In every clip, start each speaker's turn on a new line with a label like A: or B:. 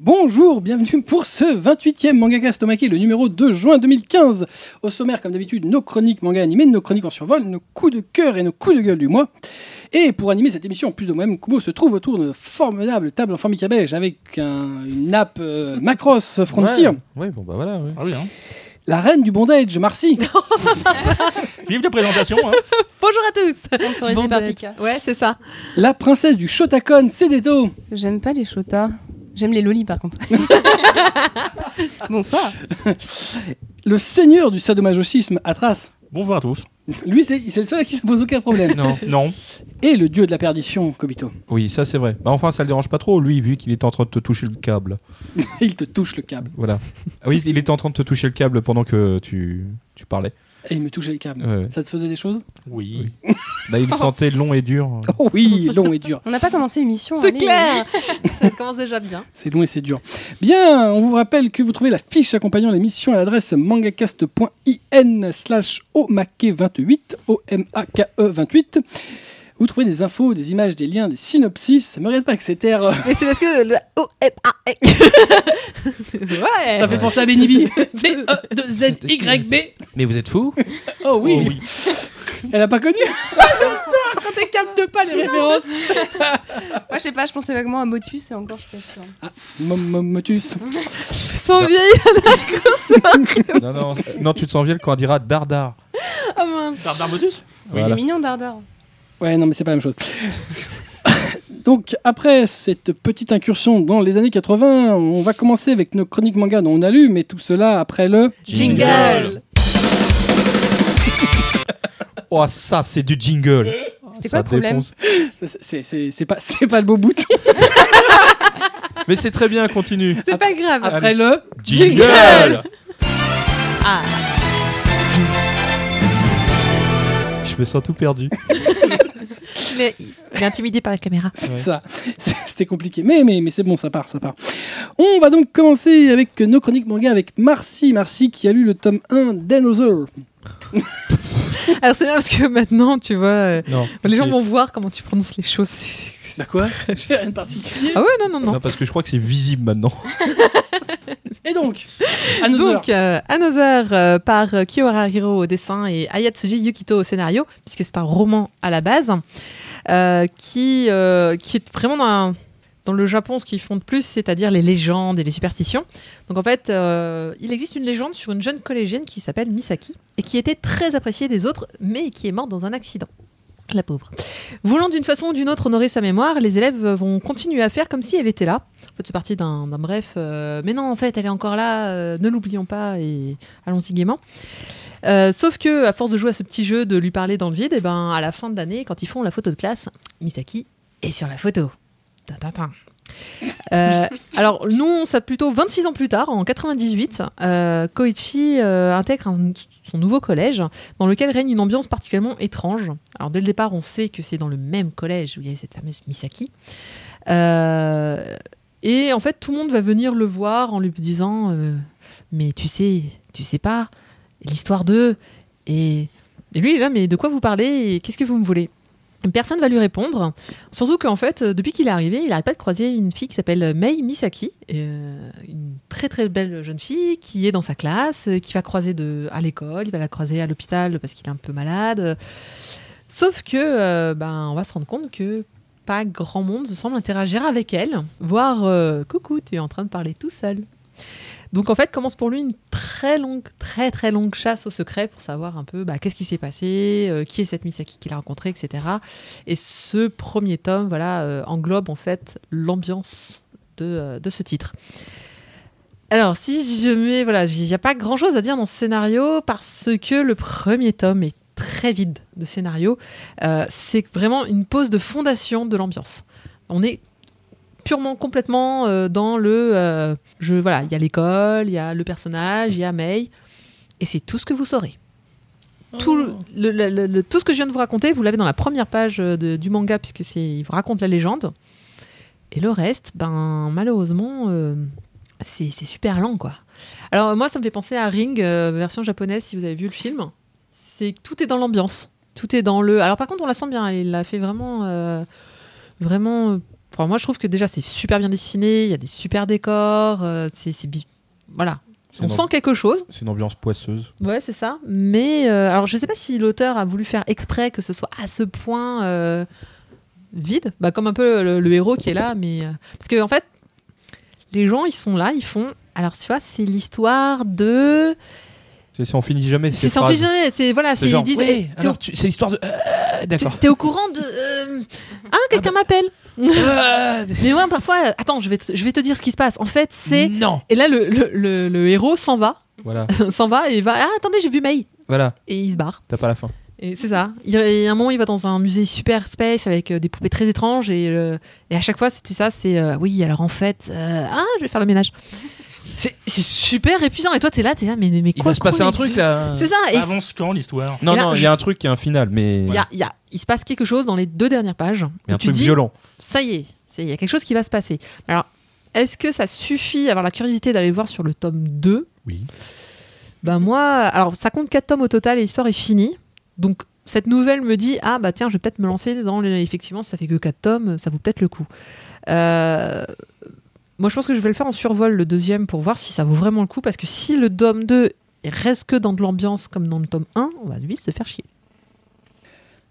A: Bonjour, bienvenue pour ce 28e Mangaka Stomaqué, le numéro 2 juin 2015. Au sommaire, comme d'habitude, nos chroniques manga animés, nos chroniques en survol, nos coups de cœur et nos coups de gueule du mois. Et pour animer cette émission, en plus de moi-même, Kubo se trouve autour d'une formidable table en formica beige avec un- une nappe euh, Macross Frontier,
B: Ouais, bon bah voilà. ouais.
C: Ah oui, hein.
A: la reine du bondage, Marcy.
C: Vive les présentations. Hein.
D: Bonjour à tous
E: Sponsorisé
D: Bon,
E: par
D: bah,
E: Pika.
D: Ouais, c'est ça.
A: La princesse du Shotacon, Cédéto.
E: J'aime pas les shotas. J'aime les lolis par contre. Bonsoir.
A: Le seigneur du sadomasochisme, Atras.
C: Bonjour à tous.
A: Lui, c'est c'est le seul à qui ça pose aucun problème.
B: Non.
C: Non.
A: Et le dieu de la perdition, Kobito.
B: Oui, ça c'est vrai. Bah, enfin, ça le dérange pas trop, lui, vu qu'il était en train de te toucher le câble.
A: Il te touche le câble.
B: Voilà. Ah oui, il était en train de te toucher le câble pendant que tu, tu parlais.
A: Et il me touchait le câble.
B: Ouais, ouais.
A: Ça te faisait des choses
C: Oui.
B: Bah, il sentait long et dur.
A: Oh oui, long et dur.
E: On n'a pas commencé l'émission.
D: C'est
E: allez.
D: clair Ça commence déjà bien.
A: C'est long et c'est dur. Bien, on vous rappelle que vous trouvez la fiche accompagnant l'émission à l'adresse mangacast.in slash omake28, O-M-A-K-E-28. E Vous trouvez des infos, des images, des liens, des synopsis. Me reste pas que c'est terre.
D: Mais c'est parce que... le- Oh, eh, ah, eh. E. ouais
A: Ça fait
B: Ouais.
A: penser à Benibi. E Z-E-Z-Y-B.
B: Mais vous êtes fou
A: Oh oui.
C: Oh oui.
A: Elle a pas connu. Quand elle capte pas les références.
E: Moi je sais pas, je pensais vaguement à Motus et encore je suis pas sûre.
A: Mom- mom- Motus.
D: Je me sens vieille
B: non, non, non, tu te sens vieille quand on dira dardar.
D: Ah mince
C: Barbara Motus
B: Voilà.
E: C'est mignon Dardar.
A: Ouais, non, mais c'est pas la même chose. Donc, après cette petite incursion dans les années 80, on va commencer avec nos chroniques manga dont on a lu, mais tout cela après le.
C: Jingle.
D: Jingle
B: Oh, ça, c'est du jingle.
E: C'était
B: Ça
E: quoi le problème
B: défonce.
A: C'est- C'est c'est pas, c'est pas le beau bouton.
B: Mais c'est très bien, continue.
E: C'est pas grave.
A: Après le.
B: Jingle
D: Ah.
B: Je me sens tout perdu.
D: Il est, il est intimidé par la caméra.
A: C'est
B: Ouais.
A: ça. C'est- C'était compliqué. Mais, mais, mais c'est bon, ça part, ça part. On va donc commencer avec nos chroniques manga avec Marcy. Marcy qui a lu le tome 1 d'Another.
D: Alors c'est bien parce que maintenant, tu vois, euh,
B: Non.
D: les gens
B: c'est-
D: vont voir comment tu prononces les choses. C'est- c'est-
A: Bah quoi J'ai rien de particulier.
D: Ah ouais, non, non, non.
B: Non, parce que je crois que c'est visible maintenant.
A: Et donc, Another.
D: Donc, euh, Another euh, par euh, Kiyohara Hiro au dessin et Ayatsuji Yukito au scénario, puisque c'est un roman à la base, euh, qui, euh, qui est vraiment dans, un- dans le Japon ce qu'ils font de plus, c'est-à-dire les légendes et les superstitions. Donc en fait, euh, il existe une légende sur une jeune collégienne qui s'appelle Misaki et qui était très appréciée des autres, mais qui est morte dans un accident. La pauvre. Voulant d'une façon ou d'une autre honorer sa mémoire, les élèves vont continuer à faire comme si elle était là. En fait, c'est parti d'un d'un bref. euh, mais non, en fait, elle est encore là. euh, ne l'oublions pas et allons-y gaiement. Euh, sauf que, à force de jouer à ce petit jeu, de lui parler dans le vide, et ben, à la fin de l'année, quand ils font la photo de classe, Misaki est sur la photo. Tintintin. Euh, alors, nous, on s'appelle plutôt 26 ans plus tard, en 98, euh, Koichi euh, intègre un- son nouveau collège dans lequel règne une ambiance particulièrement étrange. Alors, dès le départ, on sait que c'est dans le même collège où il y a eu cette fameuse Misaki. Euh, et en fait, tout le monde va venir le voir en lui disant euh, Mais tu sais, tu sais pas, l'histoire d'eux. Et, et lui, il est là Mais de quoi vous parlez et Qu'est-ce que vous me voulez Personne va lui répondre. Surtout qu'en fait, euh, depuis qu'il est arrivé, il n'arrête pas de croiser une fille qui s'appelle Mei Misaki, euh, une très très belle jeune fille qui est dans sa classe, euh, qui va croiser de, à l'école, il va la croiser à l'hôpital parce qu'il est un peu malade. Sauf que, euh, ben, on va se rendre compte que pas grand monde semble interagir avec elle, voire euh, coucou, tu es en train de parler tout seul. Donc en fait commence pour lui une très longue, très très longue chasse au secret pour savoir un peu bah, qu'est-ce qui s'est passé, euh, qui est cette Misaki qu'il a rencontrée, etc. Et ce premier tome voilà euh, englobe en fait l'ambiance de, euh, de ce titre. Alors si je mets voilà, il n'y a pas grand chose à dire dans ce scénario parce que le premier tome est très vide de scénario. Euh, c'est vraiment une pose de fondation de l'ambiance. On est purement complètement euh, dans le euh, je voilà, il y a l'école, il y a le personnage, il y a May et c'est tout ce que vous saurez. Tout, le, le- le- le- tout ce que je viens de vous raconter, vous l'avez dans la première page euh, de- du manga puisque c'est il vous raconte la légende. Et le reste, ben malheureusement euh, c'est c'est super lent quoi. Alors moi ça me fait penser à Ring euh, version japonaise si vous avez vu le film, c'est que tout est dans l'ambiance. Tout est dans le. Alors par contre, on la sent bien. Il l'a fait vraiment, euh, vraiment euh, Enfin, moi, je trouve que déjà, c'est super bien dessiné, il y a des super décors, euh, c'est c'est bi- Voilà.
B: C'est
D: On
B: une
D: sent
B: ambi-
D: quelque chose.
B: C'est une ambiance poisseuse.
D: Ouais, c'est ça. Mais euh, alors, je sais pas si l'auteur a voulu faire exprès que ce soit à ce point euh, vide, bah, comme un peu le, le héros qui est là, mais euh, parce que en fait, les gens ils sont là, ils font. Alors tu vois, c'est l'histoire de.
B: C'est c'est- on finit jamais. ces
D: C'est sans
B: phrases.
D: jamais. C'est voilà,
B: C'est
D: c'est
B: genre,
D: ils disent. eh,
B: ouais,
D: t'es, au-
B: alors tu- c'est l'histoire de. euh,
D: t'es-
B: D'accord. Ah,
D: t'es au courant de. euh, Hein, quelqu'un m'appelle.
B: Euh,
D: mais ouais, parfois, euh, attends, je vais, te, je vais te dire ce qui se passe. En fait, c'est.
B: Non.
D: Et là, le, le- le- le héros s'en va,
B: Voilà,
D: s'en va et il va. Ah, attendez, j'ai vu Maï.
B: voilà.
D: Et il se barre.
B: T'as pas la fin.
D: Et c'est ça. Il, et à un moment, il va dans un musée super space avec euh, des poupées très étranges et, euh, et à chaque fois, c'était ça. C'est euh, oui, alors en fait, euh, ah, je vais faire le ménage. C'est c'est super épuisant. Et toi, t'es là, t'es là, mais, mais
B: Il
D: quoi
B: va se passer
D: quoi,
B: un
D: mais-
B: truc là. Ah
D: C'est ça.
A: Ah,
D: Et
C: Ça avance quand l'histoire
B: Non,
D: Et là,
B: non, il y a un truc qui est un final, mais,
D: il y a- il y a- il se passe quelque chose dans les deux dernières pages.
B: mais
D: où
B: un
D: tu
B: truc
D: dis,
B: violent.
D: ça y est, c'est- il y a quelque chose qui va se passer. Alors, est-ce que ça suffit à avoir la curiosité d'aller voir sur le tome 2
B: Oui.
D: Ben moi, alors ça compte 4 tomes au total et l'histoire est finie. Donc cette nouvelle me dit ah bah tiens, je vais peut-être me lancer dans les... effectivement, ça fait que 4 tomes, ça vaut peut-être le coup. Euh, Moi, je pense que je vais le faire en survol le deuxième pour voir si ça vaut vraiment le coup parce que si le tome 2 reste que dans de l'ambiance comme dans le tome 1, on va lui se faire chier.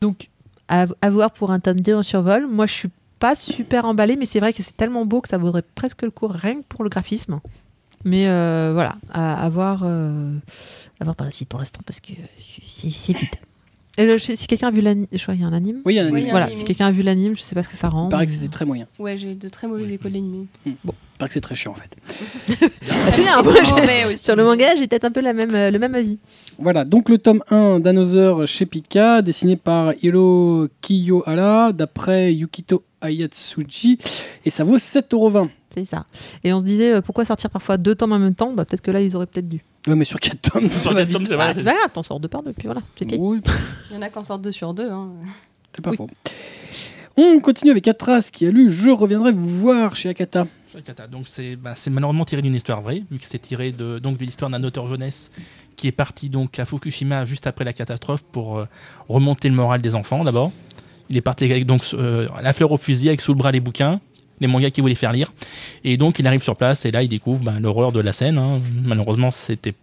D: Donc à, à voir pour un tome 2 en survol. Moi, je suis pas super emballée, mais c'est vrai que c'est tellement beau que ça vaudrait presque le coup rien que pour le graphisme. Mais euh, voilà, à, à voir, euh, à voir par la suite pour l'instant parce que euh, c'est c'est vite. Et le- si quelqu'un a vu l'anime, je crois qu'il y a un anime.
A: Oui, il y en a
E: Oui,
A: une.
E: il y a un
D: Voilà,
E: anime.
D: si quelqu'un a vu l'anime, je sais pas ce que ça rend.
A: Il paraît
D: mais-
A: que c'était très moyen.
E: Ouais, j'ai de très mauvaises écoles d'animé.
A: Il paraît que c'est très chiant en fait.
D: Bah, c'est bien, après,
E: Très
D: j'ai-
E: mauvais aussi.
D: Sur le manga, j'ai peut-être un peu la même, euh, le même avis.
A: Voilà, donc le tome 1 d'Another chez Pika, dessiné par Hiro Kiyohara, d'après Yukito Ayatsuji, et ça vaut 7,20€.
D: C'est ça. Et on se disait euh, pourquoi sortir parfois deux tomes en même temps bah, Peut-être que là, ils auraient peut-être dû.
A: Ouais, mais sur 4 tomes, ça
C: Sur
A: va
C: quatre
A: vite.
C: tomes, c'est
D: Bah,
C: vrai,
D: c'est
C: c'est-
D: pas grave, t'en sors deux par deux, puis voilà, c'est fait.
A: Oui,
E: Il y en a qui en sortent deux sur deux. hein.
A: c'est pas faux. On continue avec Atras qui a lu Je reviendrai vous voir chez Akata.
C: Shakata. Donc c'est bah, c'est malheureusement tiré d'une histoire vraie, vu que c'est tiré de, donc, de l'histoire d'un auteur jeunesse qui est parti donc à Fukushima juste après la catastrophe pour euh, remonter le moral des enfants d'abord. Il est parti avec donc euh, la fleur au fusil, avec sous le bras les bouquins, les mangas qu'il voulait faire lire. Et donc il arrive sur place et là il découvre bah, l'horreur de la scène. hein. Malheureusement c'était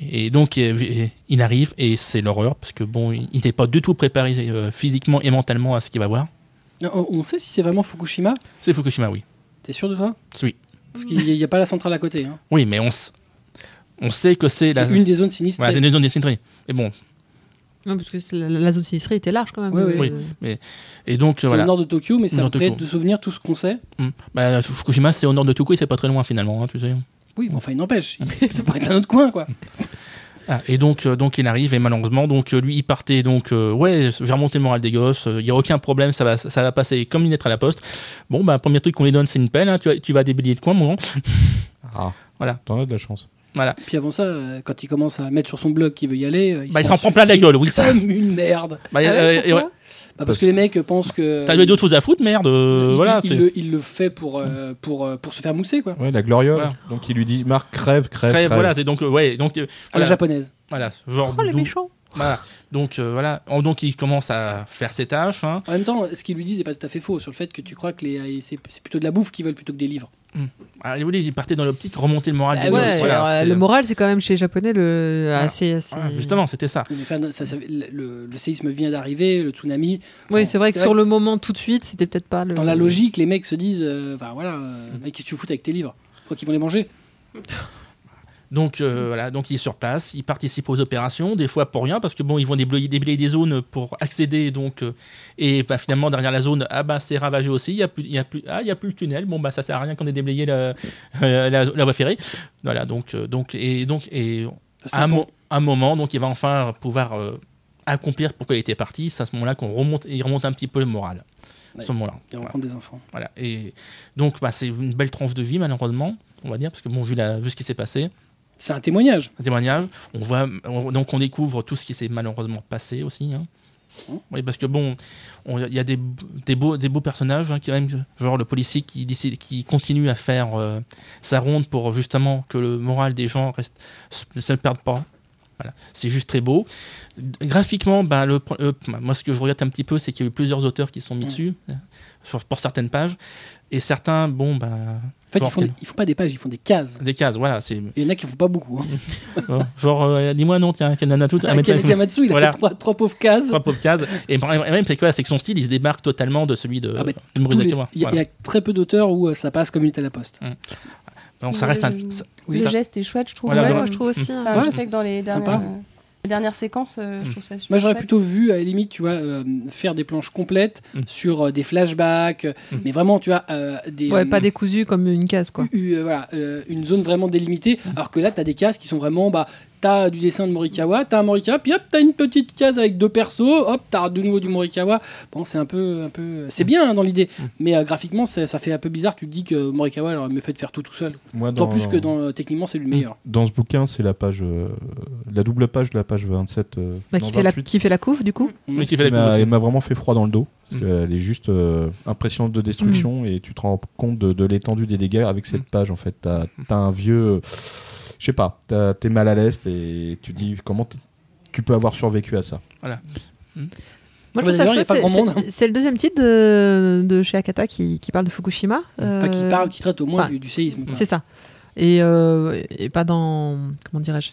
C: et donc euh, il arrive et c'est l'horreur parce que bon il n'était pas du tout préparé euh, physiquement et mentalement à ce qu'il va voir.
A: Euh, On on sait si c'est vraiment Fukushima
C: C'est Fukushima oui.
A: T'es sûr de ça
C: Oui.
A: Parce qu'il n'y a, pas la centrale à côté. hein.
C: Oui, mais on, s- on sait que c'est
A: C'est
C: la.
A: une des zones sinistrées.
C: Voilà, c'est une zone décentrée. Et bon,
D: Non, parce que c'est- la, la zone sinistrée était large quand même. Euh,
A: Oui, oui.
C: Oui. et donc
A: C'est
C: euh, voilà.
A: au nord de Tokyo, mais ça
C: Au nord de
A: peut-être
C: Tokyo.
A: de souvenir tout ce qu'on sait.
C: Mm. Bah, Fukushima, c'est au nord de Tokyo, et c'est pas très loin finalement, hein, tu sais.
A: Oui, mais enfin, il n'empêche. Il peut pas être un autre coin, quoi.
C: Ah, et donc, euh, donc il arrive et malheureusement, donc euh, lui, il partait. Donc euh, ouais, j'ai remonté le moral des gosses. Euh, Il y a aucun problème, ça va, ça va passer comme une lettre à la poste. Bon, bah premier truc qu'on lui donne, c'est une pelle. hein, tu, vas- tu vas déblayer de coin, mon grand.
B: Ah.
C: Voilà.
B: T'en as de la chance.
A: Puis avant ça, euh, quand il commence à mettre sur son blog qu'il veut y aller, euh,
C: Bah, il s'en prend plein la gueule, oui ça.
A: Comme une merde.
C: Bah,
D: Ah ouais,
C: euh, et ouais.
D: pourquoi
A: Bah, parce que les mecs pensent que.
C: T'as d'autres choses à foutre, merde. euh,
A: il,
C: voilà.
A: il,
C: c'est-
A: le, il le fait pour, euh, pour, euh, pour se faire mousser, quoi.
B: Ouais, la gloriole.
C: Voilà.
B: Donc il lui dit Marc, crève, crève.
C: Très,
B: crève.
C: voilà, c'est donc euh, ouais, donc euh,
A: À la
C: voilà,
A: japonaise.
C: voilà, genre
D: Oh, les
C: d'où-
D: méchants
C: Voilà. Donc euh, voilà. Oh, donc il commence à faire ses tâches. hein.
A: En même temps, ce qu'ils lui disent n'est pas tout à fait faux sur le fait que tu crois que les, euh, c'est c'est plutôt de la bouffe qu'ils veulent plutôt que des livres.
C: Ah, vous voulez, il partait dans l'optique remonter le moral.
A: Bah
C: des
A: oui,
D: Ouais,
C: gosses. Voilà,
D: alors, euh,
C: Ah c'est-
D: le moral, c'est quand même chez les Japonais le...
C: Voilà.
D: assez. assez-
C: Voilà, justement, c'était ça.
A: Mais enfin, ça- ça- le, le séisme vient d'arriver, le tsunami.
D: Oui, c'est vrai que
A: C'est
D: sur le moment, tout de suite, c'était peut-être pas le.
A: Dans la logique, les mecs se disent euh, Enfin voilà, euh, mec, qu'est-ce que tu fous avec tes livres Je crois qu'ils vont les manger.
C: Donc euh, voilà, donc il est sur place, il participe aux opérations, des fois pour rien parce que bon, ils vont déblayer, déblayer des zones pour accéder donc euh, et bah, finalement derrière la zone, ah bah c'est ravagé aussi, il y a plus, il y a plus, ah il y a plus le tunnel, bon bah ça sert à rien qu'on ait déblayé la, euh, la, la voie ferrée. Voilà donc euh, donc et donc et
A: Ça, c'est
C: à un,
A: un
C: mo- un moment, donc il va enfin pouvoir euh, accomplir pourquoi il était parti. C'est à ce moment-là qu'on remonte, il remonte un petit peu le moral. à
A: Ouais.
C: Ce moment-là.
A: Et on prend des enfants.
C: Voilà. Et donc, bah, c'est une belle tranche de vie, malheureusement, on va dire, parce que bon, vu, la, vu ce qui s'est passé,
A: C'est un témoignage.
C: un témoignage, on voit, on- donc on découvre tout ce qui s'est malheureusement passé aussi. hein.
A: Mhm.
C: Oui, parce que bon, on- il y a des, des beaux, des beaux personnages, hein, qui même, genre le policier qui, décide, qui continue à faire euh, sa ronde pour justement que le moral des gens reste, se- ne perde pas. Voilà. C'est juste très beau. Graphiquement, bah, le, pro- euh, moi, ce que je regrette un petit peu, c'est qu'il y a eu plusieurs auteurs qui se sont mis
A: Mm.
C: dessus euh, sur- pour certaines pages. Et certains, bon, bah,
A: En fait, ils
C: genre
A: font, des- ils font pas des pages, ils font des cases.
C: quel- des cases, voilà. c'est
A: Il y en a qui font pas beaucoup. hein.
C: euh, Genre, euh, dis-moi non, tiens, qu'elle en a toutes. à mettre-
A: Ken Akamatsu, il a
C: Voilà.
A: fait trois, trois pauvres cases.
C: trois pauvres cases. Et par- et même, c'est quoi, c'est que son style, il se débarque totalement de celui de,
A: Ah, mais
C: de
A: Tous les-
C: Murasaki.
A: Il y, a- il y
C: Voilà.
A: a très peu d'auteurs où euh, ça passe comme une telle à la poste.
C: Donc, ça reste un.
E: Le-
C: ça-
A: Oui,
E: le
A: ça-
E: geste est chouette, je trouve.
C: Voilà,
D: ouais,
E: Ouais,
C: voilà.
D: moi je trouve aussi. hein.
E: Enfin,
A: Ouais,
E: je sais que dans les
A: c'est
E: dernières,
A: sympa.
E: euh, les dernières séquences, euh, je trouve ça super.
A: Moi, j'aurais
E: chouette.
A: plutôt vu, à la limite, tu vois, euh, faire des planches complètes
B: Mm.
A: sur euh, des flashbacks, euh,
B: Mm.
A: mais vraiment, tu vois, euh, des.
D: Ouais, pas décousu comme une case quoi.
A: eu- euh, voilà, euh, une zone vraiment délimitée,
B: Mm.
A: alors que là, tu as des cases qui sont vraiment. Bah, T'as du dessin de Morikawa, t'as un Morikawa, puis hop, t'as une petite case avec deux persos, hop, t'as de nouveau du Morikawa. Bon, c'est un peu. un peu C'est bien hein, dans l'idée,
B: Mm.
A: mais euh, graphiquement, ça, ça fait un peu bizarre. Tu te dis que Morikawa, il aurait mieux fait de faire tout tout seul.
B: Moi,
A: D'autant
B: dans-
A: plus que dans, euh, techniquement, c'est le
C: Hmm.
A: meilleur.
B: Dans ce bouquin, c'est la page, euh, la double page de la page 27. euh,
D: Bah,
B: non,
D: qui, fait la,
B: 28,
D: qui fait la couve du coup
C: Mais qui fait la
B: qui m'a-
C: course.
B: elle m'a vraiment fait froid dans le dos. Parce
C: Mm.
B: qu'elle est juste euh, impressionnante de destruction et tu te rends compte de, de l'étendue des dégâts avec cette
C: Mm.
B: page en fait. T'as t'as un vieux. euh, Je sais pas, t'as- t'es mal à l'aise et tu dis comment t- tu peux avoir survécu à ça.
D: Moi,
A: Ouais,
D: je trouve ça
A: d'ailleurs, il y a
D: chouette,
A: pas
D: c'est-
A: grand monde.
D: c'est- C'est le deuxième titre de, de chez Akata qui, qui parle de Fukushima. euh,
A: Enfin, qui parle, qui traite au moins
D: enfin,
A: du, du séisme. quoi.
D: C'est ça. Et, euh, et pas dans. Comment dirais-je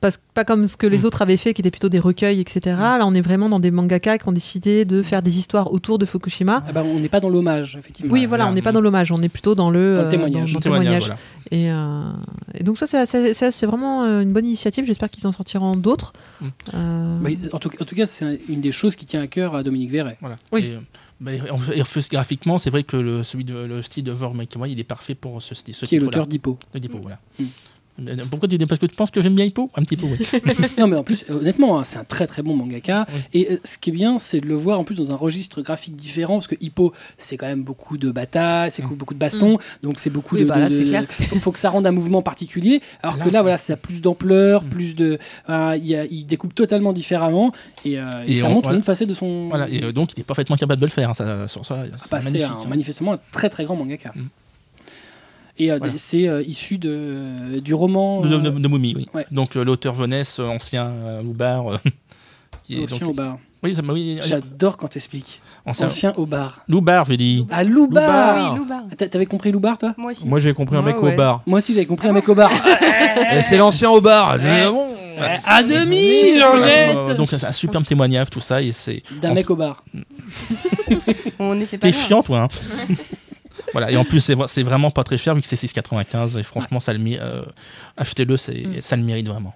D: pas, pas comme ce que les
A: Hmm.
C: Mm.
D: autres avaient fait, qui étaient plutôt des recueils, etc. Là, on est vraiment dans des mangaka qui ont décidé de faire des histoires autour de Fukushima.
A: Ah bah, on n'est pas dans l'hommage, effectivement.
D: Oui, voilà,
C: là,
D: on n'est pas
C: mm.
D: dans l'hommage, on est plutôt dans le,
A: Dans le
D: euh,
A: témoignage.
D: dans
C: Son
D: le
C: témoignage,
D: témoignage.
C: voilà.
D: Et, euh, et donc ça, c'est assez- c'est c'est vraiment euh, une bonne initiative. J'espère qu'ils en sortiront d'autres.
C: Mm.
A: Hmm.
D: Euh,
A: Mais Bah, en, tout, en tout cas, c'est un- une des choses qui tient à cœur à Dominique Verret.
C: Voilà.
D: Oui.
C: Et, euh, bah, et en fait- et en fait, graphiquement, c'est vrai que le, celui de, le style de Vor McElroy, il est parfait pour ce, style- ce
A: Qui est
C: titre-là.
A: l'auteur Hmm. d'Hippo.
C: Le dépôt, voilà. Euh, Pourquoi tu dis Parce que tu penses que j'aime bien Hippo Un petit peu, oui.
A: non, mais en plus, euh, honnêtement, hein, c'est un très très bon mangaka.
C: Oui.
A: Et euh, ce qui est bien, c'est de le voir en plus dans un registre graphique différent, parce que Hippo, c'est quand même beaucoup de batailles, c'est
C: Mm.
A: beaucoup de bastons, donc c'est beaucoup
D: Oui,
A: de.
D: bah là,
A: de-
D: c'est
A: de-
D: clair.
A: faut, faut que ça rende un mouvement particulier. Alors
C: Là,
A: que là, voilà, ça a plus d'ampleur,
C: Mm.
A: plus de. euh, il y a- il découpe totalement différemment, et, euh, et
C: Et
A: ça
C: on-
A: montre
C: voilà.
A: une facette de son.
C: voilà. Et euh, donc, il est parfaitement capable de le faire. hein, ça, sur ça,
A: Ah
C: c'est
A: bah, c'est
C: magnifique.
A: un-
C: hein.
A: manifestement un très très grand mangaka.
C: Mm.
A: Et euh,
C: Voilà.
A: c'est euh, issu de, du roman
C: De,
A: euh,
C: de, de- de Moumi, oui.
A: Ouais.
C: Donc, euh, l'auteur jeunesse, euh, ancien euh, Loubard. euh, qui est
A: Ancien
C: donc-
A: au bar.
C: Oui, ça m'a- oui,
A: J'adore quand t'expliques.
C: ancien.
A: Ancien au bar.
C: Loubard, je dis.
A: Ah, Loubar
E: Ah oui, Loubar.
A: Ah, t'a- T'avais compris Loubar, toi
E: Moi aussi.
B: Moi j'ai compris un
D: Ouais,
B: mec
D: ouais.
B: au bar.
A: Moi aussi, j'avais compris un mec au bar.
B: Et Eh, c'est l'ancien au bar.
A: à demi,
C: Euh,
A: Georgette
C: donc, c'est un superbe
D: Ah.
C: témoignage, tout ça. Et c'est.
A: D'un mec au bar.
E: On n'était
D: Bah
E: pas
C: T'es
E: loin.
C: chiant, toi. hein. voilà, et en plus, c'est vra- c'est vraiment pas très cher vu que c'est 6,95. Et franchement, ça le mérite. euh, Achetez-le, c'est-
D: Mm.
C: ça le mérite vraiment.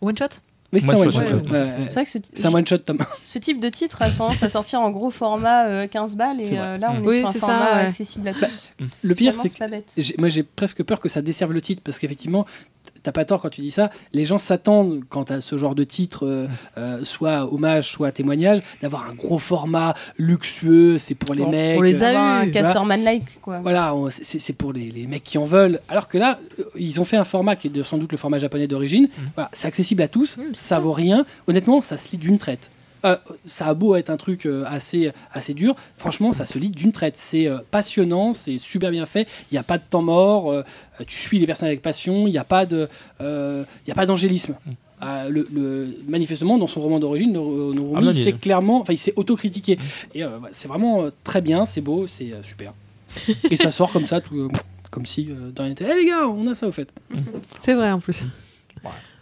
D: One shot.
A: Mais c'est un
C: One
A: one
C: shot,
A: shot.
E: one
A: ouais, ouais.
E: C'est vrai que ce,
A: C'est un one shot, Tom.
E: ce type de titre a tendance à sortir en gros format euh, 15 balles
A: C'est
E: et
A: vrai.
E: euh, là on est
D: Oui,
E: sur un
D: c'est ça,
E: format
D: ouais.
E: accessible à
B: Bah,
E: tous.
A: Le pire,
E: Vraiment,
A: c'est que
E: c'est pas bête.
A: j'ai- moi, j'ai presque peur que ça desserve le titre parce qu'effectivement. T'as pas tort quand tu dis ça. Les gens s'attendent, quand à ce genre de titre, euh, euh, soit hommage, soit témoignage, d'avoir un gros format luxueux. C'est pour les
D: On- on
A: mecs.
D: les
A: euh,
D: a
E: Avoir
D: eu,
E: un
D: tu
A: vois.
E: Casterman-like quoi.
A: Voilà, on- c'est- c'est c'est pour les, les mecs qui en veulent. Alors que là, euh, ils ont fait un format qui est de- sans doute le format japonais d'origine. Voilà, c'est accessible à tous,
D: Mm, Mhm. c'est
A: ça vaut rien. Honnêtement, ça se lit d'une traite. Euh, ça a beau être un truc euh, assez, assez dur, franchement, ça se lit d'une traite. C'est euh, passionnant, c'est super bien fait. Il n'y a pas de temps mort, euh, tu suis les personnes avec passion, il n'y a pas de, euh, il y a pas d'angélisme. Euh, le, le- manifestement, dans son roman d'origine, euh, Nor- Norumi,
C: Ah, non,
A: il
C: il-
A: s'est clairement, enfin, il s'est autocritiqué. Et euh, ouais, c'est vraiment euh, très bien, c'est beau, c'est euh, super. Et ça sort comme ça, tout, euh, comme si euh, dans rien n'était. Eh les gars, on a ça au fait.
D: C'est vrai en plus.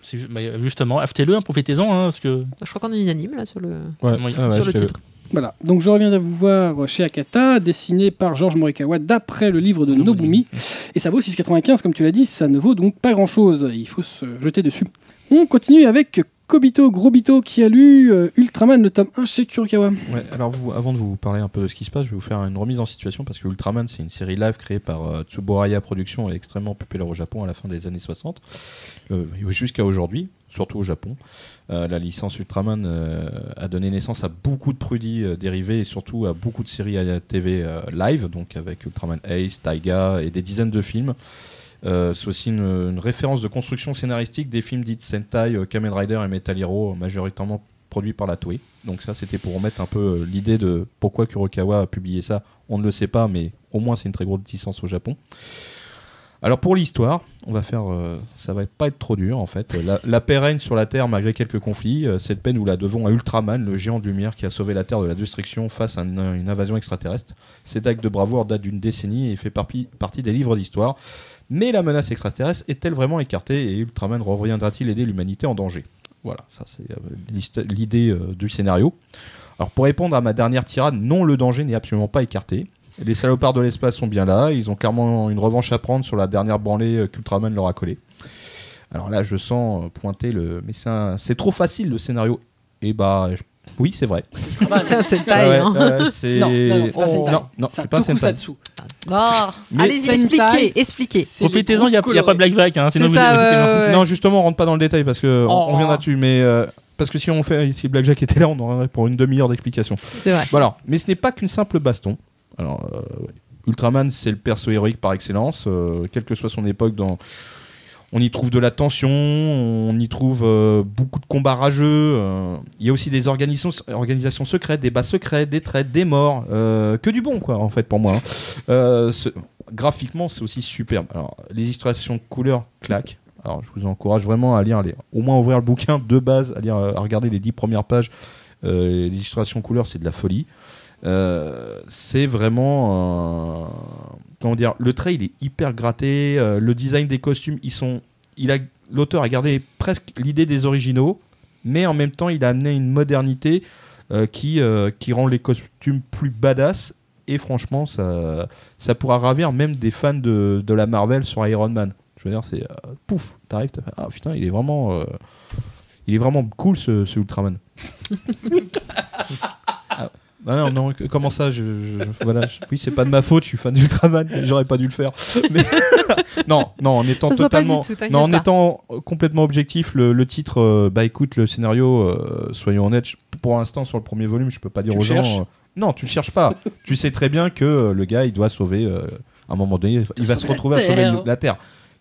C: C'est ju- bah, euh, justement, achetez-le, hein, profitez-en. hein, parce que...
D: Je crois qu'on est unanime là sur le,
C: Oui.
B: Ah
D: sur le titre.
A: Voilà, donc je reviens vous voir chez Akata, dessiné par Georges Morikawa d'après le livre de Nobumi. Et ça vaut 6,95 comme tu l'as dit, ça ne vaut donc pas grand chose, il faut se jeter dessus. On continue avec Kobito Grobito qui a lu euh, Ultraman le tome 1 chez Kurikawa.
B: Ouais, alors vous, avant de vous parler un peu de ce qui se passe, je vais vous faire une remise en situation parce que Ultraman, c'est une série live créée par euh, Tsuburaya Productions et extrêmement populaire au Japon à la fin des années 60, euh, jusqu'à aujourd'hui, surtout au Japon. Euh, la licence Ultraman euh, a donné naissance à beaucoup de produits euh, dérivés et surtout à beaucoup de séries à la TV euh, live, donc avec Ultraman Ace, Taiga et des dizaines de films. Euh, c'est aussi une, une référence de construction scénaristique des films dits Sentai, euh, Kamen Rider et Metal Hero, majoritairement produits par la Toei. Donc ça, c'était pour remettre un peu euh, l'idée de pourquoi Kurokawa a publié ça. On ne le sait pas, mais au moins c'est une très grosse licence au Japon. Alors pour l'histoire, on va faire, euh, ça va pas être trop dur en fait. Euh, La, la paix règne sur la Terre malgré quelques conflits. Euh, Cette peine nous la devons à Ultraman, le géant de lumière qui a sauvé la Terre de la destruction face à une, une invasion extraterrestre. Cet acte de bravoure date d'une décennie et fait parpi- partie des livres d'histoire. Mais la menace extraterrestre est-elle vraiment écartée et Ultraman reviendra-t-il aider l'humanité en danger Voilà, ça c'est euh, l'hist- l'idée euh, du scénario. Alors pour répondre à ma dernière tirade, non, le danger n'est absolument pas écarté. Les salopards de l'espace sont bien là. Ils ont clairement une revanche à prendre sur la dernière branlée euh, qu'Ultraman leur a collée. Alors là, je sens euh, pointer le. Mais c'est un- c'est trop facile le scénario. Et bah, je- oui, c'est vrai.
D: Ça, c'est pareil.
B: Ouais,
D: hein.
B: euh, c'est-
A: Non, non, Oh. non, c'est pas Sentai.
B: non, non,
A: C'est
B: c'est
A: un
B: pas Sentai.
A: tokusatsu.
D: Bon,
B: Mais
D: allez-y,
A: Sentai,
D: expliquez, expliquez.
A: c'est les
C: Profitez-en, il n'y a,
A: groupes
C: y a pas
A: colorés.
C: Black Vac, hein, sinon
D: C'est
C: vous,
D: ça, euh,
C: vous étiez bien
D: ouais, ouais, ouais.
C: foutus.
B: Non, justement, on rentre pas dans le détail parce que on-
D: Oh.
B: on viendra dessus. Mais euh, parce que si on fait, si Blackjack était là, on aurait pour une demi-heure d'explication.
D: C'est vrai.
B: Voilà. Mais ce n'est pas qu'une simple baston. Alors, euh, ouais. Ultraman, c'est le perso héroïque par excellence, euh, quelle que soit son époque. Dans... On y trouve de la tension, on y trouve euh, beaucoup de combats rageux. euh, Il y a aussi des organisations, organisations secrètes, des bas secrets, des traites, des morts. euh, que du bon, quoi, en fait, pour moi. hein. Euh, ce- Graphiquement, c'est aussi superbe. Alors, les illustrations couleurs claquent. Alors, je vous encourage vraiment à lire, les... au moins ouvrir le bouquin de base, à, lire, euh, à regarder les dix premières pages. Euh, les illustrations couleurs, c'est de la folie. Euh, c'est vraiment euh, comment dire le trait il est hyper gratté euh, le design des costumes ils sont il a l'auteur a gardé presque l'idée des originaux mais en même temps il a amené une modernité euh, qui euh, qui rend les costumes plus badass et franchement ça ça pourra ravir même des fans de, de la Marvel sur Iron Man je veux dire c'est euh, pouf t'arrives t'as fait, ah putain il est vraiment euh, il est vraiment cool ce, ce Ultraman Ah non, non, que- comment ça je, je- je- voilà, je- Oui, c'est pas de ma faute, je suis fan d'Ultraman, mais j'aurais pas dû le faire. Mais- non, non, en étant
D: Ça se voit pas
B: totalement.
D: du tout, t'inquiète
B: non, en
D: pas.
B: étant euh, complètement objectif, le, le titre, euh, bah écoute, le scénario, euh, soyons honnêtes, je- pour l'instant, sur le premier volume, je peux pas dire
A: Tu
B: aux
A: le
B: gens.
A: cherches
B: euh, non, tu le cherches pas. tu sais très bien que euh, le gars, il doit sauver. euh, à un moment donné, il va se
A: Sauver la
B: retrouver à sauver
A: Terre.
B: le- la Terre.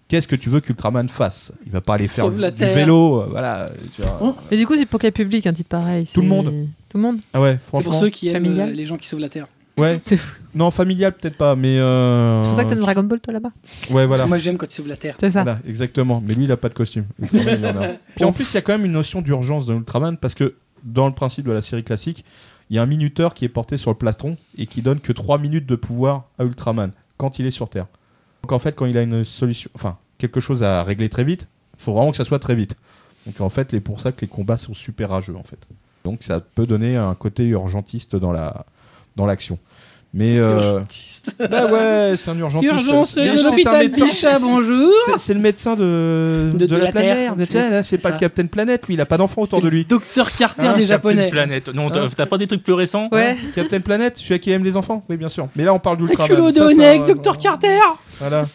B: Qu'est-ce que tu veux qu'Ultraman fasse Il va pas aller faire
A: Sauve la
B: du
A: Terre.
B: vélo, euh, voilà. tu vois.
A: Oh.
D: Mais du coup, c'est pour quel public un titre pareil
B: Tout le
D: c'est-
B: monde.
D: Tout le monde
B: Ah ouais,
A: C'est pour
B: franchement.
A: ceux qui aiment
D: Familial.
A: euh, les gens qui sauvent la Terre.
B: Ouais,
D: C'est fou.
B: non, familial peut-être pas, mais. euh,
D: C'est pour ça que t'as une Dragon Ball, toi, là-bas
B: Ouais,
A: Parce
B: voilà.
A: que moi j'aime quand ils sauvent la Terre.
D: C'est ça.
B: Voilà, exactement. Mais lui, il a pas de costume. Ultraman, il en a un. Puis en plus, il y a quand même une notion d'urgence dans Ultraman parce que dans le principe de la série classique, il y a un minuteur qui est porté sur le plastron et qui donne que 3 minutes de pouvoir à Ultraman quand il est sur Terre. Donc en fait, quand il a une solution, enfin quelque chose à régler très vite, faut vraiment que ça soit très vite. Donc en fait, c'est pour ça que les combats sont super rageux en fait. Donc ça peut donner un côté urgentiste dans la dans l'action. Mais euh,
A: Urgentiste.
B: bah ouais, c'est un urgentiste.
A: Bah, Urgence,
B: C'est-
A: euh,
B: c'est un
A: l'hôpital
B: médecin.
A: Bichat, bonjour.
B: C'est- C'est le médecin de,
A: De-
B: de,
A: de
B: la,
A: la Terre.
B: planète.
A: C'est-
B: Tu vois, là, C'est
A: c'est
B: pas
A: ça.
B: le Captain Planète, lui, il a pas d'enfant autour
A: C'est
B: de
A: le
B: lui.
A: Docteur Carter
B: Hein,
A: des
B: Captain
A: Japonais.
C: Planète. Non, t'as
B: Hein
C: t'as pas des trucs plus récents
D: Ouais.
B: Captain Planète, celui à qui aime les enfants Oui, bien sûr. Mais là, on parle d'Ultraman.
A: Culot de
B: Ça, ça,
A: Honeck,
B: euh,
A: Docteur Carter.
B: Voilà.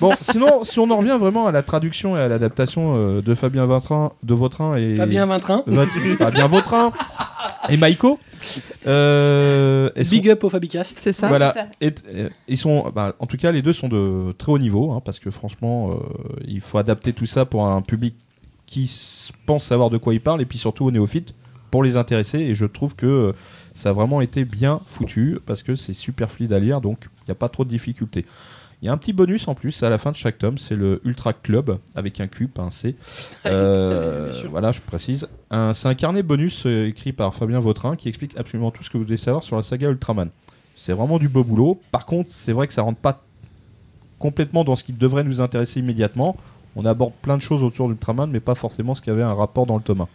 B: bon, sinon, si on en revient vraiment à la traduction et à l'adaptation euh, de Fabien Vautrin, de Vautrin et.
A: Fabien Vautrin.
B: Vaut- Fabien Vautrin et Maiko. Euh, elles sont-
A: Big up au Fabicast.
D: C'est ça.
B: voilà.
E: c'est ça.
B: Et- et- ils sont, bah, en tout cas, les deux sont de très haut niveau, hein, parce que franchement, euh, il faut adapter tout ça pour un public qui s- pense savoir de quoi il parle, et puis surtout aux néophytes pour les intéresser. Et je trouve que euh, ça a vraiment été bien foutu, parce que c'est super fluide à lire, donc il n'y a pas trop de difficultés. Il y a un petit bonus en plus à la fin de chaque tome, c'est le Ultra Club avec un Q, pas un C. Euh,
A: Bien sûr.
B: voilà, je précise. Un- C'est un carnet bonus euh, écrit par Fabien Vautrin qui explique absolument tout ce que vous devez savoir sur la saga Ultraman. C'est vraiment du beau boulot. Par contre, c'est vrai que ça rentre pas complètement dans ce qui devrait nous intéresser immédiatement. On aborde plein de choses autour d'Ultraman, mais pas forcément ce qui avait un rapport dans le tome 1.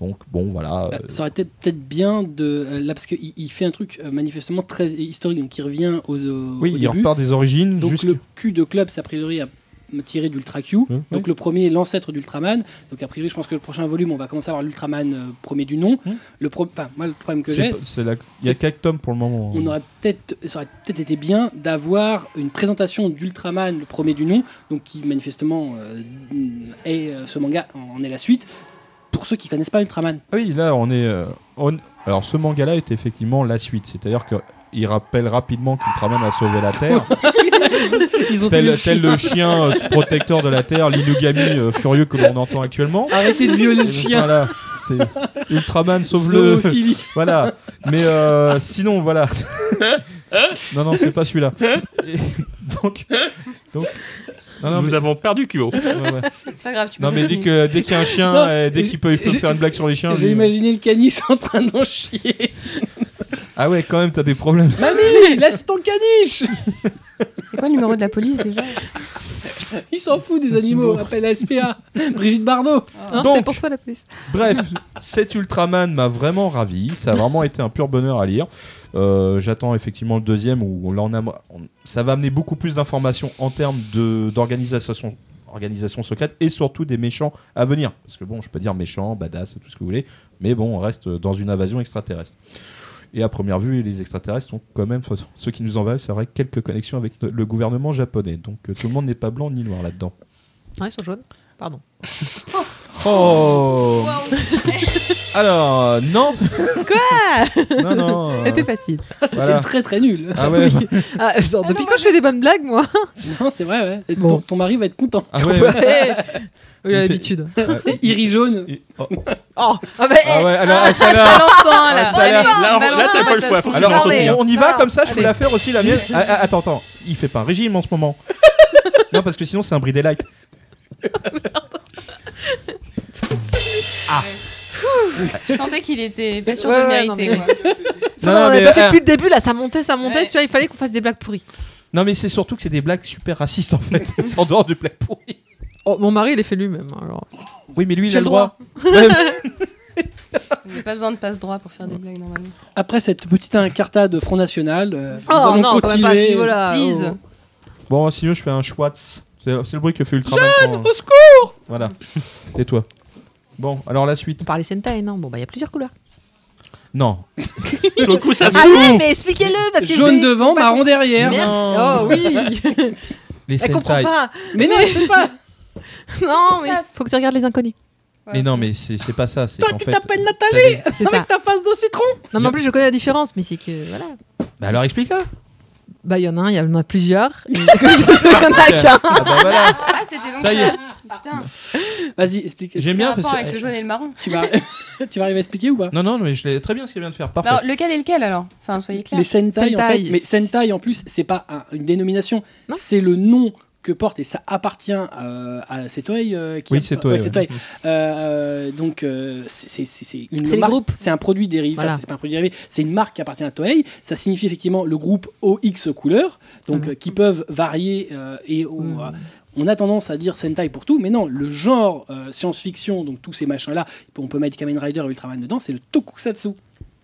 B: Donc bon, voilà.
A: Bah,
B: euh,
A: Ça aurait été peut-être bien de. euh, Là, parce qu'il il fait un truc euh, manifestement très historique, donc il revient aux. aux-
B: oui,
A: au
B: il
A: début.
B: repart des origines.
A: Donc
B: jusqu'-
A: le Q de club, c'est a priori à tiré d'Ultra Q.
B: Ouais.
A: Donc le premier est l'ancêtre d'Ultraman. Donc a priori, je pense que le prochain volume, on va commencer à avoir l'Ultraman euh, premier du nom.
B: Hmm.
A: Le pro... enfin, moi, le problème que
B: C'est
A: j'ai,
B: pas- c'est la- Il y a quelques tomes pour le moment.
A: on aurait peut-être, ça aurait peut-être été bien d'avoir une présentation d'Ultraman, le premier du nom, donc qui manifestement euh, est euh, ce manga en est la suite. Pour ceux qui connaissent pas Ultraman,
B: Ah oui, là, on est. euh, on- Alors, ce manga-là est effectivement la suite. C'est-à-dire que. Il rappelle rapidement qu'Ultraman a sauvé la Terre,
A: ils ont
B: tel,
A: tenu le
B: tel le chien euh, protecteur de la Terre, l'inugami euh, furieux que l'on entend actuellement.
A: Arrêtez de violer le
B: Et
A: chien.
B: Voilà, c'est Ultraman sauve-le.
A: Zoophilie.
B: voilà. Mais euh, sinon, voilà.
A: Hein
B: non, non, c'est pas celui-là. Et donc, donc, Non, Ah non,
F: Nous
B: mais-
F: avons perdu Kuo.
B: ouais, ouais.
E: C'est pas grave, tu peux
B: Non, mais dès
E: continuer.
B: que- dès qu'il y a un chien,
A: Non,
B: euh, dès
A: j'ai-
B: qu'il peut, il faut
A: j'ai-
B: faire une blague sur les chiens.
A: J'ai
B: lui-
A: imaginé le caniche en train d'en chier.
B: Ah ouais, quand même, t'as des problèmes.
A: Mamie, laisse ton caniche
E: C'est quoi le numéro de la police déjà
A: Il s'en fout des animaux. Appelle la SPA. Brigitte Bardot.
E: Non,
B: Donc.
E: c'était pour toi la police.
B: Bref, cet Ultraman m'a vraiment ravi. Ça a vraiment été un pur bonheur à lire. Euh, J'attends effectivement le deuxième où là on a, on- ça va amener beaucoup plus d'informations en termes de- d'organisation organisation secrète et surtout des méchants à venir. Parce que bon, je peux dire méchants, badass, tout ce que vous voulez, mais bon, on reste dans une invasion extraterrestre. Et à première vue, les extraterrestres sont quand même ceux qui nous envahissent. C'est vrai quelques connexions avec le gouvernement japonais. Donc euh, tout le monde n'est pas blanc ni noir là-dedans.
D: Ouais, ils sont jaunes. Pardon.
B: Oh Alors, euh, non
D: Quoi
B: Non, non euh,
D: C'était facile.
A: C'était
B: Voilà.
A: très très nul.
B: Ah ouais, bah-
D: Ah, genre, depuis
E: non,
D: quand je fais des bonnes blagues, moi
A: Non, c'est vrai, ouais. Et
D: Bon.
A: ton, ton mari va être content.
B: ah ouais, ouais.
D: Ouais. Il a
B: Il fait-
D: l'habitude.
A: Iri jaune.
B: Et- oh.
D: Oh, ah bah,
B: Ah
D: eh,
B: ouais, alors, ah, ça, là.
E: Balance-toi là.
B: Ah, ça, là.
F: Là, on-
E: balance
F: là, t'as
E: pas,
F: pas le
E: t'as
F: choix.
E: son
F: faut que tu
B: Alors,
F: parles.
E: parler,
B: attention,
E: hein.
B: on y va
E: Parle.
B: comme ça, je peux
E: Allez.
B: la faire aussi la mienne. Ah, ah, attends, attends, il fait pas un régime en ce moment. non, parce que sinon c'est un bridé light.
E: Tu sentais qu'il était pas sûr
D: Ouais,
E: de le
D: ouais, non,
E: mériter.
D: mais-
E: quoi.
D: non,
B: Non, non,
D: on
B: mais,
D: a pas fait
B: ah,
D: depuis le début, là, ça montait, ça montait,
E: Ouais.
D: tu vois, il fallait qu'on fasse des blagues pourries.
B: non, mais c'est surtout que c'est des blagues super racistes en fait. c'est en dehors du plaid pourri.
D: Oh, mon mari, il les fait lui-même. Alors.
B: Oui, mais lui il
D: J'ai
B: a
D: le
B: le droit. Ouais,
E: Il n'y a pas besoin de passe droit pour faire des blagues normalement.
A: Après cette petite incarta de Front National, euh, nous
D: Oh
A: allons
D: non, quand même pas à ce
A: continuer. euh,
D: niveau-là.
E: Please.
B: bon, sinon je fais un schwatz. C'est c'est le bruit que fait Ultraman. quand- euh,
A: Au secours
B: Voilà, tais-toi. Bon, alors la suite.
D: On parlait Sentai, non Bon, bah, il y a plusieurs couleurs.
B: Non.
F: Toku, ça
D: Ah
F: se
D: oui,
F: fout.
D: mais expliquez-le parce que
A: Jaune
D: c'est-
A: devant,
D: pas
A: marron derrière.
D: Merci.
B: Non.
D: Oh oui.
B: Les
D: Elle comprend
B: Sentai.
D: pas.
A: Mais non, je sais pas.
E: Qu'est-ce qui
D: Non,
E: se
D: mais
E: passe
D: faut que tu regardes les inconnus.
B: Mais non, mais c'est c'est pas ça. c'est
A: Toi,
B: qu'en
A: tu
B: fait, euh,
A: t'appelles
B: t'as
A: Nathalie
B: des-
D: C'est ça.
A: Avec ta face de citron.
D: Non, mais en plus, je connais la différence, mais c'est que voilà.
B: Bah alors explique là.
D: Bah, il y en a un, il y en a plusieurs. et- Il y en a qu'un.
B: Ah bah voilà.
E: Ah, c'était donc
B: Ça y est.
E: Putain,
A: Vas-y, explique.
B: J'aime
E: le
B: bien
E: rapport
B: parce eh,
E: avec le jaune et le marron.
A: Tu vas, tu vas arriver à expliquer ou pas
B: Non non mais je l'ai très bien ce qu'il vient de faire. Parfait.
E: Alors, lequel est lequel alors Enfin, soyez clairs.
A: Les Sentai, en
D: Sentai.
A: fait, mais Sentai en plus, c'est pas un- une dénomination,
D: Non.
A: c'est le nom que porte et ça appartient euh, à Setoei. euh, qui
B: Oui,
A: a-
B: Setoei,
A: ouais,
B: ouais.
A: Setoei. Euh, donc euh, c'est- c'est c'est une
D: C'est les
A: marque-
D: groupes.
A: c'est un produit dérivé, enfin,
D: Voilà.
A: c'est pas un produit dérivé, c'est une marque qui appartient à Toei. Ça signifie effectivement le groupe OX couleurs, donc
D: Ah oui.
A: euh, qui peuvent varier euh, et on,
D: Mm.
A: euh, on a tendance à dire Sentai pour tout, mais non, le genre euh, science-fiction, donc tous ces machins-là, on peut mettre Kamen Rider et Ultraman dedans, c'est le Tokusatsu.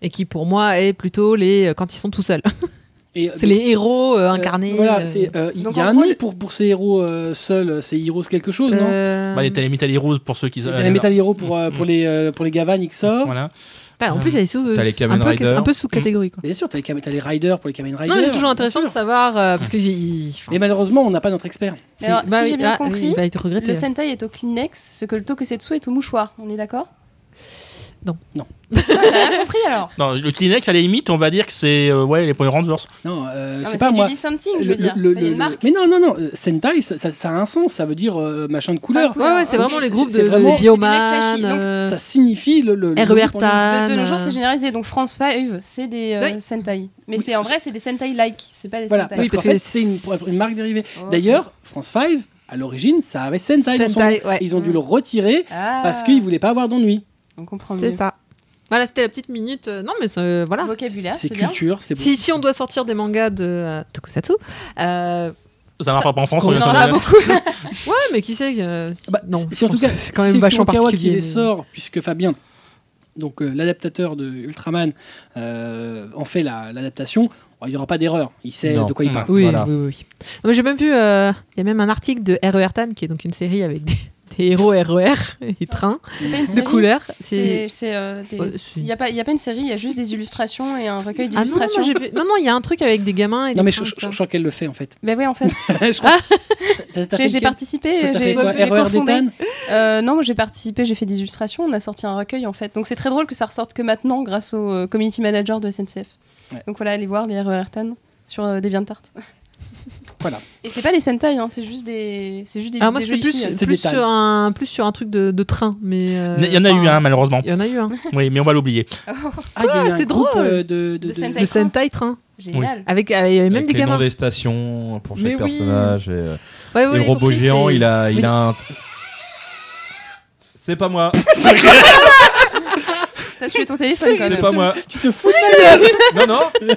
D: Et qui, pour moi, est plutôt les. euh, quand ils sont tout seuls.
A: Et,
D: C'est les héros euh, incarnés.
A: Euh, voilà,
D: euh,
A: c'est, euh, il
E: Donc,
A: y a
E: en
A: un
E: gros,
A: nom
E: le-
A: pour, pour ces héros euh, seuls, c'est Heroes quelque chose, non
D: euh,
C: Bah, il était les Metal Heroes pour ceux qui.
A: T'as
C: euh,
A: les Metal Heroes pour, euh,
C: Mm.
A: pour les, euh, pour les Gavan, XOR.
C: Voilà.
D: putain, en plus, il y a des sous. euh,
B: T'as les Kamen
D: un peu,
B: Rider.
D: un peu sous-catégorie, quoi.
A: Bien sûr, t'as les, Cam- t'as les Riders pour les Kamen Riders.
D: Non, mais c'est toujours
A: bien
D: intéressant de
A: sûr.
D: savoir. euh, parce que. il- il- enfin,
A: Mais malheureusement, on n'a pas notre expert.
D: c'est-
E: Alors,
D: bah,
E: si j'ai bien
D: ah,
E: compris,
D: Il va être regretté.
E: le Sentai est au Kleenex, ce que le Tokusetsu est au mouchoir. On est d'accord
D: Non.
A: Non.
E: Ah, J'ai rien compris alors.
C: Non, le Kleenex, à la limite, on va dire que c'est euh, ouais, les Power Rangers.
A: Non, euh, je
E: Non, mais
A: sais pas moi.
E: du something, je
A: Le-
E: veux dire.
A: le-
E: Enfin, il y a
A: le-
E: une marque.
A: Mais non, non, non. euh, Sentai, ça, ça- ça a un sens. Ça veut dire euh, machin de couleur.
E: Cinq
D: Ouais, ouais, c'est
E: Ok,
D: vraiment les
E: c'est-
D: groupes
A: c'est
D: de
A: vraiment-
D: de
E: c'est
D: Bioman,
E: des mecs flashy, donc
D: euh,
A: Ça signifie le. le, le
D: RER
A: groupe en lui-même.
D: Tan,
E: De, de nos jours, c'est
D: euh,
E: généralisé. Donc France 5, c'est des euh,
D: Oui.
E: Sentai.
A: Oui,
E: Mais c'est
A: c'est-
E: en vrai, c'est des Sentai-like. C'est pas des
A: Voilà,
E: Sentai.
A: parce,
D: Oui, parce
A: qu'en
D: que
A: fait, c'est une,
D: c'est-
A: une marque dérivée.
E: Ok.
A: D'ailleurs, France 5, à l'origine, ça avait Sentai, dans son nom.
D: Sentai, ouais.
A: Et Ils ont dû le retirer
E: Mm. Ah,
A: parce qu'ils voulaient pas avoir d'ennui.
E: On comprend mieux.
D: C'est ça. Voilà, c'était la petite minute. euh, Non, mais c'est- voilà.
E: Vocabulaire,
A: C'est
E: Ah, c'est bien.
A: culture, c'est
D: Si, si on doit sortir des mangas de euh, Tokusatsu, euh,
C: Ça marche pas en France.
D: qu'on
C: on est
D: en
C: sur
D: a
C: le-
D: beaucoup. ouais, mais qui sait euh, si-
A: Bah,
D: Non,
A: si- si en tout
D: je pense
A: cas,
D: que c'est quand même
A: c'est
D: vachement
A: Kurokawa
D: particulier.
A: qui les
D: mais-
A: sort, puisque Fabien, donc euh, l'adaptateur de Ultraman, euh, en fait la- l'adaptation. bon, il n'y aura pas d'erreur. Il sait
B: Non.
A: de quoi il
C: Non.
A: parle.
D: Oui,
B: Voilà.
D: oui, oui, oui. Non, mais j'ai même vu. euh, Il y a même un article de RER Tan, qui est donc une série avec des, des héros RER et trains
E: Ah, C'est pas une
D: de
E: série.
D: couleur. C'est.
E: C'est. c'est, euh, des-
D: Ouais, c'est-
E: Il n'y a, pas- il y a pas une série, il y a juste des illustrations et un recueil
D: Ah non, non,
E: d'illustrations.
D: moi, j'ai vu- non, non, il y a un truc avec des gamins et des
A: Non mais je,
D: trains,
A: je- je
D: ça.
A: crois qu'elle le fait en fait.
E: Ben oui, en fait.
A: Je crois- T'as- t'as fait
E: J'ai j'ai
A: lequel Toi,
E: participé.
A: t'as
E: j'ai-
A: fait quoi,
E: j'ai
A: RER
E: cofondé.
A: d'Ethan
E: Euh, Non, moi j'ai participé, j'ai fait des illustrations, on a sorti un recueil en fait. Donc c'est très drôle que ça ressorte que maintenant grâce au euh, community manager de SNCF.
A: Ouais.
E: Donc voilà, allez voir les RER Tan sur euh, DeviantArt.
A: Voilà.
E: Et c'est pas des Sentai, hein, c'est juste des. C'est juste des.
D: Alors Ah, moi
E: des
D: c'était
E: jolies
D: plus,
E: filles.
A: C'est
D: plus
A: des tags.
D: sur un plus sur un truc de, de train, mais euh,
C: Il y en a eu
D: enfin,
C: un, malheureusement.
D: Il y en a eu un.
C: Oui, mais on va l'oublier.
A: Ah, il y a eu un
D: c'est
A: groupe,
D: drôle.
A: euh, de, de- de-
E: De Sentai.
D: Le Sentai train.
E: Génial.
D: Avec, euh, il y avait même
B: Avec
D: des
B: les noms
D: gamins.
B: des stations pour chaque
D: Mais oui.
B: personnage. Et, euh,
D: Ouais,
B: et
D: ouais,
B: le
D: j'ai
B: robot
D: compris,
B: géant,
D: c'est-
B: il a, il
D: Oui.
B: a un. C'est pas moi,
E: T'as tué ton téléphone quand
B: c'est
E: même.
B: pas moi.
A: Tu te fous de
B: Non, non,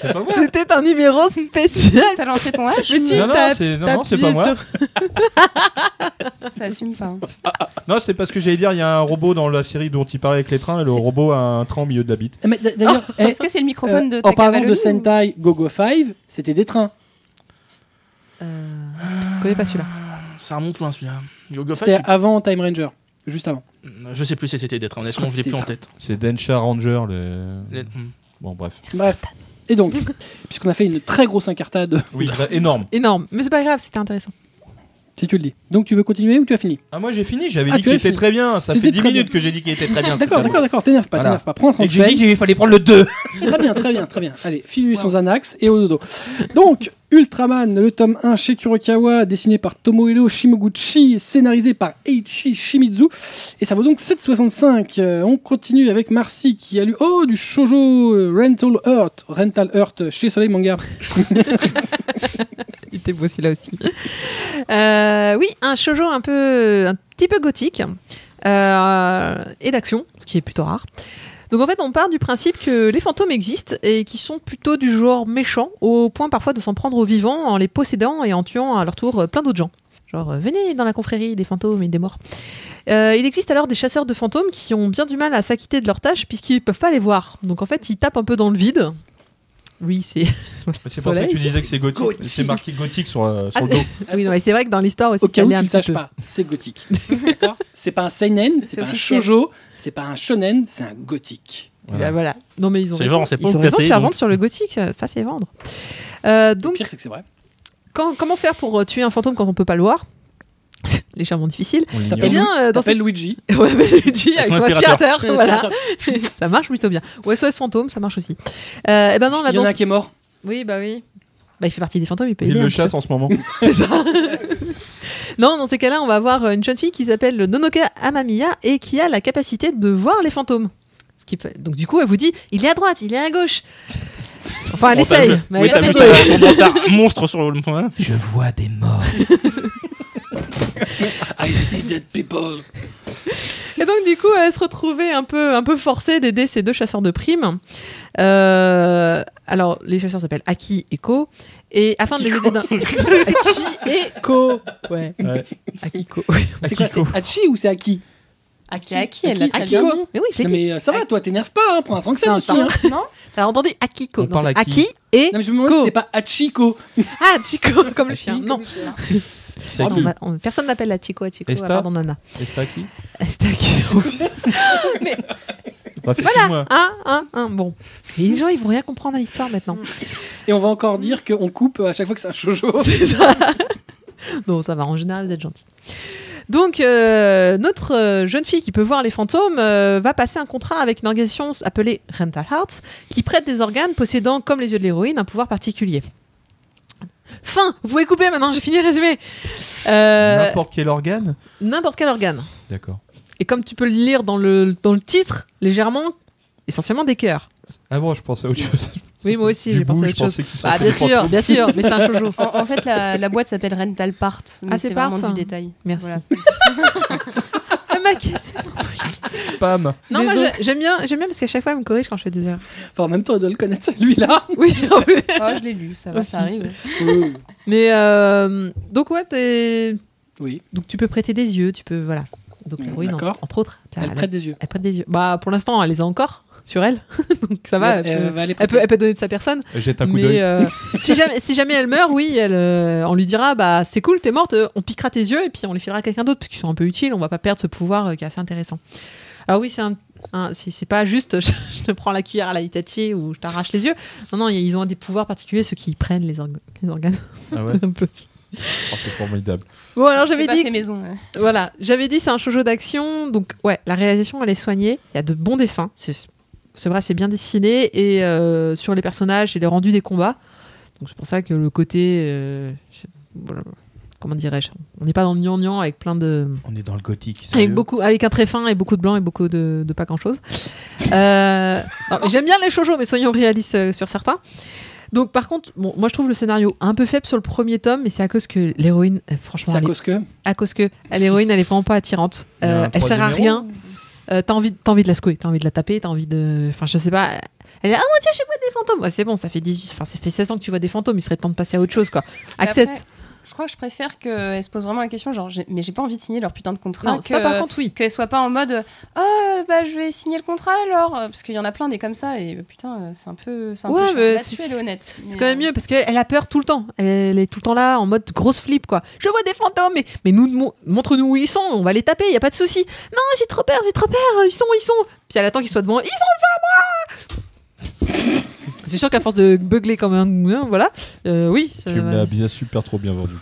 B: c'est pas moi.
D: C'était un numéro spécial.
E: T'as lancé ton H
D: Mais si,
B: Non, non,
D: t'as-
B: c'est- non,
D: t'as
B: non, c'est pas
D: appuyé
B: moi.
D: sur-
E: Ça assume pas. hein.
B: Non, c'est parce que j'allais dire, il y a un robot dans la série dont il parlait avec les trains, et le
A: C'est-
B: robot a un train au milieu de la bite.
A: Mais d- D'ailleurs, eh,
E: Est-ce que c'est le microphone
A: euh,
E: de
A: en parlant
E: Takavaloni
A: de
E: ou-
A: Sentai Gogo 5, c'était des trains.
D: Euh, Je connais pas celui-là.
C: Ça remonte loin celui-là. Yogo Five,
A: C'était avant Time Ranger, juste avant.
C: je- je sais plus si c'était hein. des trains, honnêtement,
A: crois
C: je l'ai
A: que
C: plus en
A: c'était
C: tête.
B: C'est Densha Ranger, le.
C: Les- hmm.
B: Bon, bref.
A: Bref. Et donc, puisqu'on a fait une très grosse incartade,
B: Oui, bah, énorme.
D: Énorme. Mais c'est pas grave, c'était intéressant.
A: si tu le dis. Donc tu veux continuer ou tu as fini
B: Ah, moi j'ai fini, j'avais
A: Ah,
B: dit
A: tu
B: qu'il
A: as
B: était
A: fini.
B: très bien. Ça
A: C'était
B: fait 10
A: très
B: minutes que j'ai dit qu'il était très bien.
A: D'accord,
B: putain.
A: d'accord, d'accord, t'énerve pas,
B: Voilà.
A: t'énerve pas. Prends un
B: Et que j'ai dit
A: transfert.
B: qu'il fallait prendre le 2.
A: Très bien, très bien, très bien. Allez, file-lui son Xanax et au dodo. Donc, Ultraman, le tome 1 chez Kurokawa, dessiné par Tomohiro Shimoguchi, scénarisé par Eiichi Shimizu. Et ça vaut donc 7,65. Euh, on continue avec Marcy qui a lu Oh, du shoujo euh, Rental Earth. Rental Earth chez Soleil Manga.
D: Il était beau celui-là aussi. Euh, oui, un shoujo un peu, un petit peu gothique euh, et d'action, ce qui est plutôt rare. Donc en fait, on part du principe que les fantômes existent et qui sont plutôt du genre méchants, au point parfois de s'en prendre aux vivants en les possédant et en tuant à leur tour euh, plein d'autres gens. Genre, euh, venez dans la confrérie des fantômes et des morts. Euh, il existe alors des chasseurs de fantômes qui ont bien du mal à s'acquitter de leur tâche puisqu'ils ne peuvent pas les voir. Donc en fait, ils tapent un peu dans le vide. Oui, c'est.
B: C'est pour ça que
D: Soleil.
B: tu disais que c'est gothique. C'est marqué gothique sur, euh, sur
D: Ah,
B: le dos.
D: Oui, non, mais c'est vrai que dans l'histoire aussi,
A: Au cas
D: ça
A: où
D: l'est
A: tu
D: un
A: ne
D: petit
A: saches
D: peu.
A: pas, c'est gothique. D'accord C'est pas un seinen, c'est
E: C'est
A: pas un
E: officiel.
A: shoujo, c'est pas un shonen, c'est un gothique.
B: ben Voilà.
D: Bah, voilà. Non, mais ils ont
C: C'est
D: raison.
C: genre, on sait pas
D: ils
C: où
D: ont raison de
C: placer,
D: faire
C: donc.
D: vendre sur le gothique, euh, ça fait vendre. Euh,
A: Le
D: donc,
A: pire, c'est que c'est vrai.
D: quand- comment faire pour euh, tuer un fantôme quand on peut pas le voir Légèrement difficile.
B: On l'ignore.
D: Eh bien, euh, dans
A: T'appelles Luigi.
D: ces- Ouais, mais Luigi
C: Avec
D: avec son
C: son
D: aspirateur,
A: Ouais,
D: voilà.
A: aspirateur.
D: ça marche plutôt bien. Ou SOS fantôme, ça marche aussi. Euh, eh ben non, là,
A: Il y en
D: dans-
A: a un qui est mort.
D: Oui, bah oui. Bah, il fait partie des fantômes, il peut
B: Il
D: aider un
B: le
D: petit peu.
B: chasse en ce moment.
D: C'est ça. non, dans ces cas-là, on va avoir euh, une jeune fille qui s'appelle Nonoka Amamiya et qui a la capacité de voir les fantômes. Ce qui peut- Donc du coup, elle vous dit, il est à droite, il est à gauche. Enfin, elle
C: Bon, t'as
D: essaye.
C: vu-
D: mais
C: oui,
D: elle
C: t'as vu
D: essaye.
C: ton- ton bâtard monstre sur le point.
B: Je vois des morts.
A: I see Ah, dead people.
D: Et donc du coup, elle se retrouvait un peu, un peu forcée d'aider ces deux chasseurs de primes. Euh, alors, les chasseurs s'appellent Aki et Ko. Et afin de les aider dans... Aki et Ko. Ouais.
B: Ouais.
D: Aki Ko. oui.
A: C'est quoi C'est Hachi ou c'est Aki
E: C'est à qui elle l'a très
D: Aki
E: bien
D: Ko.
E: dit
D: Mais oui, je l'ai
A: Non
D: dit.
A: mais euh, ça va, toi t'énerves pas, hein, prends un Franxen
D: Non,
A: aussi.
D: pardon.
A: hein.
E: Non
D: T'as entendu Akiko.
B: On
D: non,
B: parle
D: c'est
B: à
D: Aki et
A: Non mais je me demande si
D: Ko.
A: c'était pas Hachiko.
D: Ah, Chico, comme le chien. Non,
B: C'est
D: on
B: qui
D: va- on- personne n'appelle la Chico à Chico,
B: Esta
D: à part dans Nana.
B: C'est ça qui
D: Esta qui
B: Voilà.
D: Un, un, un, bon. Les gens, ils vont rien comprendre à l'histoire maintenant.
B: Mm.
A: Et on va encore dire qu'on coupe euh, à chaque fois que c'est un shoujo.
D: C'est ça. Non, ça va, en général, vous êtes gentils. Donc, euh, notre euh, jeune fille qui peut voir les fantômes euh, va passer un contrat avec une organisation appelée Rental Hearts qui prête des organes possédant, comme les yeux de l'héroïne, un pouvoir particulier. Fin Vous pouvez couper maintenant, j'ai fini le résumé Euh,
B: N'importe quel organe
D: N'importe quel organe.
B: D'accord.
D: Et comme tu peux le lire dans le, dans le titre, légèrement, essentiellement des cœurs.
B: Ah bon, je pensais à autre chose.
D: Oui, moi aussi,
B: Du
D: j'ai pensé
B: bout,
D: à
B: je
D: autre chose.
B: pensais qu'ils
D: Ah,
B: sortaient
D: bien
B: des fantômes.
D: sûr, bien sûr, mais c'est un shoujo.
E: En, en fait, la, la boîte s'appelle Rental Part, mais
D: Ah, c'est
E: c'est
D: Part,
E: vraiment
D: ça.
E: du détail.
D: Merci.
E: Voilà.
D: Ah, ma caisse.
B: Pam.
D: Non,
A: Les
D: moi
A: autres.
D: je- j'aime bien, j'aime bien parce qu'à chaque fois elle me corrige quand je fais des erreurs.
A: Enfin en même temps on doit le connaître celui-là.
D: Oui.
E: Oh, je l'ai lu, ça va,
D: Aussi.
E: ça arrive.
D: mais euh, donc ouais, t'es-
A: Oui,
D: donc tu peux prêter des yeux, tu peux voilà. Donc
A: Mm,
D: l'héroïne, en-
A: d'accord.
D: entre autres, tu as
A: elle
D: la-
A: prête des yeux.
D: elle prête des yeux. Bah pour l'instant elle les a encore sur elle, donc ça va.
A: Elle,
D: elle, peut,
A: va aller
D: elle peut- elle peut donner de sa personne.
B: Jette un coup
D: Mais
B: d'œil.
D: euh, si, jamais, si jamais elle meurt, oui, elle, euh, on lui dira bah c'est cool, t'es morte, euh, on piquera tes yeux et puis on les filera à quelqu'un d'autre parce qu'ils sont un peu utiles, on va pas perdre ce pouvoir euh, qui est assez intéressant. Alors oui, c'est un, un- c'est c'est pas juste je, je te prends la cuillère à la Itachi ou je t'arrache les yeux. Non, non, ils ont des pouvoirs particuliers, ceux qui prennent les, orga- les organes.
B: Ah ouais,
D: un peu.
B: oh, c'est formidable.
D: Bon, alors
E: C'est
D: j'avais
E: pas
D: dit
E: fait maison. ouais.
D: voilà, j'avais dit c'est un shoujo d'action, donc ouais, la réalisation elle est soignée, il y a de bons dessins, c'est c'est vrai, c'est bien dessiné et euh, sur les personnages et les rendus des combats. Donc c'est pour ça que le côté, euh, c'est- voilà, comment dirais-je, on n'est pas dans le gnangnan avec plein de,
B: On est dans le gothique.
D: avec beaucoup, avec un très fin et beaucoup de blanc et beaucoup de, de pas grand chose. Euh, non, mais J'aime bien les shoujo, mais soyons réalistes euh, sur certains. Donc, par contre, bon, moi je trouve le scénario un peu faible sur le premier tome, mais c'est à cause que l'héroïne, euh, franchement,
A: C'est à
D: elle est-
A: cause que.
D: à cause que l'héroïne, elle est vraiment pas attirante.
B: Il y a
D: Euh,
B: un
D: elle sert à
B: troisième
D: rien. Euh, t'as envie, t'as envie de la secouer, t'as envie de la taper, t'as envie de. Enfin, je sais pas. Elle est là, ah, moi, tiens, chez moi, des fantômes. Ouais, c'est bon, ça fait 18, enfin, ça fait 16 ans que tu vois des fantômes, il serait temps de passer à autre chose, quoi.
E: Mais
D: Accepte.
E: après, Je crois que je préfère qu'elles se posent vraiment la question, genre, j'ai- mais j'ai pas envie de signer leur putain de contrat.
D: Non,
E: que,
D: ça, par contre, oui.
E: Qu'elles soient pas en mode, oh, bah, je vais signer le contrat alors. Parce qu'il y en a plein des comme ça, et putain, euh, c'est un peu. C'est un
D: Ouais,
E: peu chiant.
D: mais
E: Là-dessus,
D: c'est-
E: elle est honnête.
D: C'est quand même mieux parce qu'elle a peur tout le temps. Elle, elle est tout le temps là en mode grosse flip quoi. Je vois des fantômes, mais, mais nous mon- montre-nous où ils sont, on va les taper, y a pas de souci. Non, j'ai trop peur, j'ai trop peur, ils sont, ils sont. Puis elle attend qu'ils soient devant, ils sont devant moi. C'est sûr qu'à force de beugler comme un voilà, euh, oui. ça
B: Tu me
D: va.
B: l'as bien super trop bien vendu.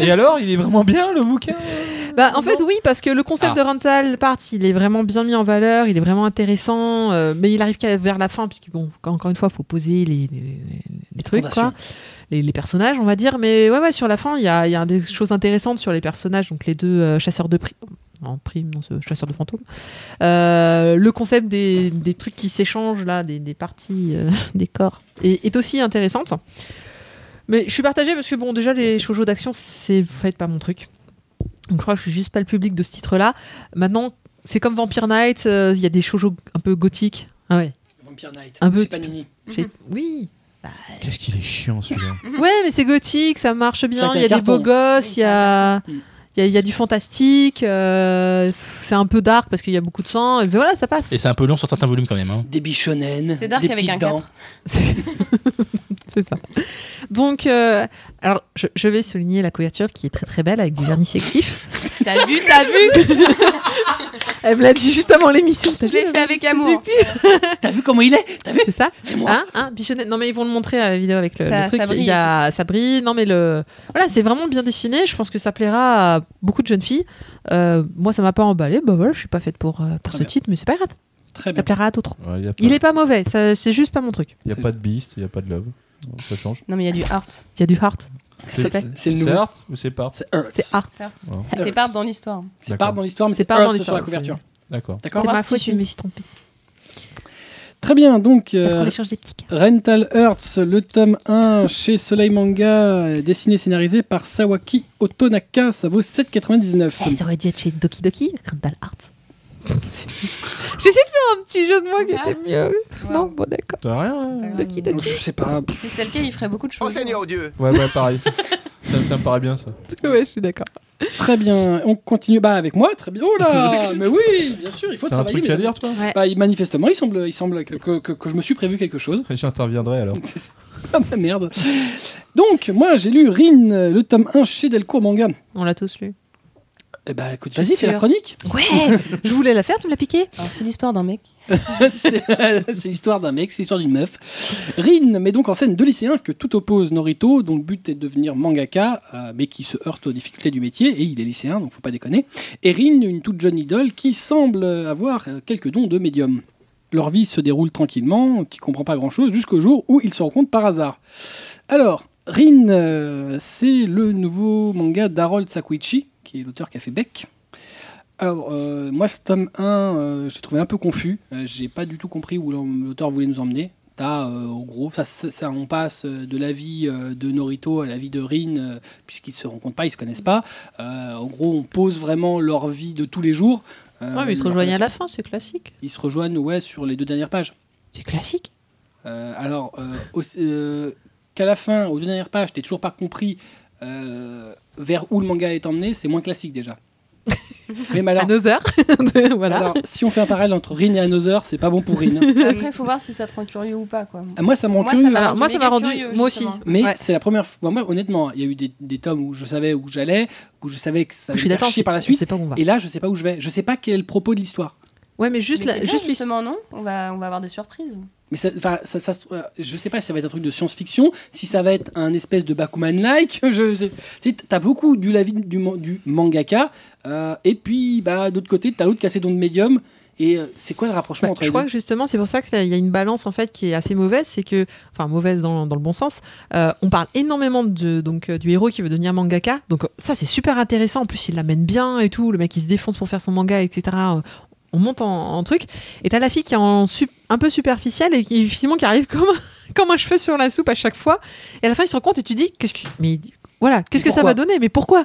B: Et alors, il est vraiment bien le bouquin
D: Bah, en fait, oui, parce que le concept
B: Ah.
D: de rental party, il est vraiment bien mis en valeur, il est vraiment intéressant, euh, mais il arrive qu'à- vers la fin, puisque bon, quand- encore une fois, faut poser les, les- les- les trucs, quoi, les, les personnages, on va dire. Mais ouais, ouais, sur la fin, il y a, il y a des choses intéressantes sur les personnages, donc les deux euh, chasseurs de prix. En prime, non, ce chasseur de fantômes. Euh, le concept des, des trucs qui s'échangent, là, des, des parties, euh, des corps, est, est aussi intéressante. Mais je suis partagée parce que, bon, déjà, les shoujo d'action, c'est en fait pas mon truc. Donc je crois que je suis juste pas le public de ce titre-là. Maintenant, c'est comme Vampire Night, euh, il y a des shoujo un peu gothiques. Ah ouais.
A: Vampire Knight.
D: Un peu.
A: C'est Panini.
D: J'ai- Oui.
B: Qu'est-ce qu'il est chiant celui-là
D: Ouais, mais c'est gothique, ça marche bien.
A: Chacun
D: Il y a des
A: carton.
D: beaux gosses,
E: Oui,
D: il y a.
A: carton. Mm.
D: Il y, a, il y a du fantastique, euh, c'est un peu dark parce qu'il y a beaucoup de sang, et voilà, ça passe.
C: Et c'est un peu long sur certains volumes quand même. hein.
A: Des bichonnennes.
E: euh, C'est dark
A: des
E: avec
A: petites
E: un
A: dents.
E: 4.
D: C'est c'est ça. Donc, euh, alors, je, je vais souligner la couverture qui est très très belle avec du vernis sectif.
E: T'as vu, t'as vu
D: Elle me l'a dit juste avant l'émission.
E: Je l'ai fait avec amour.
A: T'as vu comment il est T'as vu
D: C'est ça
A: C'est moi.
D: Hein, hein, Bichonnette. Non, mais ils vont le montrer à la vidéo avec le,
E: Ça-
D: le truc.
E: ça brille
D: Il y a, ça brille. Non, mais le. Voilà, c'est vraiment bien dessiné. Je pense que ça plaira à beaucoup de jeunes filles. Euh, moi, ça m'a pas emballé. Bah voilà, je suis pas faite pour, euh,
A: Très
D: pour ce
A: bien.
D: titre, mais c'est pas grave.
A: Très
D: Ça
A: bien.
D: plaira à d'autres.
B: Il n'y a, pas-
D: Il est pas mauvais. ça- C'est juste pas mon truc.
B: y a pas de beast, il n'y a pas de love. Ça change.
E: Non, mais il y a du heart.
D: Il y a du heart.
A: C'est-
D: plaît.
A: C'est le nouveau.
B: Art ou c'est Part
A: C'est Earth.
D: C'est heart.
E: C'est
B: Oh,
E: C'est part dans l'histoire.
D: Mmh.
A: C'est
B: D'accord.
A: pas dans l'histoire, mais
D: C'est
A: c'est
D: pas
A: Earth
D: dans
A: sur la
D: l'histoire,
A: couverture.
B: D'accord.
A: D'accord
D: C'est
E: voir
D: ma
E: si
D: faute,
E: tu-
D: je me suis trompée.
A: Très bien, donc
D: Parce qu'on
A: euh,
D: échange des petits cartes.
A: Rental Earth, le tome 1 chez Soleil Manga, euh, dessiné et scénarisé par Sawaki Otonaka, ça vaut
D: Eh,
A: 7,99.
D: ça aurait dû être chez Doki Doki, Crandall Heart. J'essaie de faire un petit jeu de moi qui était mieux. Non, bon, d'accord.
B: T'as rien hein
D: Doki
A: Donc,
D: Doki.
A: Je sais pas.
E: Si c'était le cas, il ferait beaucoup de choses.
G: Enseigneur Oh, Dieu
B: Ouais, ouais, pareil. ça, ça me paraît bien ça.
D: Ouais, je suis d'accord.
A: Très bien, on continue bah, avec moi. Très bien. Oh là Mais oui, bien sûr, il faut
B: T'as un
A: travailler.
B: truc à
A: mesdames.
B: dire toi
D: Ouais.
A: Bah, il- manifestement, il semble, il semble que, que- que- que je me suis prévu quelque chose.
B: Et J'interviendrai alors.
A: C'est ça. Ah, ma merde. Donc, moi, j'ai lu Rin, euh, le tome 1 chez Delcourt Manga.
D: On l'a tous lu.
A: Eh bah, écoute,
D: Je suis
A: vas-y, fais la
D: sûre.
A: chronique.
D: Ouais Je voulais la faire, tu me l'as piqué
E: Alors, c'est l'histoire d'un mec.
A: c'est euh, c'est l'histoire d'un mec, c'est l'histoire d'une meuf. Rin met donc en scène deux lycéens que tout oppose Norito, dont le but est de devenir mangaka, euh, mais qui se heurte aux difficultés du métier, et il est lycéen, donc faut pas déconner. Et Rin, une toute jeune idole qui semble euh, avoir euh, quelques dons de médium. Leur vie se déroule tranquillement, tu comprends pas grand chose, jusqu'au jour où ils se rencontrent par hasard. Alors, Rin, euh, c'est le nouveau manga d'Harold Sakuichi, qui est l'auteur qui a fait Beck. Alors, euh, moi, ce tome 1, euh, je l'ai trouvé un peu confus. Euh, J'ai pas du tout compris où l'en- l'auteur voulait nous emmener. T'as, euh, en gros, ça, ça- ça- on passe euh, de la vie euh, de Norito à la vie de Rin, euh, puisqu'ils se rencontrent pas, ils se connaissent pas. Euh, en gros, on pose vraiment leur vie de tous les jours. Euh,
D: Non, mais Ah ils se
A: leur
D: rejoignent à
A: relation-
D: la fin, c'est classique.
A: Ils se rejoignent, ouais, sur les deux dernières pages.
D: C'est classique.
A: Euh, alors, euh, au- euh, qu'à la fin, aux deux dernières pages, t'es toujours pas compris euh, vers où le manga est emmené, c'est moins classique déjà. Mais
D: À
A: alors,
D: Another. voilà.
A: alors, si on fait un parallèle entre Rin et Another, c'est pas bon pour Rin.
E: Après, faut voir si ça te rend curieux ou pas, quoi.
A: Ah, moi, ça me rend
E: Moi,
A: curieux.
E: ça m'a
D: Alors, moi, ça m'a rendu.
E: curieux,
D: moi aussi.
E: justement.
A: Mais
D: Ouais.
A: c'est la première fois. Moi, honnêtement, il y a eu des, des tomes où je savais où j'allais, où je savais que ça
D: Je
A: allait
D: suis
A: me faire
D: d'accord.
A: chier par la
D: Je
A: suite.
D: sais pas où on va.
A: Et là, je sais pas où je vais. Je sais pas quel est le propos de l'histoire.
D: Ouais, mais juste,
E: Mais
D: la-
E: c'est bien,
D: juste l'histoire.
E: justement, non on va, on va avoir des surprises.
A: Mais ça, enfin, ça, ça se- euh, je sais pas si ça va être un truc de science-fiction, si ça va être un espèce de Bakuman-like. Je, je- tu sais, t'as beaucoup du la vie du, man- du mangaka, euh, et puis bah d'autre côté, t'as l'autre qui a ses dons de médium. Et euh, c'est quoi le rapprochement
D: Bah,
A: entre
D: je
A: les
D: crois
A: deux
D: que justement, c'est pour ça qu'il y a une balance en fait qui est assez mauvaise, c'est que, enfin mauvaise dans, dans le bon sens. Euh, on parle énormément de donc euh, du héros qui veut devenir mangaka, donc euh, ça c'est super intéressant. En plus, il l'amène bien et tout. Le mec il se défonce pour faire son manga, etc. Euh, on monte en, en truc. Et t'as la fille qui est en sup- un peu superficielle et qui finalement qui arrive comme, comme un cheveu sur la soupe à chaque fois. Et à la fin, il se rend compte et tu dis qu'est-ce que mais voilà qu'est-ce que ça
A: Pourquoi
D: va donner Mais pourquoi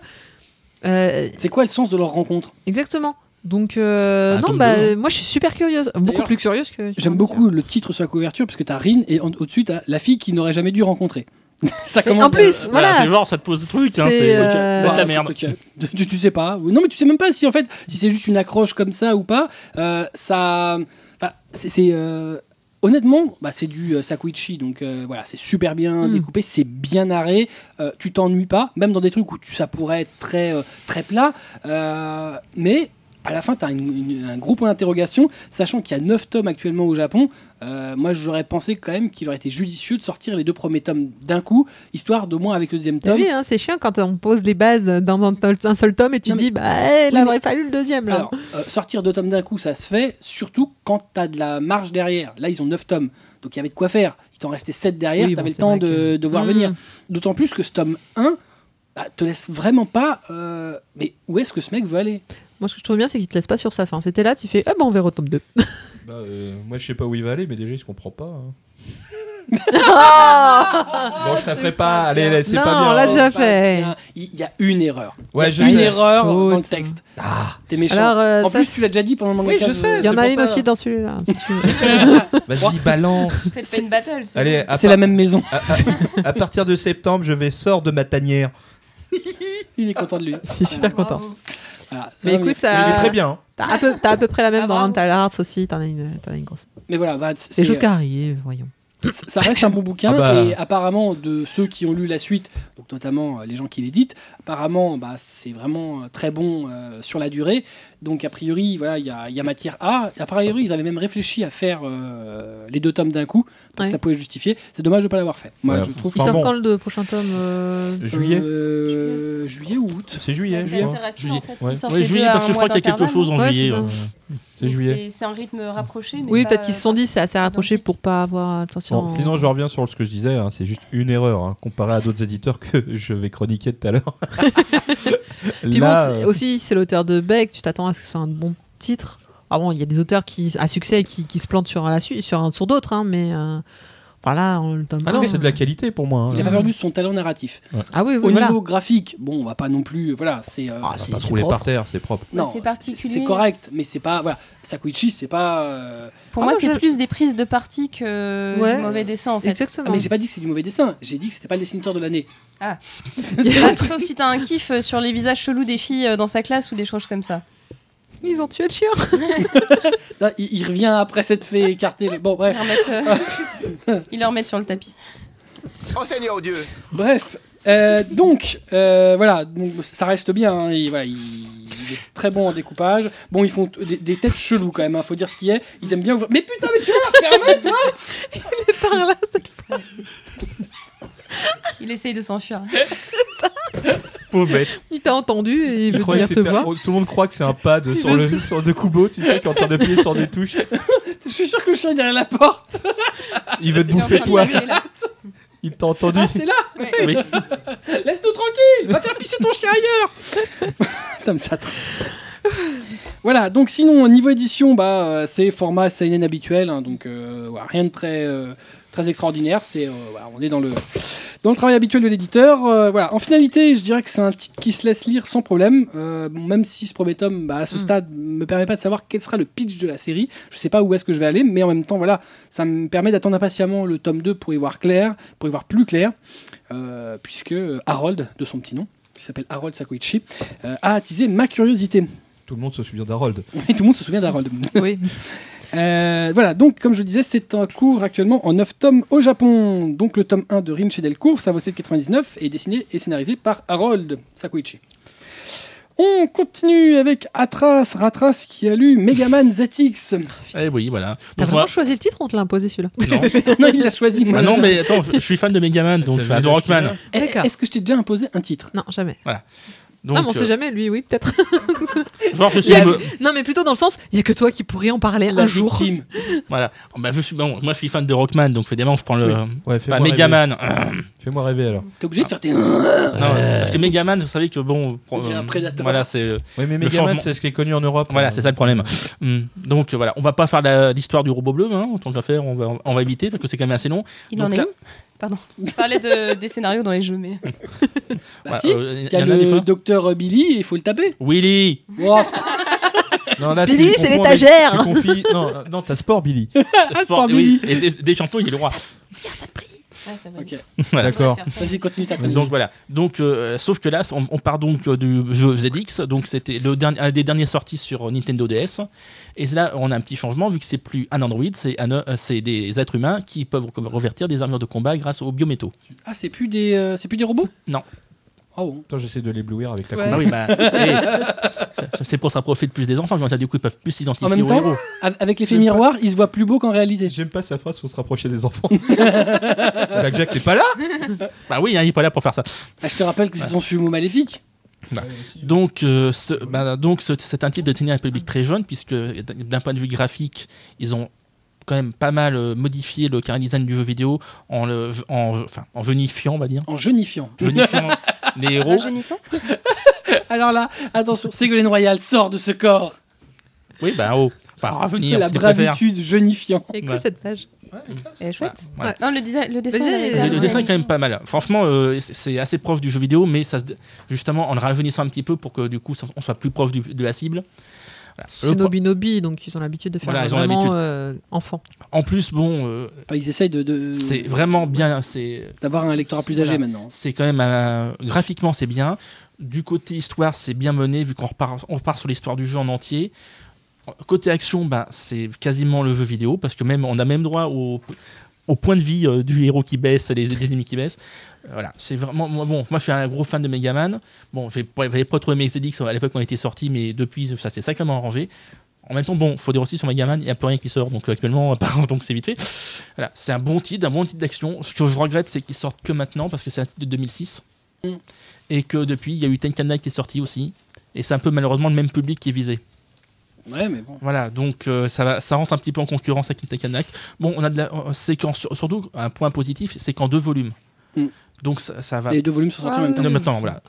D: Euh,
A: C'est quoi le sens de leur rencontre
D: Exactement. Donc euh,
B: Ah,
D: non,
B: tome
D: bah
B: deux,
D: moi je suis super curieuse, beaucoup
A: D'ailleurs,
D: plus curieuse que.
A: J'aime beaucoup le titre sur la couverture parce que t'as Rin et en- au-dessus t'as la fille qui n'aurait jamais dû rencontrer. ça
D: Et
A: commence.
D: en plus,
C: Voilà,
D: voilà.
C: c'est genre, ça te pose le truc. Hein,
D: C'est,
C: c'est
D: euh,
C: ok, c'est de
A: Bah,
C: la merde.
A: écoute, ok. Tu, tu sais pas. Oui, Non, mais tu sais même pas si en fait, si c'est juste une accroche comme ça ou pas. Euh, ça, enfin, c'est c'est, euh, honnêtement, bah, c'est du euh, Sakuichi, donc euh, voilà, c'est super bien
C: Hmm.
D: Mm.
A: découpé, c'est bien narré. euh, tu t'ennuies pas, même dans des trucs où tu, ça pourrait être très euh, très plat. euh, mais à la fin, tu as un gros point d'interrogation, sachant qu'il y a 9 tomes actuellement au Japon. Euh, moi, j'aurais pensé quand même qu'il aurait été judicieux de sortir les deux premiers tomes d'un coup, histoire de moins avec le deuxième
D: T'as
A: tome.
D: vu, hein, c'est chiant quand on pose les bases dans un, tol- un seul tome et tu
A: Non, mais-
D: dis, bah, eh,
A: Oui,
D: là,
A: mais-
D: aurait fallu le deuxième, là.
A: Alors, euh, sortir deux tomes d'un coup, ça se fait, surtout quand t'as de la marge derrière. Là, ils ont neuf tomes, donc il y avait de quoi faire. Il t'en restait sept derrière,
D: Oui,
A: t'avais
D: bon,
A: le
D: c'est
A: temps
D: vrai que-
A: de, de voir
D: Mmh.
A: venir. D'autant plus que ce tome 1 bah, te laisse vraiment pas. euh, mais où est-ce que ce mec veut aller
D: Moi, ce que je trouve bien, c'est qu'il te laisse pas sur sa fin. C'était là, tu fais, ah, bah, on verra au tome 2.
B: Bah, euh, moi, je sais pas où il va aller, mais déjà, il se comprend pas. hein.
A: Ah
B: bon, je la ferai pas. Allez, là, c'est
D: Non,
B: pas bien. hein.
D: là, déjà
A: Pas
D: fait.
A: bien. Oh, bah, Il il y a une erreur.
B: Ouais,
A: Il
B: je
A: y a une
B: sais. Ah.
A: erreur
D: Faute.
A: dans le texte. T'es méchant.
D: Alors, euh,
A: en
D: ça-
A: plus, tu l'as déjà dit pendant le manga.
B: Oui, je
A: Cave,
B: sais.
A: euh,
D: Il y en
B: c'est
D: a
B: pour
D: une
B: ça.
D: aussi dans celui-là. si tu veux.
B: Vas-y, balance.
E: Faites pas une battle. c'est
B: Allez,
E: bon.
B: à,
A: C'est
B: par-
A: la même maison.
B: à- à- à partir de septembre, je vais sortir de ma tanière.
A: Il est content de lui.
D: Je suis super content.
E: Bravo.
A: Voilà.
D: Mais
A: Non,
D: écoute,
B: Mais il est
D: euh,
B: très bien. hein.
D: t'as à, peu- t'as à peu près la même
E: Ah,
D: dans
E: bravo.
D: Rental Arts aussi. T'en as une, t'en as une grosse.
A: mais voilà, bah, c'est-
D: C'est choses qui arrivent, voyons.
A: Ça- ça reste un bon bouquin
B: Ah bah.
A: et apparemment de ceux qui ont lu la suite, donc notamment euh, les gens qui l'éditent, apparemment bah, c'est vraiment euh, très bon euh, sur la durée. Donc a priori voilà il y, a- il y a matière à. A priori ils avaient même réfléchi à faire euh, les deux tomes d'un coup parce
D: Ouais.
A: que ça pouvait justifier. C'est dommage de pas l'avoir fait. Moi
B: Ouais.
A: je trouve.
D: Il
B: Enfin,
D: sort
B: bon.
D: quand le deux- prochain tome euh,
B: Juillet.
A: Euh, juillet ou août.
B: C'est
E: Ouais,
B: juillet.
E: C'est
B: juillet.
E: assez rapide en
C: Juillet.
E: fait.
B: Ouais.
E: Ils sortent
C: Ouais,
E: les
C: juillet,
E: deux à
C: parce
E: un
C: que je crois
E: mois
C: qu'il y a quelque
E: d'intervalle,
C: chose en
D: Ouais,
C: juillet. hein.
D: c'est ça.
C: ouais.
B: C'est juillet.
E: C'est- C'est un rythme rapproché. mais
D: Oui,
E: pas,
D: peut-être qu'ils se sont
E: euh,
D: dit, c'est assez rapproché pour pas avoir attention.
B: Bon, sinon, je reviens sur ce que je disais. hein, c'est juste une erreur hein, comparé à d'autres éditeurs que je vais chroniquer tout à l'heure.
D: Puis
B: Là,
D: bon, c'est-
B: euh,
D: aussi, c'est l'auteur de Beck, tu t'attends à ce que ce soit un bon titre. Ah bon, il y a des auteurs qui, à succès qui, qui se plantent sur, la su- sur, un- sur d'autres, hein, mais euh, voilà, on le donne
B: ah non, c'est de la qualité pour moi. hein.
A: Il a pas perdu son talent narratif.
D: Ah oui, oui,
A: Au
D: voilà.
A: niveau graphique, bon on va pas non plus voilà c'est. euh,
D: Ah,
B: On va
D: c'est-
B: pas
D: c'est
B: rouler
D: propre.
B: par terre, c'est propre.
E: Ouais, c'est particulier.
A: C'est correct, mais c'est pas voilà. Sakuichi, c'est pas. euh,
E: Pour
D: Ah,
E: moi,
D: moi,
E: c'est
D: je-
E: plus des prises de parti que
D: Ouais.
E: du mauvais dessin en fait.
A: Ah,
D: Exactement.
A: mais j'ai pas dit que c'est du mauvais dessin. J'ai dit que c'était pas le dessinateur de l'année.
E: Bah, sauf si t'as un kiff euh, sur les visages chelous des filles euh, dans sa classe ou des choses comme ça.
D: Ils ont tué le chien.
A: Là, il, il revient après cette fée écartée. mais Bon,
E: Ils
A: bref.
E: leur mettent, euh, ils leur mettent sur le tapis.
G: Oh Seigneur Dieu
A: Bref. Euh, donc, euh, voilà. Donc, ça reste bien. hein, et voilà, il, il est très bon en découpage. Bon, ils font t- des, des têtes cheloues quand même. hein, faut dire ce qu'il est. Ils aiment bien ouvrir. Mais putain, mais tu vas la fermer, toi
D: Par là, cette fois.
E: Il essaye de s'enfuir.
B: Pauvre bête.
D: Il t'a entendu et il
B: Il
D: veut
B: croyait
D: venir
B: que
D: te
B: c'était-
D: voir.
B: Tout le monde croit que c'est un pad sur
D: veut
B: le sur de Kubo, tu sais, qui est en train d'appuyer sur des touches.
A: Je suis sûr que le chien est derrière la porte.
B: Il veut te
E: Il est en
B: bouffer
E: train de
B: toi.
E: passer là.
B: Il t'a entendu.
A: Ah, c'est là.
E: Ouais.
C: Oui.
A: Laisse-nous tranquille. Va faire pisser ton chien ailleurs. putain, mais ça. Voilà, donc sinon, au niveau édition, bah, euh, c'est format CNN habituel, hein, donc euh, voilà, rien de très, euh, très extraordinaire, c'est, euh, voilà, on est dans le, dans le travail habituel de l'éditeur. Euh, voilà. En finalité, je dirais que c'est un titre qui se laisse lire sans problème, euh, bon, même si ce premier tome, bah, à ce
D: Mm.
A: stade, me permet pas de savoir quel sera le pitch de la série, je sais pas où est-ce que je vais aller, mais en même temps, voilà, ça me permet d'attendre impatiemment le tome 2 pour y voir clair, pour y voir plus clair, euh, puisque euh, Harold, de son petit nom, qui s'appelle Harold Sakoichi, euh, a attisé ma curiosité.
B: Tout le monde se souvient d'Harold.
A: Et tout le monde se souvient d'Harold.
D: Oui.
A: Euh, voilà, donc comme je le disais, c'est un cours actuellement en 9 tomes au Japon. Donc le tome 1 de Rin Delcourt, ça vaut 7,99, est dessiné et scénarisé par Harold Sakuichi. On continue avec Atras Ratras qui a lu Megaman ZX.
C: Eh oui, voilà.
D: T'as
C: Donc,
D: vraiment
C: moi,
D: choisi le titre, on te l'a imposé celui-là.
C: non.
A: non, il l'a choisi. moi.
C: Ah non, mais attends, je je suis fan de Megaman, donc
B: T'as
C: je suis fan
B: vu
C: de
B: le
C: Rockman.
B: Shiner
A: Eh,
D: D'accord.
A: Est-ce que je t'ai déjà imposé un titre
D: Non, jamais.
C: Donc,
D: non, mais on sait
C: euh,
D: jamais, lui, oui, peut-être.
C: genre, je suis,
D: Il y a-
C: me-
D: non, mais plutôt dans le sens, il y a que toi qui pourrais en parler
A: La
D: un jour.
A: victime.
C: voilà. Oh, bah, je suis, bon, moi, je suis fan de Rockman, donc évidemment, je prends le.
B: Ouais,
C: Enfin,
B: fais-moi rêver.
C: Megaman.
B: Fais-moi rêver alors.
A: T'es obligé de faire tes.
C: Ah. Non, parce que Megaman, vous savez que bon. euh,
A: On dirait un prédateur.
C: Voilà, c'est
B: Oui, mais
C: Le
B: Megaman,
C: changement-
B: c'est ce qui est connu en Europe.
C: voilà,
B: Euh,
C: c'est ça le problème. Mm. Donc euh, voilà, on va pas faire la- l'histoire du robot bleu, hein, en tant qu'affaire, on va, on va éviter parce que c'est quand même assez long.
E: Il
C: Donc
E: en a
C: là-
E: une Pardon. Je parlais de, des scénarios dans les jeux, mais.
A: Bah,
C: Voilà,
A: si.
C: euh, il
A: Il y a
C: en a des
A: le
C: fois.
A: docteur Billy et il faut le taper.
C: Willy
A: Oh, c'est pas-
B: Non, là, tu
D: Billy,
B: les
D: c'est
B: confonds avec-
D: l'étagère.
B: tu confies- Non, euh, non, t'as sport, Billy.
C: Sport-
A: Sport
C: oui, et des, des champions, il est le roi.
E: Ah, ça va.
A: Ok.
C: Voilà.
B: D'accord.
A: Vas-y, continue ta chronique.
C: Donc voilà. Donc euh, sauf que là, on, on part donc euh, du jeu ZX. Donc c'était le dernier, un des derniers sorties sur Nintendo DS. Et là, on a un petit changement vu que c'est plus un android, c'est un, euh, c'est des êtres humains qui peuvent re- revêtir des armures de combat grâce aux biométaux.
A: Ah, c'est plus des, euh, c'est plus des robots
C: Non.
A: Oh, bon.
B: Attends, j'essaie de l'éblouir avec ta
D: Ouais.
B: coupe.
C: Ah oui, bah, et- c'est- c'est pour se rapprocher de plus des enfants. Je me dis, du coup, ils peuvent plus s'identifier
A: En même
C: aux
A: temps-
C: héros.
A: A- Avec l'effet
B: J'aime pas.
A: miroir, il se voit plus beau qu'en réalité.
B: J'aime pas sa phrase, faut se rapprocher des enfants. Blackjack, t'es pas là
C: Bah oui, hein, il est pas là pour faire ça.
A: Ah, je te rappelle que c'est son sumo maléfique.
C: Donc, euh, ce- bah, donc ce- c'est un titre destiné à un public très jeune, puisque d'un point de vue graphique, ils ont quand même pas mal euh, modifié le carré design du jeu vidéo en, le, en, enfin, en jeunifiant, on va dire.
A: En jeunifiant.
C: Jeunifiant les héros.
E: Rajeunissant
A: Alors là, attention, Ségolène Royal sort de ce corps.
C: Oui, bah oh. Enfin, ravenir,
A: Ah, la
C: si tu préfères.
A: bravitude jeunifiant.
D: Et cool
C: Ouais.
D: cette page.
E: Et Eh, chouette.
C: Voilà.
E: Non, le, design, le dessin.
D: Le design,
E: il avait
D: il
E: l'air
D: avait
C: Le, le dessin est
E: magnifique.
C: quand même pas mal. Franchement, euh, c'est- c'est assez proche du jeu vidéo, mais ça se- justement en le rajeunissant un petit peu pour que du coup ça- on soit plus proche du- de la cible. Voilà. Le
D: C'est
C: pro-
D: Nobi Nobi, donc ils ont l'habitude de faire
C: Voilà, ils ont
D: vraiment
C: l'habitude.
D: euh, enfant.
C: En plus, bon, euh,
A: Enfin, ils essayent de, de-
C: c'est vraiment bien. C'est
A: d'avoir un lectorat plus âgé
C: Voilà.
A: maintenant.
C: c'est quand même euh, graphiquement c'est bien. Du côté histoire, c'est bien mené vu qu'on repart, on repart sur l'histoire du jeu en entier. Côté action, bah, c'est quasiment le jeu vidéo parce que même on a même droit au, au point de vie euh, du héros qui baisse, les, des ennemis qui baissent. Euh, Voilà, c'est vraiment moi, bon. Moi, je suis un gros fan de Megaman. Bon, j'ai pas- j'avais pas trouvé mes ZX à l'époque quand il était sorti, mais depuis ça s'est sacrément arrangé. En même temps, bon, faut dire aussi sur Megaman, il n'y a plus rien qui sort, donc euh, actuellement, à part- donc c'est vite fait. Voilà, c'est un bon titre, un bon titre d'action. Ce que je regrette, c'est qu'il sorte que maintenant, parce que c'est un titre de 2006.
A: Mm.
C: Et que depuis, il y a eu Tenkan Night qui est sorti aussi. Et c'est un peu malheureusement le même public qui est visé.
A: Ouais, mais bon.
C: Voilà, donc euh, ça, va- ça rentre un petit peu en concurrence avec Tenkan Night. Bon, on a de la, euh, c'est qu'en- sur- surtout, un point positif, c'est qu'en deux volumes.
A: Mm.
C: Donc ça, ça va.
A: Les deux volumes sont sortis
D: Ah,
A: en même
D: ouais.
A: temps.
C: Non, maintenant, voilà.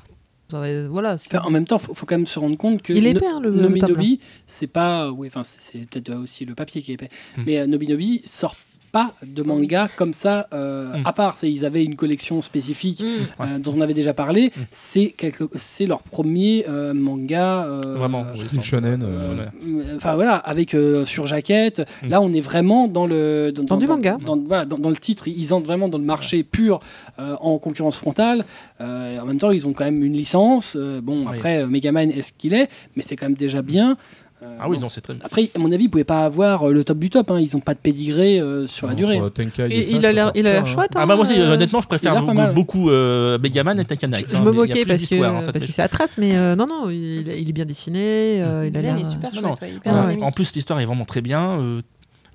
D: Ça va- Voilà. c'est-
A: Enfin, en même temps, faut, faut quand même se rendre compte que
D: il est
A: No-
D: épais, hein, le, le
A: Nobi
D: tableau.
A: Nobi, c'est pas, oui, enfin, c'est- c'est peut-être aussi le papier qui est épais,
C: Mm.
A: mais euh, Nobi Nobi sort pas de manga comme ça euh,
C: Mm.
A: à part. C'est ils avaient une collection spécifique.
D: Mm.
C: Ouais.
A: euh, dont on avait déjà parlé,
C: Mm.
A: c'est quelque... c'est leur premier euh, manga. euh,
C: Vraiment.
A: euh,
C: oui.
B: Une shonen. euh,
C: Voilà.
A: Enfin voilà, avec euh, sur jaquette.
C: Mm.
A: Là, on est vraiment dans le dans,
D: du manga.
A: dans- voilà, dans, dans le titre, ils entrent vraiment dans le marché pur euh, en concurrence frontale. Euh, en même temps, ils ont quand même une licence. Euh, bon,
C: Ah Oui.
A: après, euh, Megaman est ce qu'il est, mais c'est quand même déjà bien. Euh,
C: Ah oui,
A: bon.
C: non, c'est très bien.
A: Après, à mon avis, ils pouvaient pas avoir euh, le top du top. hein. Ils n'ont pas de pédigré euh, sur la
B: entre
A: durée.
B: Tenkai et
D: Et
B: ça,
D: il a
B: ça
D: l'air
B: sort
D: il a
B: ça,
D: l'air
B: hein.
D: chouette.
C: Ah
D: hein,
C: bah moi aussi,
D: euh,
C: honnêtement, je
A: il a
C: préfère
A: l'air pas mal.
C: beaucoup, beaucoup, euh, Megaman et Tenkan Night.
D: Je
C: hein, mais
D: me
C: il y a
D: moquais
C: plus
D: parce
C: d'histoire, hein,
D: que
C: ça
D: parce
C: te
D: que c'est atroce, mais euh, non, non, il, il est bien dessiné. euh,
E: Le
D: il a l'air.
E: design est
D: euh,
E: super
C: Non,
E: chouette, ouais, hyper
D: Ouais.
E: dynamique.
C: En plus, l'histoire est vraiment très bien. euh,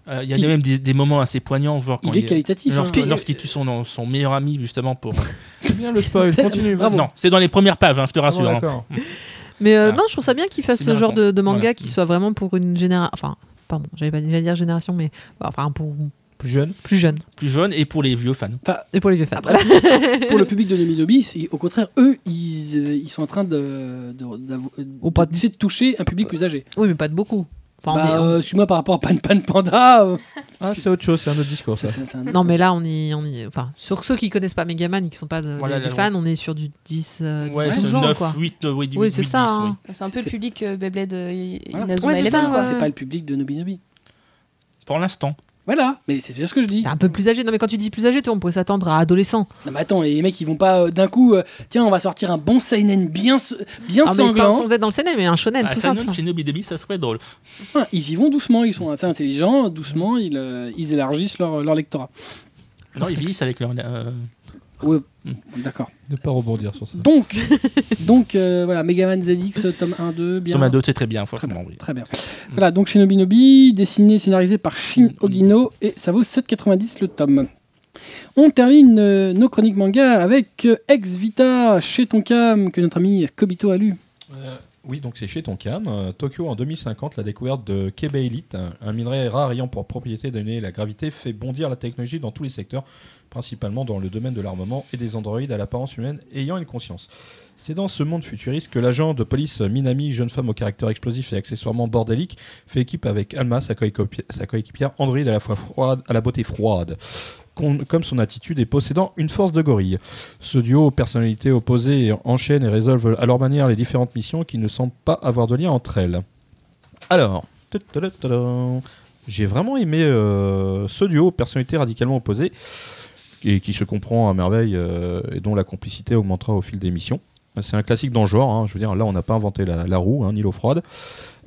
C: euh, Il y
A: Puis-
C: a même des, des moments assez poignants, genre quand
A: Il est
C: il-
A: qualitatif. hein.
C: lorsque- lorsqu'il tue son, son meilleur ami justement pour.
B: C'est hein. bien le spoil, continue.
D: Ah
A: Bravo.
C: Non, c'est dans les premières pages, hein, je te rassure. hein.
B: d'accord.
D: Mais euh,
C: Voilà.
D: non, je trouve ça bien qu'il fasse
C: C'est
D: ce
C: bien
D: genre de, de manga
C: Voilà.
D: qui soit vraiment pour une génération. Enfin, pardon, j'allais pas j'allais dire génération, mais enfin pour
B: Plus jeune.
D: plus jeune
C: Plus jeune et pour les vieux fans.
D: et pour les
E: Ah,
D: vieux fans.
A: Après, pour le public de Nomi Nomi, c'est- au contraire, eux, ils, euh, ils sont en train de, de- d'avo-
D: Ou pas. Euh,
A: d'essayer de toucher un public plus âgé.
D: Oui, mais pas de beaucoup. Enfin, on
A: Bah,
D: est- on-
A: euh, suis-moi par rapport à Pan Pan Panda. euh,
B: Ah, c'est autre chose, c'est un autre discours.
A: c'est-
B: Ça.
A: c'est- c'est
E: euh,
A: un-
D: Non, mais là, on y, on y- Enfin, sur ceux qui connaissent pas Megaman et qui sont pas de-
C: Voilà,
D: des,
C: là,
D: des fans, on est sur du 10, euh, 12 ans,
C: 9,
D: quoi.
C: 8, euh, oui, 10,
D: Oui, c'est ça.
C: 10,
D: hein.
E: C'est un peu le
A: c'est-
E: public euh, Beyblade euh, I-
A: Voilà.
E: Inazuma
D: Ouais, c'est
E: Eleven,
D: ça,
E: quoi.
D: ouais.
A: C'est pas le public de Nobi Nobi.
C: Pour l'instant.
A: Voilà, mais c'est bien ce que je dis.
D: T'es un peu plus âgé. Non, mais quand tu dis plus âgé, toi, on pourrait s'attendre à adolescent.
A: Non, mais attends, et les mecs, ils vont pas euh, d'un coup, euh, tiens, on va sortir un bon seinen bien, s- bien
D: Ah, mais sans,
A: sanglant.
D: sans être dans le seinen, mais un shonen,
C: Ah,
D: tout
C: ça
D: simple.
C: note chez Nobi Debi, ça serait drôle.
A: Enfin, ils y vont doucement, ils sont assez intelligents, doucement, ils, euh, ils élargissent leur, leur lectorat.
C: Non, ils vieillissent avec leur. euh,
A: Ouais,
C: Hmm.
A: d'accord.
B: Ne pas rebondir sur ça.
A: Donc, donc euh, voilà, Megaman ZX, tome 1, 2, bien.
C: Thomas 2, c'est très bien, franchement. oui.
A: Très bien. Voilà, donc Shinobi Nobi, dessiné et scénarisé par Shin Ogino, et ça vaut 7,90 le tome. On termine euh, nos chroniques manga avec euh, Ex Vita chez Tonkam que notre ami Kobito a lu.
B: Euh, oui, donc c'est chez Tonkam. Euh, Tokyo en 2050, la découverte de kébélite, un, un minerai rare ayant pour propriété d'annuler la gravité, fait bondir la technologie dans tous les secteurs, principalement dans le domaine de l'armement et des androïdes à l'apparence humaine ayant une conscience. C'est dans ce monde futuriste que l'agent de police Minami, jeune femme au caractère explosif et accessoirement bordélique, fait équipe avec Alma, sa coéquipi- sa coéquipière androïde à la fois froide, à la beauté froide, con- comme son attitude et possédant une force de gorille. Ce duo aux personnalités opposées enchaîne et résolve à leur manière les différentes missions qui ne semblent pas avoir de lien entre elles. Alors, tadadadadam, j'ai vraiment aimé euh, ce duo aux personnalités radicalement opposées et qui se comprend à merveille euh, et dont la complicité augmentera au fil des missions. C'est un classique dans le genre, hein, je veux dire, là on n'a pas inventé la, la roue, hein, ni l'eau froide.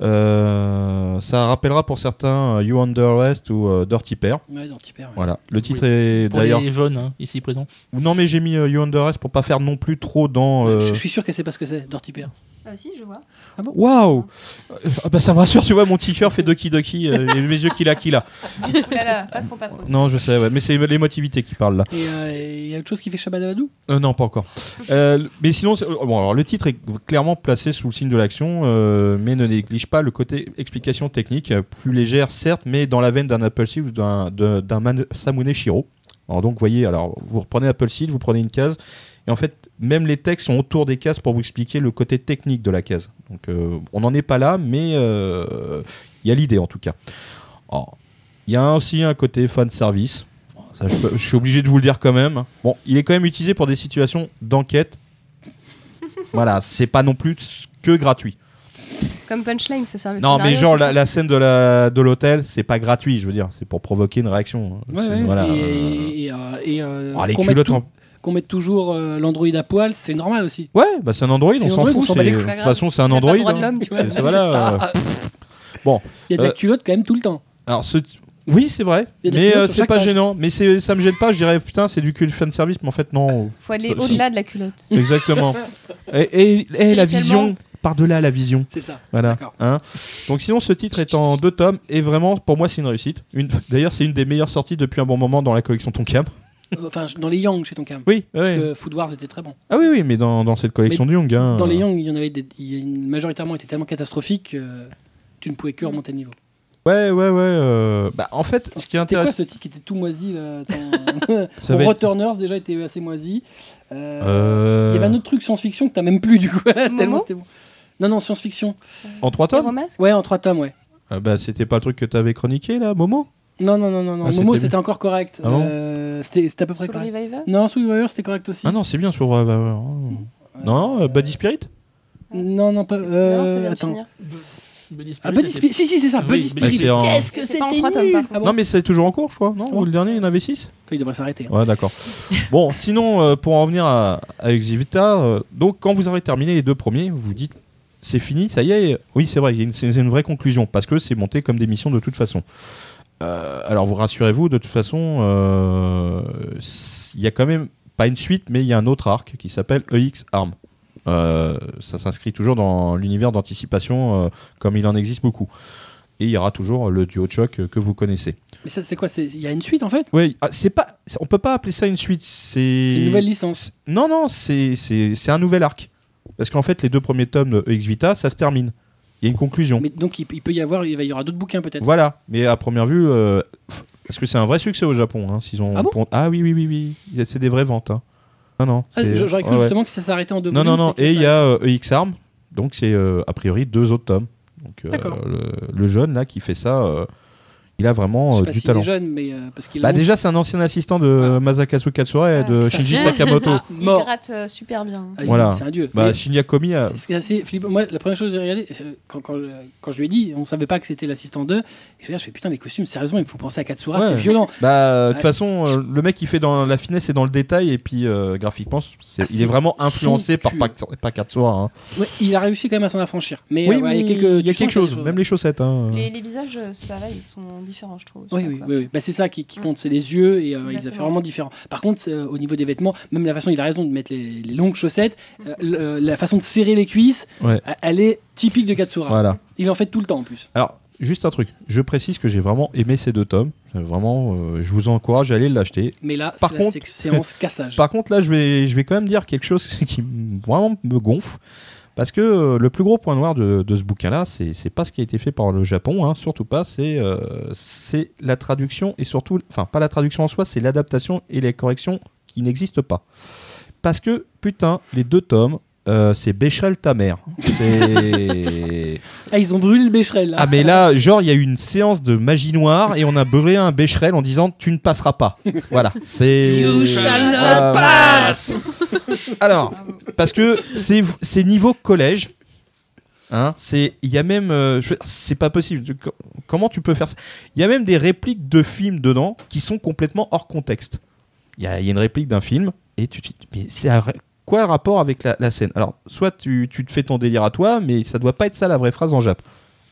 B: Euh, ça rappellera pour certains euh, You Under Arrest ou euh, Dirty Pair.
A: Ouais, dans Typer, ouais.
B: Voilà, le titre
C: Oui.
B: est
C: Pour
B: d'ailleurs
C: les jeunes hein, ici présents.
B: ou Non, mais j'ai mis euh, You Under Arrest pour pas faire non plus trop dans. euh,
A: Je, je suis sûr qu'elle sait pas ce que c'est, Dirty Pair.
E: Ah si, je vois.
B: Waouh Ah bah ça me rassure, tu vois, mon t-shirt fait Doki Doki, euh, et mes yeux qu'il a, qu'il a.
E: Oh là là, pas trop, pas trop.
B: Non, je sais, ouais, mais c'est l'émotivité qui parle là.
A: Et euh, et il y a autre chose qui fait Shabadabadou
B: Euh, non, pas encore. Euh, mais sinon, c'est- bon, alors, le titre est clairement placé sous le signe de l'action, euh, mais ne néglige pas le côté explication technique, euh, plus légère certes, mais dans la veine d'un Apple Seed ou d'un de- d'un Man- Samune Shiro. Alors donc, voyez, alors vous reprenez Apple Seed, vous prenez une case, et en fait, même les textes sont autour des cases pour vous expliquer le côté technique de la case. Donc, euh, on n'en est pas là, mais euh, il y a l'idée en tout cas. Alors, Il y a aussi un côté fan service. Ça, je, peux- je suis obligé de vous le dire quand même. Bon, il est quand même utilisé pour des situations d'enquête. voilà, c'est pas non plus que gratuit.
E: Comme punchline, c'est ça le
B: non, mais
E: scénario,
B: genre
E: c'est ça
B: la, la scène de la de l'hôtel, c'est pas gratuit, je veux dire, c'est pour provoquer une réaction. hein.
A: Ouais,
B: C'est-
A: ouais,
B: voilà,
A: Et,
B: euh,
A: et, euh, et, euh,
B: oh, les
A: qu'on mette,
B: culottes.
A: tou-
B: en-
A: qu'on mette toujours euh, l'Android à poil, c'est normal aussi.
B: Ouais, bah c'est un Android,
A: C'est
B: on s'en
A: Android, on
B: fout.
A: s'en
B: c'est-
A: bat les
B: De
A: couilles.
B: toute façon, c'est un
E: Il a pas
B: Android.
E: le droit de
B: hein.
E: l'homme, tu vois.
B: C'est- c'est- voilà, euh,
A: Ah, ah,
B: Bon,
A: Il y a de la
B: Euh,
A: culotte quand même tout le temps.
B: alors ce t- oui, c'est vrai,
A: Il y a des
B: mais
A: culottes
B: euh,
A: sur
B: c'est
A: chaque
B: pas
A: page.
B: gênant. Mais c'est- ça me gêne pas, je dirais putain, c'est du cul fan service, mais en fait non.
E: Faut aller
B: Ça-
E: au-delà de la culotte.
B: Exactement. et, et- et
E: Spirituellement.
B: la vision, par-delà la vision.
A: C'est ça.
B: Voilà.
A: D'accord.
B: Hein Donc sinon, ce titre est en deux tomes et vraiment, pour moi, c'est une réussite. Une... D'ailleurs, c'est une des meilleures sorties depuis un bon moment dans la collection Tonkam.
A: Enfin, je- dans les Yang chez Tonkam.
B: Oui,
A: Parce
B: ouais.
A: que Food Wars était très bon.
B: ah oui, oui, mais dans, dans cette collection de Young. hein.
A: Dans les Yang, il y en avait des, il y en- majoritairement était tellement catastrophique que tu ne pouvais que remonter le niveau.
B: Ouais, ouais, ouais. euh, Bah, en fait, ce qui est
A: C'était quoi
B: intéressant,
A: ce titre qui était tout moisi là attends.
B: ça
A: Pour
B: va être-
A: Returners déjà était assez moisi. Euh,
B: Euh,
A: Il y avait un autre truc science-fiction que t'as même plus du coup. tellement
E: Momo
A: c'était bon. Non non science-fiction.
B: En trois
E: Les
B: tomes
E: romances
A: Ouais en trois tomes ouais.
B: Ah Bah, c'était pas le truc que t'avais chroniqué là, Momo
A: Non non non non non.
B: Ah,
A: Momo
B: c'était-
A: c'était encore correct.
B: Ah bon
A: Euh, c'était c'était à peu près
E: Soul
A: correct.
E: Reviver
A: Non Soul Warrior c'était correct aussi.
B: Ah non, c'est bien sur. euh, euh, euh, Non, euh, Body Spirit
A: Ah non non pas.
E: C'est-
A: euh,
E: non, ça vient de
A: attends.
E: finir.
A: Ah Buddy Spirit si si c'est ça
C: Oui,
A: Buddy
C: Buddy
A: Spirit.
B: Spirit.
A: Qu'est-ce que
E: C'est
A: c'était
E: pas en trois tomes,
A: nul
E: par contre.
A: Ah bon Ah
B: Non, mais c'est toujours en cours, je crois. Non,
A: bon
B: Ou le dernier, il y en avait 6
A: Il devrait s'arrêter. hein.
B: Ouais, d'accord. bon, sinon, euh, pour en revenir à, à Exivita, euh, donc quand vous aurez terminé les deux premiers, vous vous dites c'est fini, ça y est. Oui, c'est vrai, il y a une- c'est c'est une vraie conclusion parce que c'est monté comme des missions de toute façon. Euh, alors, vous rassurez-vous, de toute façon, euh, s- il y a quand même pas une suite, mais il y a un autre arc qui s'appelle EX Arm. Euh, ça s'inscrit toujours dans l'univers d'anticipation, euh, comme il en existe beaucoup. Et il y aura toujours le duo de choc euh, que vous connaissez.
A: Mais ça c'est quoi c'est- Il y a une suite en fait.
B: Oui, ah, c'est pas, on peut pas appeler ça une suite. C'est
A: C'est une nouvelle licence.
B: non, non, c'est- c'est c'est un nouvel arc. Parce qu'en fait, les deux premiers tomes de Ex Vita, ça se termine. Il y a une conclusion.
A: Mais donc il, il peut y avoir il va- il y aura d'autres bouquins peut-être.
B: Voilà. Mais à première vue, euh, f- parce que c'est un vrai succès au Japon. hein, s'ils ont
A: Ah bon
B: pon- ah oui, oui, oui, oui. Il y a- C'est des vraies ventes. hein. Non, non.
A: Ah,
B: c'est-
A: J'aurais cru
B: ouais, ouais.
A: justement que ça s'arrêtait en deux
B: Non, non,
A: volumes,
B: non.
A: c'est que
B: Et il
A: ça-
B: y a euh, EX Arm. Donc c'est euh, a priori deux autres tomes. Donc euh,
A: D'accord.
B: le, le jeune là qui fait ça, euh, il a
A: Je
B: vraiment
A: sais
B: euh,
A: pas
B: du
A: s'il
B: talent.
A: est jeune, mais euh, parce qu'il
B: Bah
A: annonce-
B: déjà c'est un ancien assistant de
A: Ah.
B: Masakazu Katsura et
E: Ah,
B: de
E: ça
B: Shinji
A: fait-
B: Sakamoto.
A: Ah,
E: Il
A: mort.
E: gratte euh, super bien.
A: Ah, il-
B: Voilà.
A: C'est un dieu.
B: Bah
A: Mais
B: Shinya Komi a-
A: c'est- c'est assez flippant. Moi, la première chose que j'ai regardé, euh, quand, quand, euh, quand je lui ai dit, on savait pas que c'était l'assistant 2, et je regarde, je fais putain, les costumes, sérieusement, il faut penser à Katsura,
B: Ouais.
A: c'est violent.
B: Bah, de
A: Ouais.
B: toute façon, euh, le mec, il fait dans la finesse et dans le détail, et puis euh, graphiquement, c'est-
A: Ah,
B: il
A: c'est
B: est vraiment influencé par
A: somptueux.
B: Pak- Pakatsuwa. Hein.
A: Ouais, il a réussi quand même à s'en affranchir. Mais,
B: Oui,
A: euh, voilà,
B: mais
A: il y a
B: il
A: quelques,
B: y a
A: tu sens
B: quelque
A: qu'il y a des
B: chose,
A: choses,
B: même
A: ouais.
B: les chaussettes. Hein.
E: Les, les visages, euh, ça va, ils sont différents, je trouve. sur
A: Oui,
E: la
A: oui,
E: couverture.
A: oui, oui. Bah, c'est ça qui, qui compte, c'est les yeux et euh, il a fait
E: Exactement.
A: vraiment différent. Par contre, euh, au niveau des vêtements, même la façon, il a raison de mettre les, les longues chaussettes, euh, le- euh, la façon de serrer les cuisses,
B: Ouais.
A: euh, elle est typique de Katsura.
B: Voilà.
A: Il en fait tout le temps en plus.
B: Alors, Juste un truc, je précise que j'ai vraiment aimé ces deux tomes. Euh, Vraiment, euh, je vous encourage à aller l'acheter.
A: Mais là,
B: Par
A: c'est
B: contre-
A: la sé- séance cassage.
B: Par contre, là, je vais, je vais quand même dire quelque chose qui m- vraiment me gonfle. Parce que euh, le plus gros point noir de, de ce bouquin-là, c'est c'est pas ce qui a été fait par le Japon, hein, surtout pas, c'est euh, c'est la traduction et surtout, enfin, pas la traduction en soi, c'est l'adaptation et les corrections qui n'existent pas. Parce que, putain, les deux tomes, euh, c'est Béchal ta mère. C'est.
A: Ah, ils ont brûlé le Becherel, là.
B: Ah mais là, genre il y a eu une séance de magie noire et on a brûlé un bécherel en disant tu ne passeras pas. Voilà, c'est Euh,
A: You shall not
B: Voilà.
A: pass.
B: Alors, parce que c'est c'est niveau collège. Hein, c'est il y a même euh, je- c'est pas possible. Tu- co- Comment tu peux faire ça Il y a même des répliques de films dedans qui sont complètement hors contexte. Il y, a il y a une réplique d'un film et tu te dis mais c'est un vrai- quoi le rapport avec la, la scène Alors, soit tu, tu te fais ton délire à toi, mais ça doit pas être ça la vraie phrase en jap.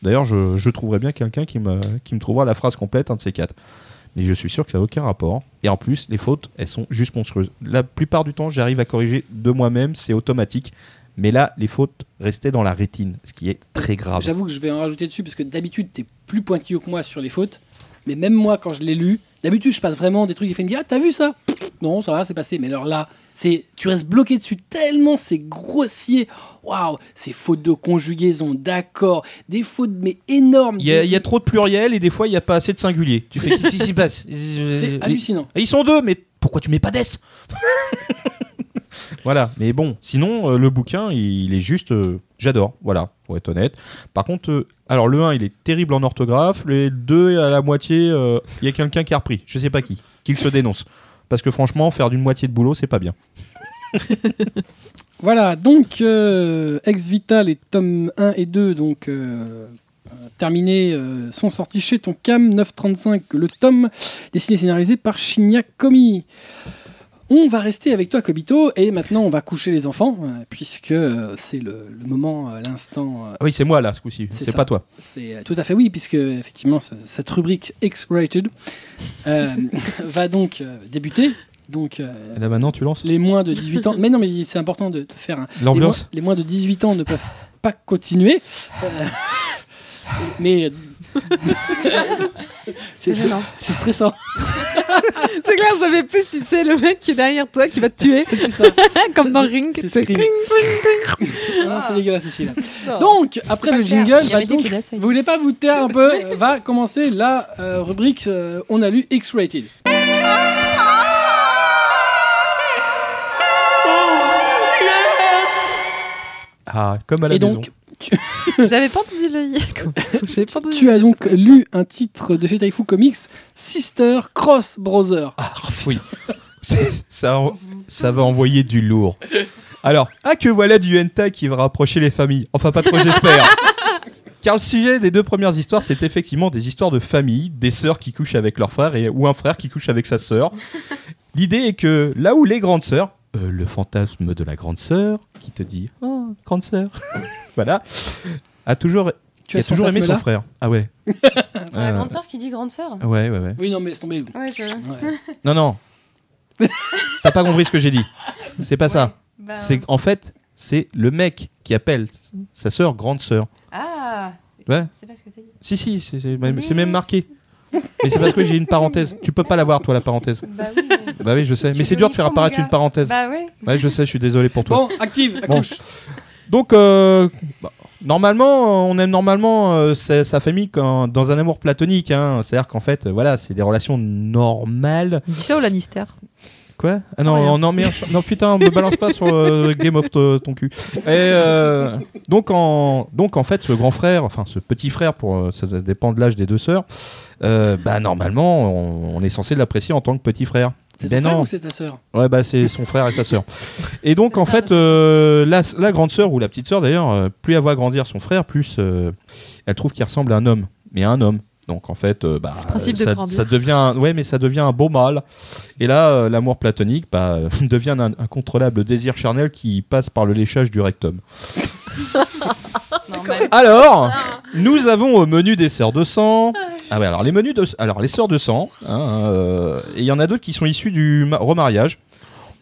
B: D'ailleurs, je, je trouverai bien quelqu'un qui me, qui me trouvera la phrase complète, un de ces quatre. Mais je suis sûr que ça n'a aucun rapport. Et en plus, les fautes, elles sont juste monstrueuses. La plupart du temps, j'arrive à corriger de moi-même, c'est automatique. Mais là, les fautes restaient dans la rétine, ce qui est très grave.
A: J'avoue que je vais en rajouter dessus parce que d'habitude, t'es plus pointilleux que moi sur les fautes. Mais même moi, quand je l'ai lu, d'habitude, je passe vraiment des trucs et fait me dit Ah, t'as vu ça Non, ça va, c'est passé. Mais alors là, c'est tu restes bloqué dessus tellement c'est grossier. Waouh, c'est faute de conjugaison, d'accord. Des fautes, mais énormes.
B: Il y, a- il y a trop de pluriel et des fois, il n'y a pas assez de singulier. Tu fais qu'est-ce qui se passe Euh,
A: C'est hallucinant.
B: Et Ah, Ils sont deux, mais pourquoi tu mets pas des Voilà, mais bon, sinon, euh, le bouquin, il, il est juste. euh, J'adore, voilà, pour être honnête. Par contre, euh, alors le 1, il est terrible en orthographe, le 2, à la moitié, euh, il y a quelqu'un qui a repris, je sais pas qui, qu'il se dénonce. Parce que franchement, faire d'une moitié de boulot, c'est pas bien.
A: Voilà, donc euh, Ex Vita, les tomes 1 et 2, donc euh, euh, terminés, euh, sont sortis chez Tonkam, 9,35 le tome, dessiné et scénarisé par Shinya Komi. On va rester avec toi, Kobito, et maintenant on va coucher les enfants, euh, puisque euh, c'est le, le moment, euh, l'instant. euh,
B: Ah oui, c'est moi là, ce coup-ci,
A: C'est
B: c'est
A: ça.
B: pas toi.
A: c'est euh, tout à fait oui, puisque effectivement ce- cette rubrique X-Rated euh, va donc euh, débuter. Donc euh,
B: Là Eh ben, maintenant, tu lances
A: les moins de 18 ans. Mais non, mais c'est important de, de faire un, les moins,
B: l'ambiance
A: les moins de 18 ans ne peuvent pas continuer. Euh, mais. euh, c'est
E: C'est gênant.
A: c'est stressant.
D: C'est clair, vous avez plus, tu sais, le mec qui est derrière toi qui va te tuer,
A: C'est ça.
D: comme dans Ring.
A: C'est
D: C'est
A: Scream.
D: Ring.
A: Non, c'est dégueulasse aussi là.
D: Non.
A: Donc, après
E: pas
A: le
E: clair.
A: jingle,
E: Il y
A: va
E: avait des
A: donc-
E: coups d'essai.
A: vous voulez pas vous taire un peu euh, Va commencer la euh, rubrique euh, On a lu X-Rated.
B: Ah, comme à la
A: Et
B: maison.
A: donc,
D: J'avais pas entendu le. J'avais pas entendu
A: tu
D: le-
A: as donc lu un titre de chez Taifu Comics, Sister Cross Brother.
B: Ah, oui. C'est- ça, en- ça va envoyer du lourd. Alors, ah que voilà du hentai qui va rapprocher les familles. Enfin, pas trop, j'espère. Car le sujet des deux premières histoires, c'est effectivement des histoires de famille, des sœurs qui couchent avec leur frère et, ou un frère qui couche avec sa sœur. L'idée est que là où les grandes sœurs, euh, le fantasme de la grande sœur qui te dit Oh, grande sœur, voilà, a toujours,
A: Tu
B: a
A: ce
B: toujours aimé son
A: fantasme-là
B: frère. Ah ouais.
E: Pour la grande sœur qui dit grande sœur.
B: Euh, ouais, ouais, ouais.
A: Oui, non, mais laisse tomber.
E: Ouais, je...
A: Ouais.
B: Non, non. T'as pas compris ce que j'ai dit. C'est pas ça.
E: Bah,
B: C'est en fait, c'est le mec qui appelle sa sœur grande sœur.
E: Ah
B: Ouais.
E: C'est pas ce que t'as dit.
B: Si si, c'est c'est même, c'est même marqué. Mais c'est parce que j'ai une parenthèse. Tu peux pas l'avoir toi la parenthèse.
E: Bah oui. mais-
B: Bah oui, je sais.
E: Tu
B: Mais c'est
E: peux
B: dur de faire
E: micro, mon
B: apparaître
E: gars.
B: une parenthèse.
E: bah ouais.
B: Ouais, je sais. Je suis désolé pour toi.
A: Bon, active. la
B: Bon. ben
A: couche.
B: Donc euh, bah, normalement, euh, on aime normalement euh, sa, sa famille quand- dans un amour platonique. hein. C'est-à-dire qu'en fait, euh, voilà, c'est des relations normales.
D: Dis ça au Lannister.
B: Quoi Ah non,
D: Rien.
B: non, merde, non, putain, me balance pas sur euh, Game of t- ton cul. Et euh, donc, en, donc, en fait, ce grand frère, enfin, ce petit frère, pour, euh, ça dépend de l'âge des deux sœurs, euh, bah, normalement, on, on est censé l'apprécier en tant que petit frère.
A: C'est
B: Ben
A: ton frère
B: non.
A: ou c'est ta sœur
B: Ouais, bah, c'est son frère et sa sœur. Et donc,
E: Le
B: en
E: frère
B: fait,
E: de sa sœur.
B: euh, la, la grande sœur, ou la petite sœur d'ailleurs, euh, plus elle voit grandir son frère, plus euh, elle trouve qu'il ressemble à un homme, mais à un homme. Donc, en fait, euh, bah,
D: le principe de
B: ça,
D: grandir.
B: ça devient un, ouais, mais ça devient un beau mâle. Et là, euh, l'amour platonique bah, euh, devient un incontrôlable désir charnel qui passe par le léchage du rectum.
E: Non, mais-
B: Alors,
D: Ah.
B: nous avons au menu des sœurs de sang. Ah ouais, alors les menus de, alors les sœurs de sang. hein, euh, et il y en a d'autres qui sont issues du ma- remariage.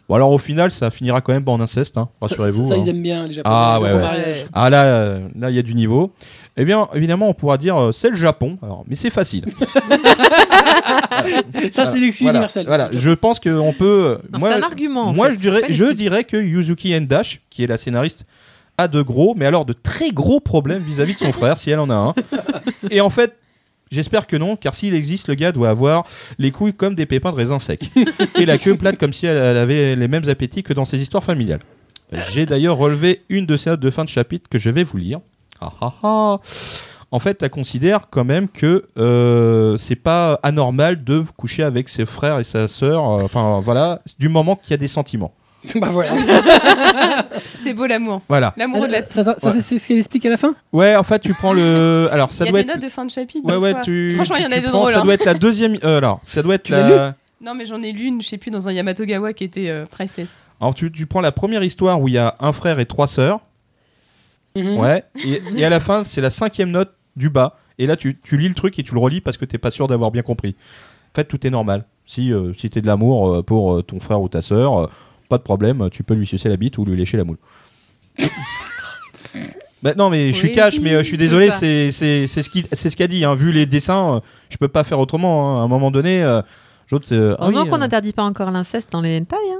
B: Bon, alors au final, ça finira quand même pas en inceste, hein,
A: Ça, ça,
B: rassurez-vous.
A: ça,
B: hein.
A: ils aiment bien les Japonais.
B: Ah, ouais,
A: le
D: bah,
B: ouais.
A: mariage.
B: Ah là, euh, là il y a du niveau. Eh bien, évidemment, on pourra dire euh, c'est le Japon. Alors, mais c'est facile.
A: Ça, c'est l'excuse
B: Voilà,
A: universelle.
B: Voilà, je pense qu'on peut. euh,
D: Non,
B: moi,
D: c'est un argument. en
B: moi,
D: fait.
B: je dirais,
D: C'est pas une
B: je
D: excuse.
B: dirais que Yuzuki Endash, qui est la scénariste, a de gros, mais alors de très gros problèmes vis-à-vis de son frère, si elle en a un. Et en fait, j'espère que non, car s'il existe, le gars doit avoir les couilles comme des pépins de raisin sec et la queue plate comme si elle elle avait les mêmes appétits que dans ses histoires familiales. J'ai d'ailleurs relevé une de ces notes de fin de chapitre que je vais vous lire. Ah ah ah. En fait, elle considère quand même que euh, c'est pas anormal de coucher avec ses frères et sa sœur. euh, Enfin, voilà, du moment qu'il y a des sentiments.
A: bah voilà.
E: C'est beau l'amour.
B: Voilà.
E: L'amour de la.
A: Ça, ça, ça, c'est- c'est ce qu'elle explique à la fin
B: Ouais, en fait, tu prends le. Alors, ça
E: Il y a
B: doit
E: des
B: être.
E: notes de fin de chapitre.
B: Ouais,
E: des
B: ouais,
E: fois.
B: tu.
E: Franchement, il y en a
B: tu
E: des
B: prends-
E: drôles.
B: Ça
E: hein.
B: doit être la deuxième. euh, alors, ça doit être
A: Tu l'as
B: la.
E: Non, mais j'en ai lu une, je sais plus, dans un Yamatogawa qui était euh, priceless.
B: Alors, tu, tu prends la première histoire où il y a un frère et trois sœurs.
D: Mm.
A: Mhm.
B: Ouais. Et, et à la fin, c'est la cinquième note du bas. Et là, tu, tu lis le truc et tu le relis parce que t'es pas sûr d'avoir bien compris. En fait, tout est normal. Si, euh, si t'es de l'amour euh, pour euh, ton frère ou ta sœur, euh, pas de problème, euh, tu peux lui sucer la bite ou lui lécher la moule. Bah, non, mais je suis
D: Oui,
B: cash,
D: si,
B: mais euh, je suis
D: tu peux
B: désolé,
D: pas.
B: c'est c'est- c'est ce qui- c'est ce qu'a dit. hein. Vu les dessins, euh, je peux pas faire autrement. hein. À un moment donné, euh, l'autre, c'est, euh, ah
D: Heureusement
B: oui,
D: qu'on
B: euh,
D: n'interdit pas encore l'inceste dans les hentai. hein.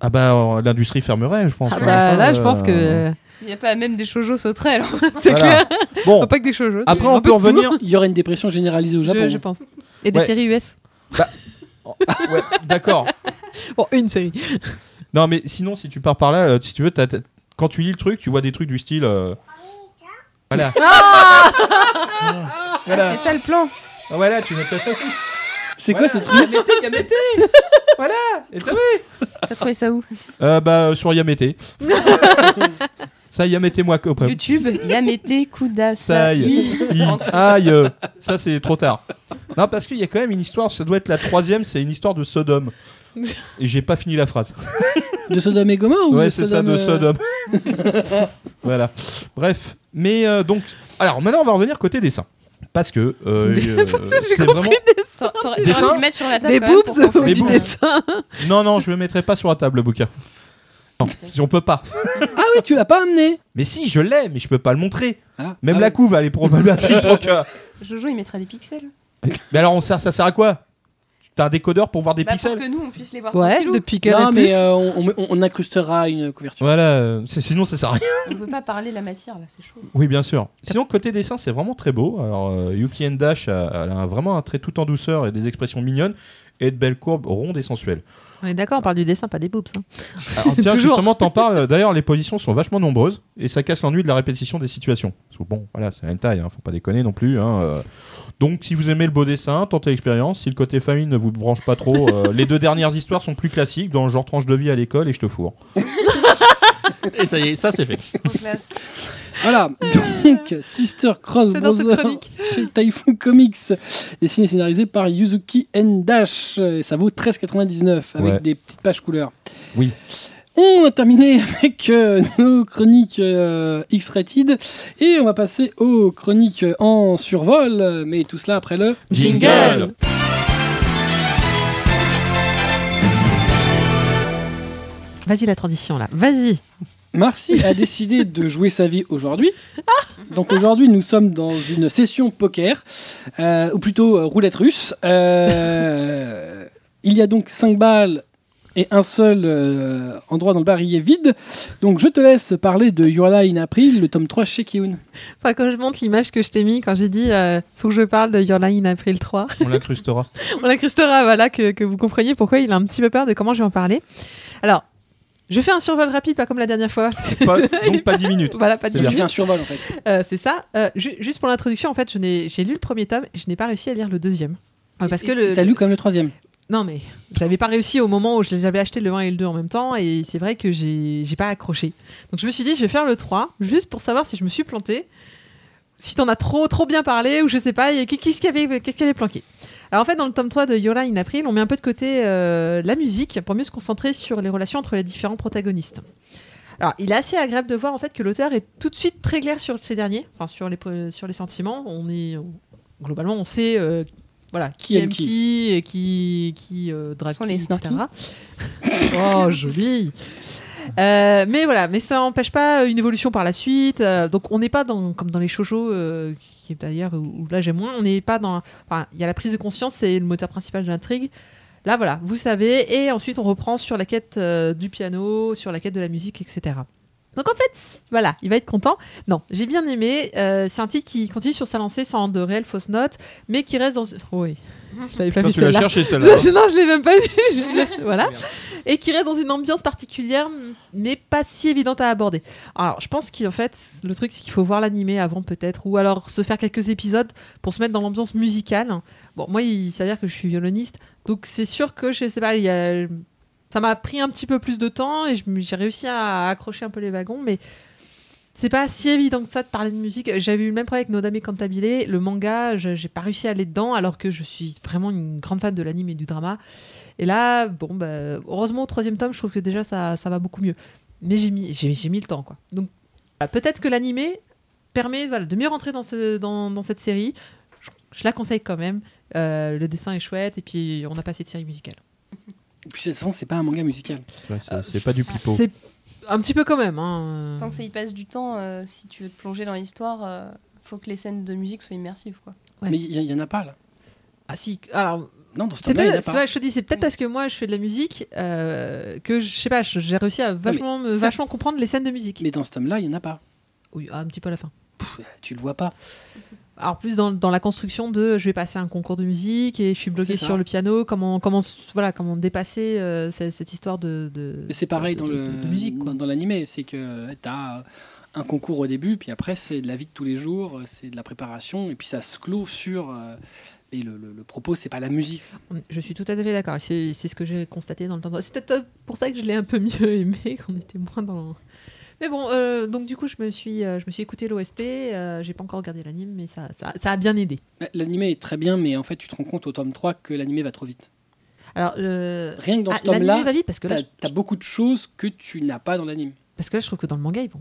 B: ah bah, euh, l'industrie fermerait, je pense.
D: Ah
B: hein.
D: bah là, je pense que
B: Euh,
D: euh,
E: Il n'y a pas même des shoujo sauterelles. hein. alors.
D: c'est
B: voilà.
D: clair.
B: Bon,
D: Faut Pas que des choses.
B: après, on peut revenir.
A: Il y aurait une dépression généralisée au Japon.
D: Je, je pense. Et des
B: Ouais.
D: séries US.
B: Ouais, d'accord.
D: Bon, une série.
B: Non, mais sinon, si tu pars par là, euh, si tu veux, t'as- t'as- quand tu lis le truc, tu vois des trucs du style. euh, Voilà.
D: Ah,
B: voilà.
D: bah.
E: C'est ça le plan.
B: Ah, voilà, tu notes ça aussi.
A: C'est quoi
B: Voilà.
A: ce truc
B: Yamete, Yamete Voilà Et ça va
E: T'as trouvé ça où
B: euh, Bah, euh, sur Yamete. ça, Yamete-moi, copain.
E: YouTube, Yamete
B: Ça
E: Kudasai.
B: y est. I- Aïe euh, Ça, c'est trop tard. Non, parce qu'il y a quand même une histoire, ça doit être la troisième, c'est une histoire de Sodome. Et j'ai pas fini la phrase.
A: De Sodome et Gomorrhe ou
B: ouais,
A: de
B: c'est ça,
A: Sodome,
B: de
A: euh,
B: Sodome. voilà. Bref. Mais euh, donc. Alors, maintenant, on va revenir côté dessin. Parce que. euh, euh, c'est vraiment.
E: T'aurais t'aurais
B: Dessin
E: pu le mettre sur la table.
D: Des
E: quand même
D: boobs
E: pour qu'on
D: ou
E: fasse
D: du
B: boobs.
E: un-
D: dessin.
B: Non, non, je le mettrai pas sur la table, le bouquin. Non, on peut pas.
A: Ah oui, tu l'as pas amené
B: Mais si, je l'ai, mais je peux pas le montrer.
A: Ah,
B: Même
A: ah
B: la
A: oui.
B: couve, elle est problématique. donc, euh,
E: Jojo, il mettra des pixels.
B: Mais alors, on sert, ça sert à quoi T'as un décodeur pour voir des
E: Bah,
B: pixels
E: Pour que nous, on puisse les voir
D: Ouais,
E: tranquillou.
D: depuis Canal+.
A: Non, mais euh, on, on- on incrustera une couverture.
B: Voilà, euh, c'est- sinon ça sert à rien.
E: On peut pas parler la matière, là, c'est chaud.
B: Oui, bien sûr. Sinon, côté dessin, c'est vraiment très beau. Alors, euh, Yuki Endash, a- elle a un- vraiment un trait tout en douceur et des expressions mignonnes et de belles courbes rondes et sensuelles.
D: On est d'accord, on parle du dessin, pas des boobs. hein.
B: Alors, tiens,
D: Toujours.
B: justement, t'en parles. D'ailleurs, les positions sont vachement nombreuses et ça casse l'ennui de la répétition des situations. Parce que bon, voilà, c'est une taille, hein, faut pas déconner non plus. hein, euh. Donc, si vous aimez le beau dessin, tentez l'expérience. Si le côté famille ne vous branche pas trop, euh, les deux dernières histoires sont plus classiques, dans le genre tranche de vie à l'école et je te fourre.
C: Et Eh, ça y est, ça c'est fait.
E: Trop classe.
A: Voilà, donc Sister Cross
D: Euh, J'adore cette
A: Brother
D: chronique.
A: chez Typhoon Comics, dessiné et scénarisé par Yuzuki Ndash. Et Ça vaut 13,99 avec
B: Ouais.
A: des petites pages couleurs.
B: Oui.
A: On a terminé avec euh, nos chroniques euh, X-rated et on va passer aux chroniques euh, en survol, mais tout cela après le.
D: Jingle. Vas-y, la tradition, là. Vas-y.
A: Marcy a décidé de jouer sa vie aujourd'hui. Donc aujourd'hui, nous sommes dans une session poker, euh, ou plutôt euh, roulette russe. Euh, il y a donc 5 balles et un seul euh, endroit dans le barillet vide. Donc je te laisse parler de Your Lie in April, le tome 3 chez Kiun.
D: Enfin, quand je montre l'image que je t'ai mis, quand j'ai dit euh, faut que je parle de Your Line April 3,
B: On l'incrustera.
D: on incrustera, ah, voilà, que, que vous compreniez pourquoi il a un petit peu peur de comment je vais en parler. Alors, je fais un survol rapide, pas comme la dernière fois.
B: Pas- donc, pas 10 minutes.
D: voilà, pas de
B: C'est
A: Tu
B: bien.
D: minutes.
A: fais un survol en fait.
D: Euh, c'est ça. Euh, ju- juste pour l'introduction, en fait, je n'ai- j'ai lu le premier tome, je n'ai pas réussi à lire le deuxième. Euh, Parce que le,
A: T'as lu quand même le troisième.
D: Non, mais j'avais pas réussi au moment où je les avais achetés le 1 et le 2 en même temps, et c'est vrai que j'ai j'ai pas accroché. Donc je me suis dit, je vais faire le 3, juste pour savoir si je me suis plantée, si t'en as trop, trop bien parlé, ou je sais pas, et qu- qu'est-ce qu'il y avait, qu'est-ce qu'il y avait planqué. Alors en fait, dans le tome 3 de Yola in April, on met un peu de côté euh, la musique pour mieux se concentrer sur les relations entre les différents protagonistes. Alors, il est assez agréable de voir en fait que l'auteur est tout de suite très clair sur ces derniers, enfin sur les, sur les sentiments. On est on- globalement, on sait euh, voilà qui, aime qui, et qui qui euh, drague
E: Ce sont
D: qui,
E: les
D: etc.
E: snorkies.
D: Oh, joli Euh, mais voilà, mais ça n'empêche pas une évolution par la suite. Euh, donc on n'est pas dans, comme dans les shoujo, euh, qui est d'ailleurs où, où là j'aime moins, on n'est pas dans. Enfin, il y a la prise de conscience, c'est le moteur principal de l'intrigue. Là voilà, vous savez, et ensuite on reprend sur la quête euh, du piano, sur la quête de la musique, etc. Donc en fait, voilà, il va être content. Non, j'ai bien aimé. euh, c'est un titre qui continue sur sa lancée sans de réelles fausses notes, mais qui reste dans. Oui, je l'avais pas
B: Putain,
D: vu
B: tu l'as
D: celle-là.
B: cherché celle-là.
D: Non,
B: hein.
D: je, non, je l'ai même pas vu. Je l'ai- voilà. Et qui reste dans une ambiance particulière, mais pas si évidente à aborder. Alors, je pense qu'en fait, le truc, c'est qu'il faut voir l'animé avant, peut-être, ou alors se faire quelques épisodes pour se mettre dans l'ambiance musicale. Bon, moi, il s'avère que je suis violoniste, donc c'est sûr que je sais pas, il y a- ça m'a pris un petit peu plus de temps et je me- j'ai réussi à accrocher un peu les wagons, mais. C'est pas si évident que ça de parler de musique. J'avais eu le même problème avec Nodame Cantabile. Le manga, je- j'ai pas réussi à aller dedans, alors que je suis vraiment une grande fan de l'anime et du drama. Et là, bon, bah, heureusement, au troisième tome, je trouve que déjà ça, ça va beaucoup mieux. Mais j'ai mis, j'ai, j'ai mis le temps, quoi. Donc, bah, peut-être que l'animé permet voilà, de mieux rentrer dans, ce, dans, dans cette série. Je, je la conseille quand même. Euh, le dessin est chouette, et puis on a passé de série musicale.
A: Et puis, c'est c'est pas un manga musical.
B: Ouais, c'est- C'est pas du pipeau.
D: C'est un petit peu quand même. hein.
E: Tant que ça y passe du temps, euh, si tu veux te plonger dans l'histoire, euh, faut que les scènes de musique soient immersives. Quoi.
D: Ouais.
A: Mais il y, en a pas là.
D: Ah si, alors
A: Non, dans ce
D: C'est
A: tome-là, Ah, il y en
D: peut-
A: a
D: c'est
A: pas. Mm.
D: vrai, je te dis, c'est peut-être parce que moi je fais de la musique euh, que je je sais pas, je- j'ai réussi à vachement, me-
A: ça-
D: vachement comprendre les scènes de musique.
A: Mais dans ce tome-là, il y en a pas.
D: Oui, ah, un petit peu à la fin.
A: Pff, tu le vois pas.
D: Alors plus dans, dans la construction de je vais passer un concours de musique et je suis bloqué
A: C'est ça.
D: sur le piano, comment, comment, voilà, comment dépasser euh, ce- cette, histoire de, de-
A: Mais c'est pareil
D: de-
A: dans
D: de-
A: le Mm.
D: de musique. quoi.
A: dans, dans l'animé, c'est que euh, t'as un concours au début, puis après c'est de la vie de tous les jours, euh, c'est de la préparation, et puis ça se clôt sur. euh, et le, le- le propos, c'est pas la musique.
D: Mm, Je suis tout à fait d'accord, c'est c'est ce que j'ai constaté dans le temps. C'est peut-être euh, pour ça que je l'ai un peu mieux aimé, qu'on était moins dans... Mais bon, euh, donc du coup je me suis, euh, je me suis écouté l'OST, euh, j'ai pas encore regardé l'anime, mais ça, ça, ça a bien aidé.
A: Bah, L'animé est très bien, mais en fait, tu te rends compte au tome 3 que l'animé va trop vite.
D: Alors, euh,
A: Rien que dans
D: ah,
A: ce
D: l'anime
A: tome-là,
D: va vite parce que là,
A: t'as
D: je,
A: t'as beaucoup de choses que tu n'as pas dans l'anime.
D: parce que là, je trouve que dans le manga, ils vont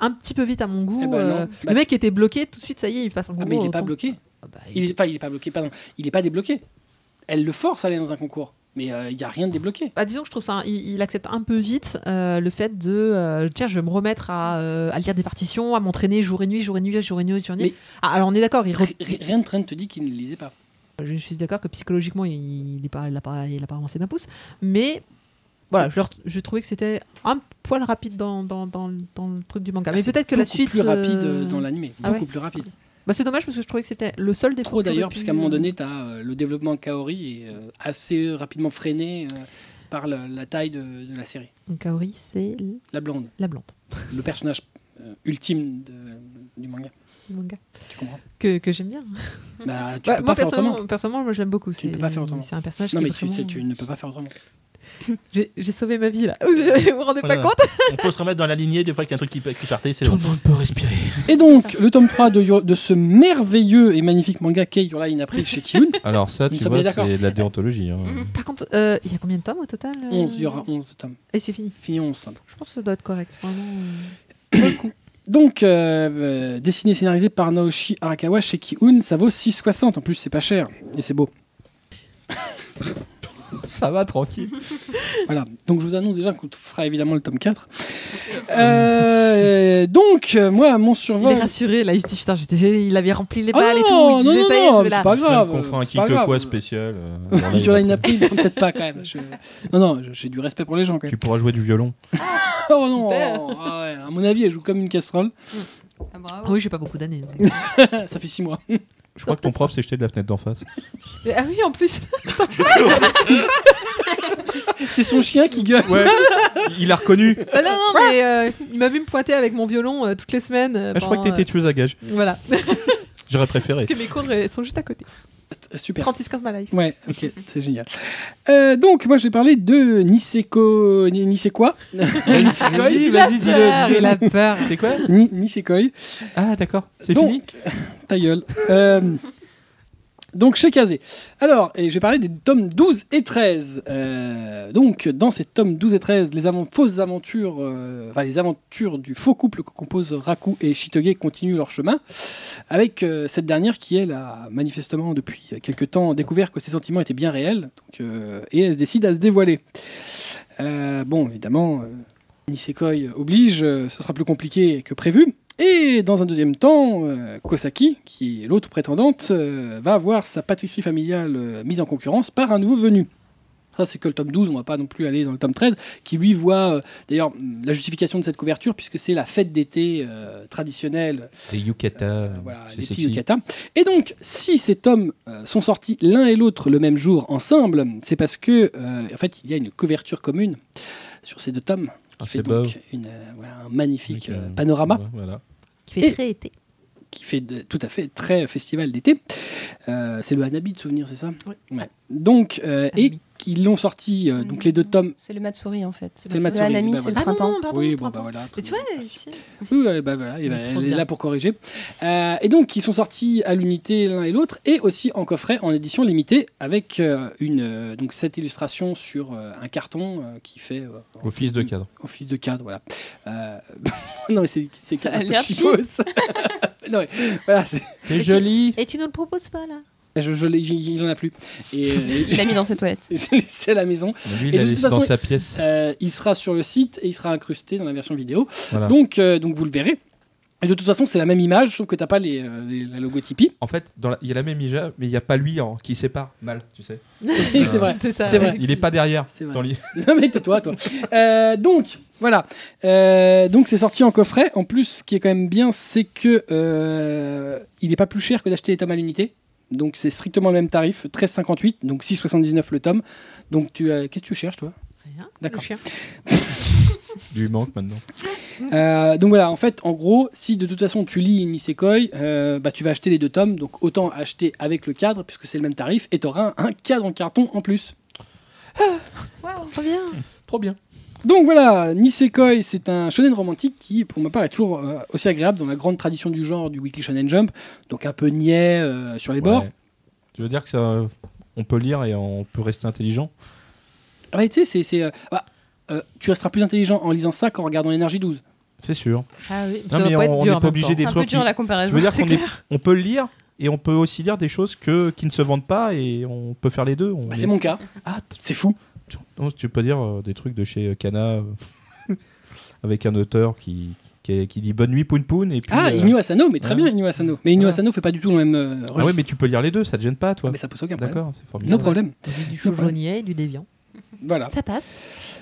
D: un petit peu vite à mon goût.
A: Eh ben non.
D: euh,
A: Bah,
D: le mec était bloqué, tout de suite, ça y est, il passe un
A: Ah,
D: concours.
A: mais il est pas
D: autant-
A: bloqué.
D: Ah bah, il-
A: Il est, enfin, il est pas bloqué, pardon. Il est pas débloqué. Elle le force à aller dans un concours, mais euh, il y a rien de débloqué.
D: Bah, disons que je trouve ça, il, il accepte un peu vite euh, le fait de euh, tiens, je vais me remettre à, euh, à lire des partitions, à m'entraîner jour et nuit, jour et nuit, jour et nuit, jour et nuit.
A: Mais-
D: Ah, alors on est d'accord, il re-
A: R- Rien de train ne te dit qu'il ne lisait pas.
D: je suis d'accord que psychologiquement il n'a pas, il a pas, il a pas avancé d'un pouce, mais voilà, je, leur- je trouvais que c'était un poil rapide dans, dans, dans, le- dans le truc du manga. mais
A: C'est
D: peut-être que la
A: beaucoup
D: suite.
A: plus rapide euh,
D: euh,
A: dans l'animé,
D: ah
A: beaucoup
D: ouais.
A: plus rapide.
D: bah, c'est dommage parce que je trouvais que c'était le seul défaut.
A: Trop
D: que j'aurais
A: d'ailleurs,
D: pu- euh,
A: puisqu'à un moment donné, tu as le développement de Kaori est euh, assez rapidement freiné euh, par la, la taille de, de la série.
D: Donc, Kaori, euh, c'est
A: La blonde,
D: la blonde
A: le personnage euh, ultime de- du manga.
D: du manga.
A: Tu comprends
D: Que, que j'aime bien.
A: bah, Tu
D: Bah,
A: peux
D: moi,
A: pas faire
D: personnellement,
A: autrement.
D: personnellement, moi, je l'aime beaucoup. C'est
A: peux pas faire autrement.
D: c'est un personnage
A: Non,
D: qui
A: mais
D: est
A: tu,
D: vraiment-
A: c'est- tu ne peux pas faire autrement.
D: J'ai j'ai sauvé ma vie là. Vous vous rendez
C: Voilà.
D: pas compte
C: On peut se remettre dans la lignée des fois qu'il y a un truc qui peut qui partait, c'est
B: monde peut respirer.
A: Et donc, le tome 3 de, Yo- de ce merveilleux et magnifique manga Kei Your Line April chez Kiyun.
B: Alors ça,
A: Nous
B: tu
A: sommes
B: vois,
A: bien d'accord. Mm.
B: c'est de la déontologie. hein.
D: Par contre, euh, il y a combien de tomes au total euh
A: 11, il y aura 11 tomes.
D: Et c'est fini.
A: Fini 11 tomes.
D: Je pense que ça doit être correct. Vraiment. euh.
A: Donc, euh, euh, dessiné et scénarisé par Naoshi Arakawa chez Kiyun, ça vaut 6,60. En plus, c'est pas cher et c'est beau.
B: Ça va, tranquille.
A: Voilà, donc je vous annonce déjà qu'on fera évidemment le tome 4. Euh, donc, euh, moi, mon
D: Il est
A: survol.
D: rassuré là. Il se dit putain, j'étais- j'ai- il avait rempli les
A: Ah
D: balles et tout.
A: non,
D: Il
A: non,
D: disait,
A: non,
D: ça y est,
A: non,
D: je
A: mais
D: vais
A: c'est
D: là.
A: pas grave.
B: On fera un
A: c'est pas grave.
B: quoi spécial. euh, dans la
A: Sur la
B: ligne après.
A: inappli, peut-être pas quand même. Je- Non, non, je- j'ai du respect pour les gens quand même.
B: Tu pourras jouer du violon.
A: Oh non,
D: Super.
A: oh, ah ouais, à mon avis, elle joue comme une casserole.
E: Ah,
D: Ah
E: bravo.
D: oui, j'ai pas beaucoup d'années. donc.
A: Ça fait 6 mois.
B: Je crois que ton prof s'est jeté de la fenêtre d'en face.
D: Mais- ah oui, en plus.
A: C'est son chien qui gueule.
B: Ouais, il a reconnu.
D: Ah non, non, mais euh, il m'a vu me pointer avec mon violon euh, toutes les semaines. euh,
B: Ah, je crois que
D: pendant,
B: t'étais tueuse à gage.
D: euh, Voilà.
B: J'aurais préféré.
D: Parce que mes cours euh, sont juste à côté.
A: Euh, Super.
D: 36 15 ma life.
A: Ouais, ok, c'est génial. Euh, donc, moi, j'ai parlé de Niseko. Ni- Nisekoi
B: Vas-y, vas-y,
D: Peur, il Ah, a peur.
B: C'est quoi
A: Ni- Nisekoi.
B: Ah, d'accord. C'est
A: Donc,
B: fini
A: Ta gueule. Euh, donc, chez Kazé. Alors, et je vais parler des tomes 12 et 13. Euh, donc, dans ces tomes 12 et 13, les avan- fausses aventures, euh, enfin, les aventures du faux couple que composent Raku et Shitoge continuent leur chemin, avec euh, cette dernière qui, elle, a manifestement, depuis quelques temps, découvert que ses sentiments étaient bien réels, donc, euh, et elle se décide à se dévoiler. Euh, bon, évidemment, euh, Nisekoi oblige, euh, ce sera plus compliqué que prévu. Et dans un deuxième temps, euh, Kosaki, qui est l'autre prétendante, euh, va avoir sa pâtisserie familiale euh, mise en concurrence par un nouveau venu. Ça, c'est que le tome 12, on va pas non plus aller dans le tome 13, qui lui voit, euh, d'ailleurs, la justification de cette couverture, puisque c'est la fête d'été euh, traditionnelle
B: Les yukata,
A: voilà,
B: Ah, c'est
A: les petits
B: sexy.
A: yukata. Et donc, si ces tomes euh, sont sortis l'un et l'autre le même jour ensemble, c'est parce que, euh, en fait, il y a une couverture commune sur ces deux tomes.
B: Ah,
A: Qui fait
B: c'est
A: donc
B: beau.
A: une, euh, voilà, un magnifique
B: Avec,
A: euh,
B: euh,
A: panorama
B: ouais, Voilà.
D: qui fait
A: Et-
D: très été.
A: qui fait de- tout à fait très festival d'été. Euh, c'est le Hanabi de souvenir, c'est ça
D: Ouais.
A: Ouais. Donc, euh, et
D: Hanabi.
A: qui l'ont sorti, euh, donc les deux tomes.
E: C'est le Matsuri en fait.
A: C'est le Matsuri,
E: Hanami,
A: bah
E: c'est le
A: voilà.
E: printemps.
D: Ah non, pardon.
A: oui,
D: le
A: bon, bah
D: printemps.
A: voilà.
D: Mais tu vois,
A: Ah, si.
D: si.
A: Oui, ouais, bah voilà, et
D: Mais
A: bah,
D: trop
A: elle est
D: bien.
A: là pour corriger. Euh, et donc, ils sont sortis à l'unité l'un et l'autre, et aussi en coffret en édition limitée, avec euh, une, euh, donc cette illustration sur euh, un carton euh, qui fait euh,
B: Office de cadre.
A: office de cadre. Voilà. Euh, non, mais c'est c'est
E: Ça
A: un
E: a
A: peu
E: l'air
A: chicos. non, mais, voilà, c'est-
B: C'est joli.
D: Et tu ne le proposes pas là
A: je, je l'ai- j'y- il en a plus. Et, euh,
E: Il l'a mis dans ses toilettes.
A: je l'ai laissé à la maison.
B: Lui,
A: de
B: il a
A: toute
B: laissé dans
A: façon,
B: sa pièce.
A: Euh, il sera sur le site et il sera incrusté dans la version vidéo.
B: Voilà.
A: Donc, euh, donc vous le verrez. Et de toute façon, c'est la même image, sauf que t'as pas les, euh, les- la logo Tipeee.
B: En fait, dans la- il y a la même hija, mais il n'y a pas lui en- qui sépare mal, tu sais. euh,
A: c'est vrai.
D: C'est ça.
A: C'est vrai.
B: Il n'est pas derrière.
A: C'est vrai.
B: Dans l'hi-
A: Non mais tais-toi, toi. Euh, donc voilà. Euh, donc c'est sorti en coffret. En plus, ce qui est quand même bien, c'est que euh, il n'est pas plus cher que d'acheter les tomes à l'unité. Donc c'est strictement le même tarif, 13,58, donc 6,79 le tome. Donc tu, as- qu'est-ce que tu cherches toi
D: Rien.
A: D'accord.
D: Le chien.
B: lui manque maintenant.
A: Euh, donc voilà, en fait, en gros, si de toute façon tu lis Nisekoi, euh, bah, tu vas acheter les deux tomes, donc autant acheter avec le cadre, puisque c'est le même tarif, et tu auras un, un cadre en carton en plus.
D: Waouh, trop bien.
B: Trop bien.
A: Donc voilà, Nisekoi, c'est un shonen romantique qui, pour ma part, est toujours euh, aussi agréable dans la grande tradition du genre du Weekly Shonen Jump, donc un peu niais euh, sur les bords.
B: Ouais. Tu veux dire que ça, on peut lire et on peut rester intelligent
A: Ah bah, tu sais, c'est- c'est, euh, bah, euh, tu resteras plus intelligent en lisant ça qu'en regardant Energy 12.
B: C'est sûr.
D: Ah oui,
B: Non,
D: ça
B: mais
D: doit pas
B: on- on
D: être
B: n'est
D: dur. en
B: pas
D: même
B: obligé
D: temps.
B: des
E: C'est un peu
B: trucs
E: dur
B: qui-
E: la
B: Je
E: comparaison.
B: veux dire
E: c'est
B: qu'on est-
E: clair.
B: on peut le lire et on peut aussi lire des choses que, qui ne se vendent pas et on peut faire les deux. On
A: Bah,
B: est-
A: c'est mon cas,
B: Ah, t-
A: c'est fou.
B: tu- non, tu peux dire euh, des trucs de chez euh, Kana euh, avec un auteur qui, qui, est- qui dit bonne nuit, Poun Poun. Et puis,
A: Ah,
B: euh,
A: Inu Asano, mais très
B: ouais.
A: bien Inu Asano. Mais Inu
B: Ouais.
A: Asano fait pas du tout le même euh,
B: ah
A: registre.
B: ouais, mais tu peux lire les deux, ça te gêne pas, toi.
A: Ah, mais ça pose aucun problème.
B: D'accord, c'est formidable.
A: No problème.
D: Du choujonnier, du déviant.
A: Voilà.
D: Ça passe.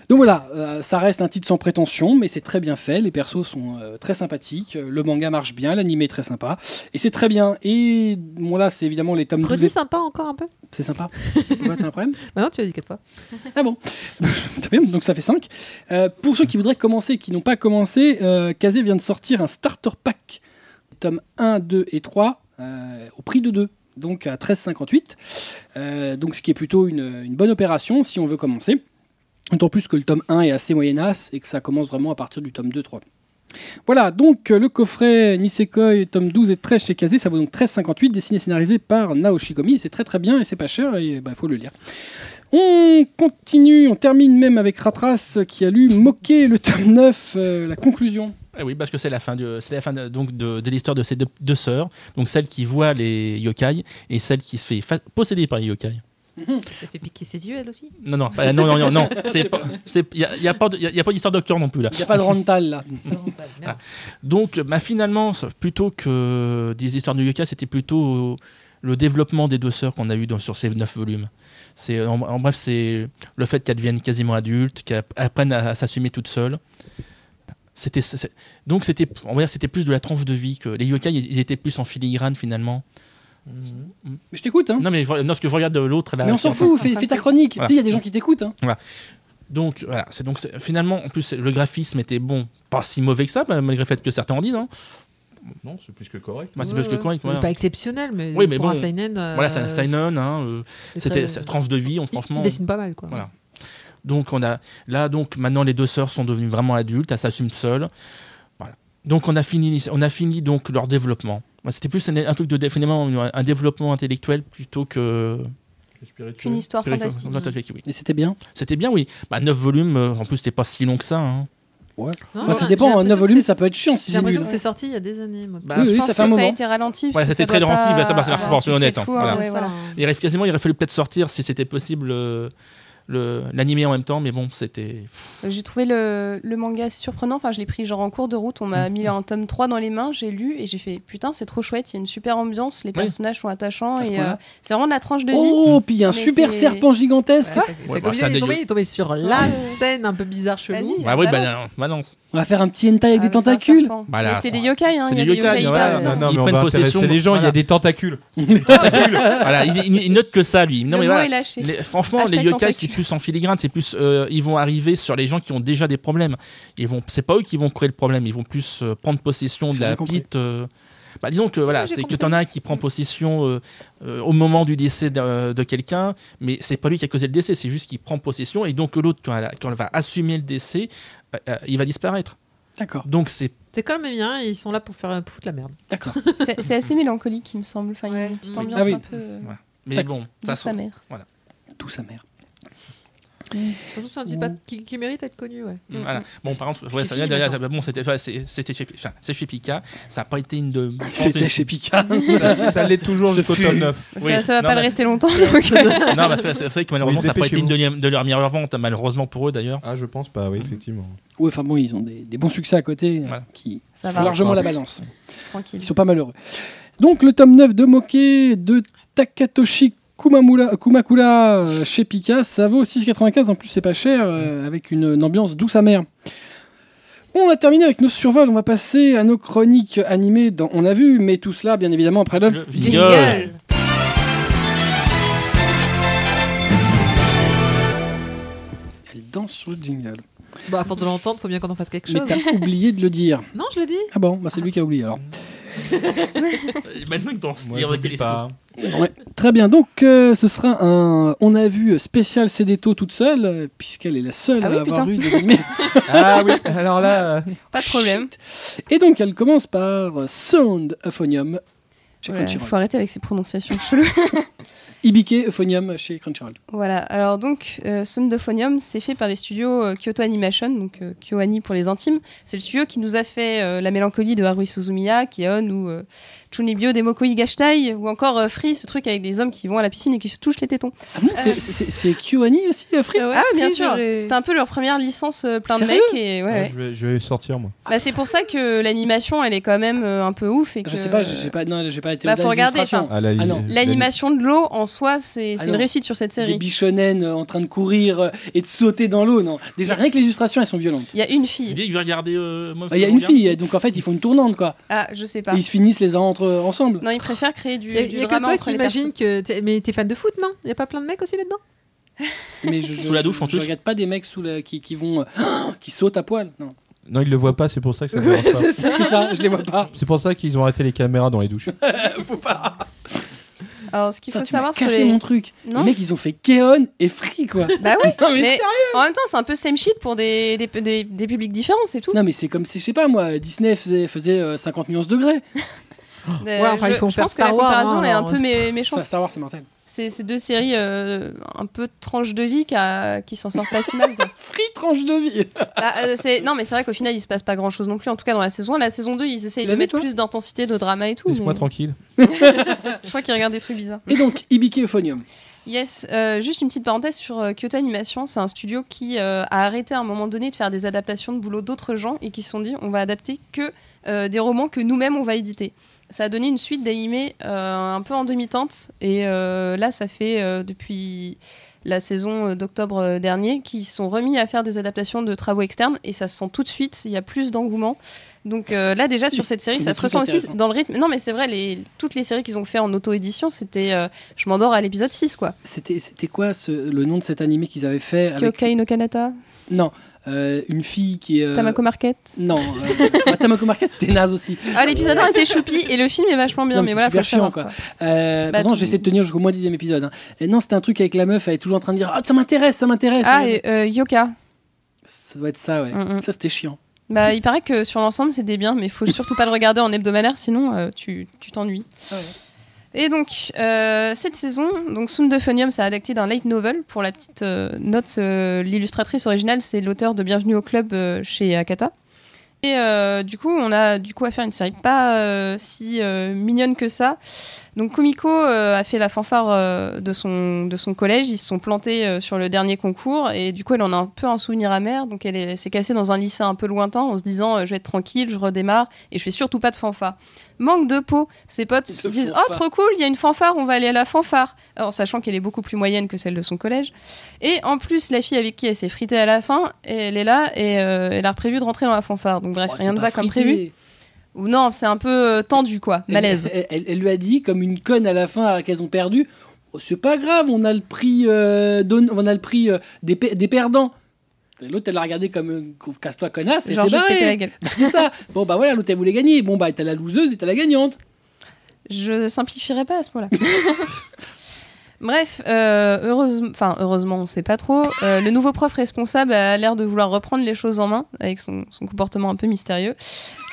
A: Donc voilà, euh, ça reste un titre sans prétention, mais c'est très bien fait. Les persos sont euh, très sympathiques. euh, Le manga marche bien, l'anime est très sympa. Et c'est très bien. Et bon, là, c'est évidemment les tomes 12.
D: Redis
A: et-
D: sympa encore un peu.
A: C'est sympa. Pourquoi t'as un problème
D: Maintenant, tu l'as dit quatre fois.
A: Ah bon Très bien, donc ça fait 5. pour ceux qui voudraient commencer, qui n'ont pas commencé, euh, Kazé vient de sortir un starter pack. Tomes 1, 2 et 3 euh, au prix de 2. Donc à 13,58. Euh, donc ce qui est plutôt une, une bonne opération si on veut commencer. D'autant plus que le tome 1 est assez moyenasse et que ça commence vraiment à partir du tome 2, 3. Voilà, donc euh, le coffret Nisekoi, tome 12 et 13 chez Kazé, ça vaut donc 13,58, dessiné et scénarisé par Naoshi Gomi. Et C'est très très bien et c'est pas cher et il faut le lire. On continue, on termine même avec Ratras euh, qui a lu Moquer le tome 9, euh, la conclusion.
C: Eh oui, parce que c'est la fin, de, c'est la fin de, donc de, de l'histoire de ces deux, deux sœurs, donc celle qui voit les yokai et celle qui se fait fa- posséder par les yokai.
D: Ça fait piquer ses yeux, elle aussi.
C: Non, non, pas- non, non, non, non, c'est pas, c'est, y a, y a pas, de- y a- y a pas d'histoire docteur non plus là.
A: Il n'y a pas de rental là.
D: Ah, bah, Merde.
C: Donc, bah, finalement, ce- plutôt que des histoires de Yuka, c'était plutôt euh, le développement des deux sœurs qu'on a eu dans, sur ces neuf volumes. C'est, en, en bref, c'est le fait qu'elles deviennent quasiment adultes, qu'elles apprennent à, à s'assumer toutes seules. C'était, c'est- donc, c'était, on va dire, c'était plus de la tranche de vie que les yokai, ils ils étaient plus en filigrane finalement.
A: Mais je t'écoute, hein.
C: Non, mais non, ce que je regarde de l'autre là.
A: Mais on s'en fout, fais, fais ta chronique.
C: Voilà.
A: Tu sais, il y a des gens qui t'écoutent. hein.
C: Donc voilà, c'est donc c'est- finalement en plus c'est- le graphisme était bon, pas si mauvais que ça, bah, malgré le fait que certains en disent. Hein.
B: Non, c'est plus que correct.
C: Bah, c'est
D: Ouais,
C: plus que
D: ouais.
C: correct,
D: Mais
C: voilà.
D: Pas exceptionnel, mais,
C: Oui, mais
D: pour un
C: bon.
D: seinen, euh,
C: Voilà, ça- Signon, hein, euh,
D: c'est
C: c'était
D: très-
C: cette tranche de vie, on, franchement.
D: Il dessine pas mal, quoi.
C: Voilà. Donc on a là donc maintenant les deux sœurs sont devenues vraiment adultes, elles s'assument seules. Voilà. Donc on a fini on a fini donc leur développement. Moi, C'était plus un, un truc de dé- finalement un, un développement intellectuel plutôt que
E: Une histoire fantastique.
C: oui.
A: Et c'était bien.
C: C'était bien oui. Bah, 9 volumes euh, en plus c'était pas si long que ça hein.
D: Non,
A: Enfin, ça
D: Ah, j'ai
A: dépend, un
D: l'impression
A: 9
D: que
A: volumes,
D: c'est-
A: ça peut être chiant si c'est
D: J'ai
A: nul.
D: l'impression que c'est sorti il y a des années. moi.
C: Bah,
A: Oui, oui,
E: Je
A: ça
E: pense
A: fait un
E: que ça a
A: moment.
E: été ralenti.
C: Ouais,
E: parce que
C: c'était très
E: doit
C: ralenti,
E: pas
C: bah, ça marche- ça marche
E: avoir un
C: pas, soyons
E: succès
C: honnêtes, hein,
E: fou,
C: voilà.
E: ouais, voilà.
C: Il aurait quasiment il aurait fallu peut-être sortir si c'était possible euh, le- l'animé en même temps, mais bon, c'était.
E: Euh, J'ai trouvé le, le manga assez surprenant. Enfin, je l'ai pris genre en cours de route. On
C: Mm.
E: m'a mis un tome 3 dans les mains. J'ai lu et j'ai fait putain, c'est trop chouette. Il y a une super ambiance. Les personnages sont attachants.
C: À ce
E: et
C: point-là.
E: euh, C'est vraiment de la tranche de vie. Ah,
A: Oh, puis il y a un
E: Mais
A: super
E: c'est-
A: serpent gigantesque.
D: Quoi
C: Ouais, bah,
D: Comme il
C: ça
D: est tombé,
C: dégueu-
D: il est tombé sur la
E: Ah Ouais.
D: scène un peu bizarre chelou.
E: Vas-y.
C: Bah oui,
E: Balance.
C: bah, balance.
A: On va faire un petit hentai avec
E: Ah,
A: des
E: mais c'est un
A: tentacules.
E: serpent.
C: Voilà.
E: Mais c'est des yokai.
C: Bah,
E: Hein.
C: C'est
E: Il y a
C: des yokai,
E: hyper
C: ouais,
E: bizarres.
C: ouais,
B: Ah, non,
C: ils
B: mais on
C: prennent
B: va
C: possession,
B: intéresser les gens, il y
C: voilà.
B: a des tentacules.
C: voilà, il, il- il note que ça, lui. Non,
E: le
C: mais
E: mot
C: voilà.
E: est lâché.
C: Les- franchement,
E: Hashtag
C: les yokai, c'est
E: tentacule.
C: plus en filigrane, c'est plus euh, ils vont arriver sur les gens qui ont déjà des problèmes. Ils vont, c'est pas eux qui vont créer le problème, ils vont plus euh, prendre possession de
A: J'ai bien
C: la
A: compris.
C: petite. euh, bah, disons que voilà,
E: Oui, j'ai
C: c'est que
E: compris.
C: t'en as un qui prend possession euh, euh, au moment du décès d'un- de, quelqu'un, mais c'est pas lui qui a causé le décès, c'est juste qu'il prend possession et donc l'autre quand elle, a- quand elle va assumer le décès, euh, euh, il va disparaître.
A: D'accord,
C: Donc c'est
D: C'est quand même bien, ils sont là pour faire foutre la merde.
A: d'accord.
E: C'est c'est assez mélancolique, il me semble. Enfin, il y a une petite
D: Ouais.
E: ambiance
A: Ah oui.
E: un peu. euh,
C: mais
A: D'accord.
C: bon, ça
E: de
C: sent.
E: sa mère.
A: Tout sa mère.
D: De toute façon, c'est un petit
A: Ouais.
D: pas qui, qui mérite d'être connu, ouais.
C: Mm, Voilà. Bon, par contre, ouais, ça
D: fini
C: vient derrière.
D: maintenant.
C: Bon, c'était, enfin, c'est- c'était chez, enfin, c'est chez Pika. Ça n'a pas été une de.
A: C'était chez Pika.
B: ça ça l'est toujours
A: Ce
B: jusqu'au
A: fut-
B: tome 9.
E: Ça,
C: Oui.
E: ça va
C: Non,
E: pas le
C: mais-
E: rester longtemps. donc, euh,
C: non, parce que c'est c'est vrai que malheureusement,
B: Oui,
C: ça n'a pas été une
B: dépêchez-vous.
C: de, leurs- de leurs meilleures ventes, hein, malheureusement pour eux d'ailleurs.
B: Ah, je pense pas, oui, effectivement.
A: Ouais, enfin bon, ils ont des, des bons succès à côté euh,
C: Voilà.
A: qui
E: Ça
A: font
E: va.
A: largement la balance.
E: tranquille.
A: Ils sont pas malheureux. Donc le tome 9 de Moke de Takatoshi Kumamura- Kumakura euh, chez Pika, ça vaut 6,95. En plus, c'est pas cher, euh, avec une, une ambiance douce amère. On a terminé avec nos survols. On va passer à nos chroniques animées. Dans on a vu, mais tout cela, bien évidemment, après le.
C: Le
D: Jingle
A: Elle danse sur le jingle.
D: Bah, à force de l'entendre, faut bien qu'on en fasse quelque
A: Mais
D: chose.
A: t'as oublié de le dire.
D: Non, je l'ai dit
A: Ah bon, bah c'est lui qui a oublié alors.
C: Euh, Maintenant, ils dansent.
B: Moi,
C: Ils
B: je
C: reconnaissent
B: dis pas.
A: Ouais. Très bien, donc euh, ce sera un On a vu spécial Cédéto toute seule, euh, puisqu'elle est la seule
E: Ah oui,
A: à avoir
E: putain.
A: eu des animés.
B: Ah oui, alors là. euh,
E: Pas de problème.
A: Et donc elle commence par euh, Sound Euphonium chez
E: Il
A: Crunchyroll.
E: faut arrêter avec ces prononciations cheloues.
A: Ibike Euphonium chez Crunchyroll.
E: Voilà, alors donc euh, Soundophonium, c'est fait par les studios euh, Kyoto Animation, donc euh, KyoAni pour les intimes. C'est le studio qui nous a fait euh, La Mélancolie de Haruhi Suzumiya, Keon ou euh, Chunibyo d'Emoko Higashtai, ou encore euh, Free, ce truc avec des hommes qui vont à la piscine et qui se touchent les tétons.
A: Ah bon, c'est- c'est- c'est c'est KyoAni aussi, euh, Free
E: ah bien sûr, c'était un peu leur première licence euh, plein de
A: Sérieux
E: mecs. Et, ouais,
B: ouais,
E: ouais.
B: Je, vais, je vais sortir, moi.
E: Bah, c'est pour ça que l'animation, elle est quand même euh, un peu ouf. Et que...
A: Je sais pas, j'ai j'ai pas, non, j'ai pas été
E: euh, Bah,
A: au
E: faut regarder,
B: Ah, la-
A: Ah non.
E: L'animation de l'eau en soi, c'est c'est
A: Ah
E: une
A: non.
E: réussite sur cette
A: Des
E: série.
A: bichonnaines euh, en train de courir euh, et de sauter dans l'eau, non. Déjà, rien que les illustrations, elles sont violentes.
E: Il y a une
C: Il
E: fille.
C: dit que je vais regarder. euh, moi,
A: Ah, Il y a
C: je
A: une
C: regarde.
A: fille, donc en fait, ils font une tournante, quoi.
E: Ah, je sais pas.
A: Et ils se finissent les uns entre euh, ensemble.
E: Non, il préfère créer du,
D: Il y a,
E: du
D: y a que
E: drama
D: toi
E: entre
D: qui
E: les personnes.
D: imagines que. t'es- Mais t'es fan de foot, non Il a pas plein de mecs aussi là-dedans
A: Mais je, je-
C: Sous la douche, en
A: je
C: plus.
A: regarde pas des mecs sous la- qui, qui vont euh, qui sautent à poil. Non,
B: Non, ils le voient pas, c'est pour ça que ça me dérange pas.
D: c'est ça.
A: c'est ça, je les vois pas.
B: C'est pour ça qu'ils ont arrêté les caméras dans les douches.
A: Faut pas.
E: Alors, ce qu'il faut
A: Putain, tu
E: savoir
A: m'as
E: sur
A: cassé
E: les.
A: mon truc.
E: Non,
A: Les mecs, ils ont fait Keon et Free quoi.
E: bah oui.
A: Non mais,
E: Mais en même temps, c'est un peu same shit pour des, des, des, des publics différents, c'est tout.
A: non, mais c'est comme si je sais pas moi, Disney faisait, faisait euh, 50 nuances degrés.
E: Euh,
D: Ouais, enfin,
E: je,
D: ils font
E: je
D: faire
E: pense que la
D: Star Wars,
E: comparaison
D: hein,
E: elle est un
D: alors,
E: peu
D: c'est-
E: mé-
A: Ça,
E: méchante.
A: Star Wars, c'est mortel.
E: C'est c'est deux séries euh, un peu de tranche de vie qui, a- qui s'en sortent pas si mal. quoi.
A: Free tranche de vie.
E: Bah, euh, c'est- non, mais c'est vrai qu'au final, il se passe pas grand chose non plus. En tout cas, dans la saison, la saison 2, ils essayent
A: Tu
E: de
A: l'as vu,
E: mettre
A: toi
E: plus d'intensité, de drama et tout.
B: Laisse-moi
E: mais
B: tranquille.
E: Je crois qu'ils regardent des trucs bizarres.
A: Et donc Ibike Euphonium.
E: Yes, euh, juste une petite parenthèse sur euh, Kyoto Animation. C'est un studio qui euh, a arrêté à un moment donné de faire des adaptations de boulot d'autres gens et qui se sont dit on va adapter que euh, des romans que nous-mêmes on va éditer. Ça a donné une suite d'animés euh, un peu en demi-teinte et euh, là ça fait euh, depuis la saison euh, d'octobre euh, dernier qu'ils se sont remis à faire des adaptations de travaux externes et ça se sent tout de suite, il y a plus d'engouement. Donc euh, là déjà sur cette série
A: C'est
E: ça
A: des
E: se
A: trucs
E: ressent aussi
A: intéressants.
E: dans le rythme. Non mais c'est vrai, les, toutes les séries qu'ils ont fait en auto-édition c'était euh, je m'endors à l'épisode 6 quoi.
A: C'était c'était quoi ce- le nom de cet animé qu'ils avaient fait avec
E: Kyokai no Kanata,
A: Non, euh, une fille qui est euh,
E: Tamako Market.
A: Non, euh, bah, Tamako Market, c'était naze aussi.
E: Ah, l'épisode 1 était choupi et le film est vachement bien,
A: Non, mais
E: mais,
A: c'est
E: voilà,
A: super
E: faut le savoir,
A: chiant,
E: quoi.
A: Euh,
E: Bah,
A: pardon,
E: tout-
A: j'essaie de tenir jusqu'au moins dixième épisode. hein. Et non, c'était un truc avec la meuf, elle est toujours en train de dire Ah, ça m'intéresse, ça m'intéresse.
E: Ah, et, euh, Yoka.
A: Ça doit être ça, ouais.
E: Mm, mm.
A: Ça, c'était chiant.
E: Bah, il paraît que sur l'ensemble, c'était bien, mais faut surtout pas le regarder en hebdomadaire, sinon euh, tu tu t'ennuies.
A: Ah ouais.
E: Et donc, euh, cette saison, donc Soundophonium, ça a adapté d'un light novel. Pour la petite euh, note, euh, l'illustratrice originale, c'est l'auteur de Bienvenue au Club euh, chez Akata. Et euh, du coup, on a du coup affaire à une série pas euh, si euh, mignonne que ça, Donc Kumiko euh, a fait la fanfare euh, de, son, de son collège, ils se sont plantés euh, sur le dernier concours et du coup elle en a un peu un souvenir amer, donc elle est- s'est cassée dans un lycée un peu lointain en se disant euh, je vais être tranquille, je redémarre et je fais surtout pas de fanfare. Manque de peau, ses potes
A: De
E: disent
A: fanfare.
E: oh trop cool, il y a une fanfare, on va aller à la fanfare, en sachant qu'elle est beaucoup plus moyenne que celle de son collège. Et en plus la fille avec qui elle s'est fritée à la fin, elle est là et euh, elle a prévu de rentrer dans la fanfare, donc bref
A: Oh, c'est
E: rien ne
A: pas
E: va comme
A: frité.
E: prévu. Ou non, c'est un peu euh, tendu quoi,
A: Elle-
E: malaise.
A: Elle, elle- elle lui a dit, comme une conne à la fin, euh, qu'elles ont perdu. Oh, c'est pas grave, on a le prix, euh, d'hon- on a le prix euh, des, pe- des perdants. Et L'autre, elle l'a regardé comme euh, casse-toi connasse et
E: Genre
A: c'est
E: je vais te péter la
A: barré.
E: gueule.
A: C'est ça. Bon, bah voilà, l'autre, elle voulait gagner. Bon, bah t'as la loseuse et t'as la gagnante.
E: Je simplifierai pas à ce mot-là. Bref, euh, heureuse- enfin, heureusement, on ne sait pas trop. Euh, le nouveau prof responsable a l'air de vouloir reprendre les choses en main avec son, son comportement un peu mystérieux.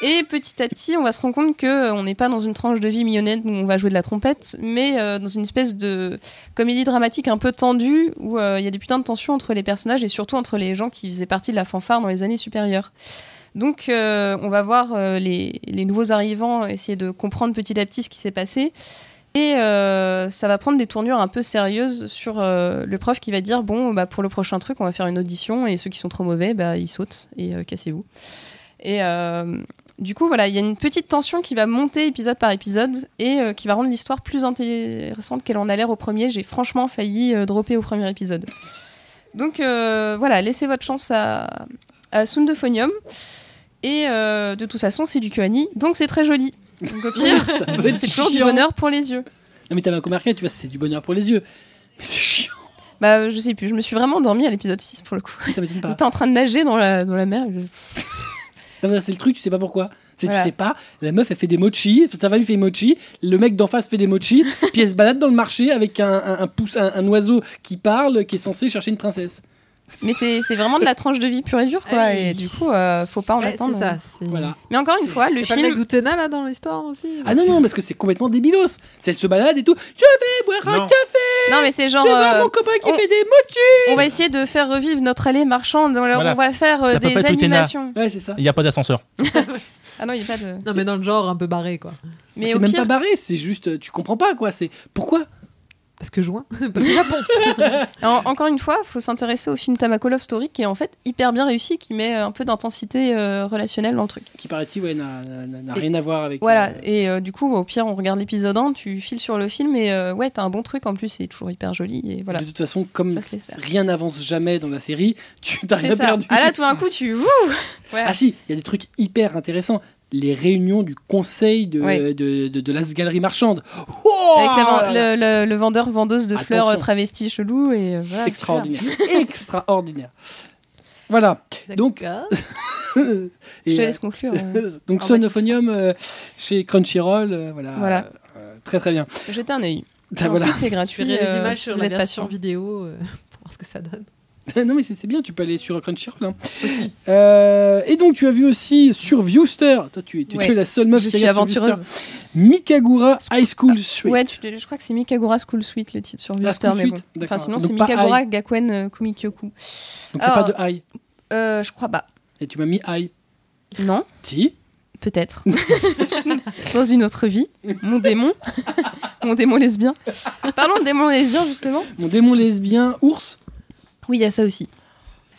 E: Et petit à petit, on va se rendre compte que euh, on n'est pas dans une tranche de vie mignonnette où on va jouer de la trompette, mais euh, dans une espèce de comédie dramatique un peu tendue où euh, il y a des putains de tensions entre les personnages et surtout entre les gens qui faisaient partie de la fanfare dans les années supérieures. Donc, euh, on va voir euh, les, les nouveaux arrivants essayer de comprendre petit à petit ce qui s'est passé. Et euh, ça va prendre des tournures un peu sérieuses sur euh, le prof qui va dire Bon, bah, pour le prochain truc, on va faire une audition et ceux qui sont trop mauvais, bah, ils sautent et euh, cassez-vous. Et euh, du coup, voilà, il y a une petite tension qui va monter épisode par épisode et euh, qui va rendre l'histoire plus intéressante qu'elle en a l'air au premier. J'ai franchement failli euh, dropper au premier épisode. Donc, euh, voilà, laissez votre chance à, à Soundophonium. Et euh, de toute façon, c'est du Kyoani, donc c'est très joli. Donc au pire,
A: Ça peut être
E: c'est toujours du
A: chiant.
E: bonheur pour les yeux.
A: Non, mais t'as bien remarqué, tu vois, c'est du bonheur pour les yeux. Mais c'est chiant,
E: Bah, je sais plus, je me suis vraiment endormie à l'épisode 6 pour le coup.
A: ça m'étonne pas.
E: J'étais en train de nager dans la, dans la mer. je-
A: Non, mais C'est le truc, tu sais pas pourquoi. C'est
E: Voilà.
A: tu sais pas, la meuf elle fait des mochi, ça va lui fait mochi, le mec d'en face fait des mochi, puis elle se balade dans le marché avec un, un, un pouce, un, un oiseau qui parle, qui est censé chercher une princesse.
E: Mais c'est c'est vraiment de la tranche de vie pure et dure, quoi.
D: Ah oui.
E: Et du coup, euh, faut pas en
D: Ouais,
E: attendre.
D: c'est ça. c'est-
A: Voilà.
E: Mais encore une
A: C'est-
E: fois, le
D: C'est pas le mec
E: film.
D: d'Utena là dans l'histoire aussi
A: Ah non, non, parce que c'est complètement débilos. C'est elle se balade et tout. Je vais boire un
F: Non.
A: café,
E: Non, mais c'est genre.
A: je vais voir
E: euh,
A: mon copain qui
E: on-
A: fait des mochi.
E: on va essayer de faire revivre notre allée marchande. Alors,
C: Voilà.
E: On va faire euh,
C: Ça peut
E: des
C: pas être Utena.
E: animations.
A: Ouais, c'est ça.
C: Il n'y a pas d'ascenseur.
E: Ah non, il n'y a pas de.
D: Non mais dans le genre un peu barré quoi.
E: Mais
A: c'est
E: au
A: même
E: pire,
A: pas barré, c'est juste, euh, tu comprends pas quoi. C'est pourquoi
D: Parce que juin. Parce que Japon.
E: En- encore une fois, faut s'intéresser au film Tamako Love Story qui est en fait hyper bien réussi, qui met euh, un peu d'intensité euh, relationnelle dans le truc.
A: Qui paraît-il, ouais, n'a- n'a n'a
E: Et-
A: rien à voir avec.
E: Voilà,
A: euh,
E: et euh, du coup, au pire, on regarde l'épisode 1, tu files sur le film et euh, ouais, t'as un bon truc en plus, c'est toujours hyper joli et voilà.
A: De toute façon, comme
E: Ça se laisse faire.
A: rien n'avance jamais dans la série, tu t'as
E: C'est
A: rien
E: ça.
A: perdu.
E: Ah là, tout d'un coup, tu. Ouh Ouais.
A: Ah si, il y a des trucs hyper intéressants. Les réunions du conseil de,
E: Ouais.
A: de, de, de la galerie marchande. Oh
E: Avec la
A: là
E: van-
A: là.
E: le, le- le vendeur vendeuse de fleurs
A: Attention.
E: euh, travesti chelou et euh, voilà,
A: Extraordinaire. Extraordinaire. Voilà. Donc- Et,
E: super. Je te
A: euh,
E: laisse conclure. euh.
A: Donc
E: Ah ouais.
A: Sonophonium euh, chez Crunchyroll, euh, voilà.
E: Voilà.
A: Euh, très très bien.
E: Jetez un œil.
A: Bah,
E: en
A: voilà.
E: plus, c'est
D: Tu
E: gratuit.
D: verrais les
E: euh,
D: images
E: si
D: sur
E: vous
D: la
E: êtes
D: version
E: patient.
D: vidéo euh, pour voir ce que ça donne.
A: non mais c'est c'est bien, tu peux aller sur Crunchyroll. hein. Euh, et donc tu as vu aussi sur Viewster, toi tu, tu, tu
E: Ouais.
A: es la seule meuf
E: Je
A: qui
E: suis
A: regarde sur
E: aventureuse. Ah,
A: Viewster. Mikagura High School Suite.
E: Ouais, tu- je crois que c'est Mikagura School Suite le titre sur
A: Ah,
E: Viewster,
A: School
E: mais bon.
A: Suite, d'accord.
E: Enfin, sinon,
A: Donc
E: c'est
A: pas
E: Mikagura Gakuen euh, Kumikyoku.
A: Donc t'as pas
E: Alors-
A: de high.
E: Euh, je crois pas.
A: Et tu m'as mis high.
E: Non,
A: Si.
E: peut-être. Dans une autre vie, mon démon, mon démon lesbien. Parlons de démon lesbien, justement.
A: Mon démon lesbien ours.
E: Oui, il y a ça aussi.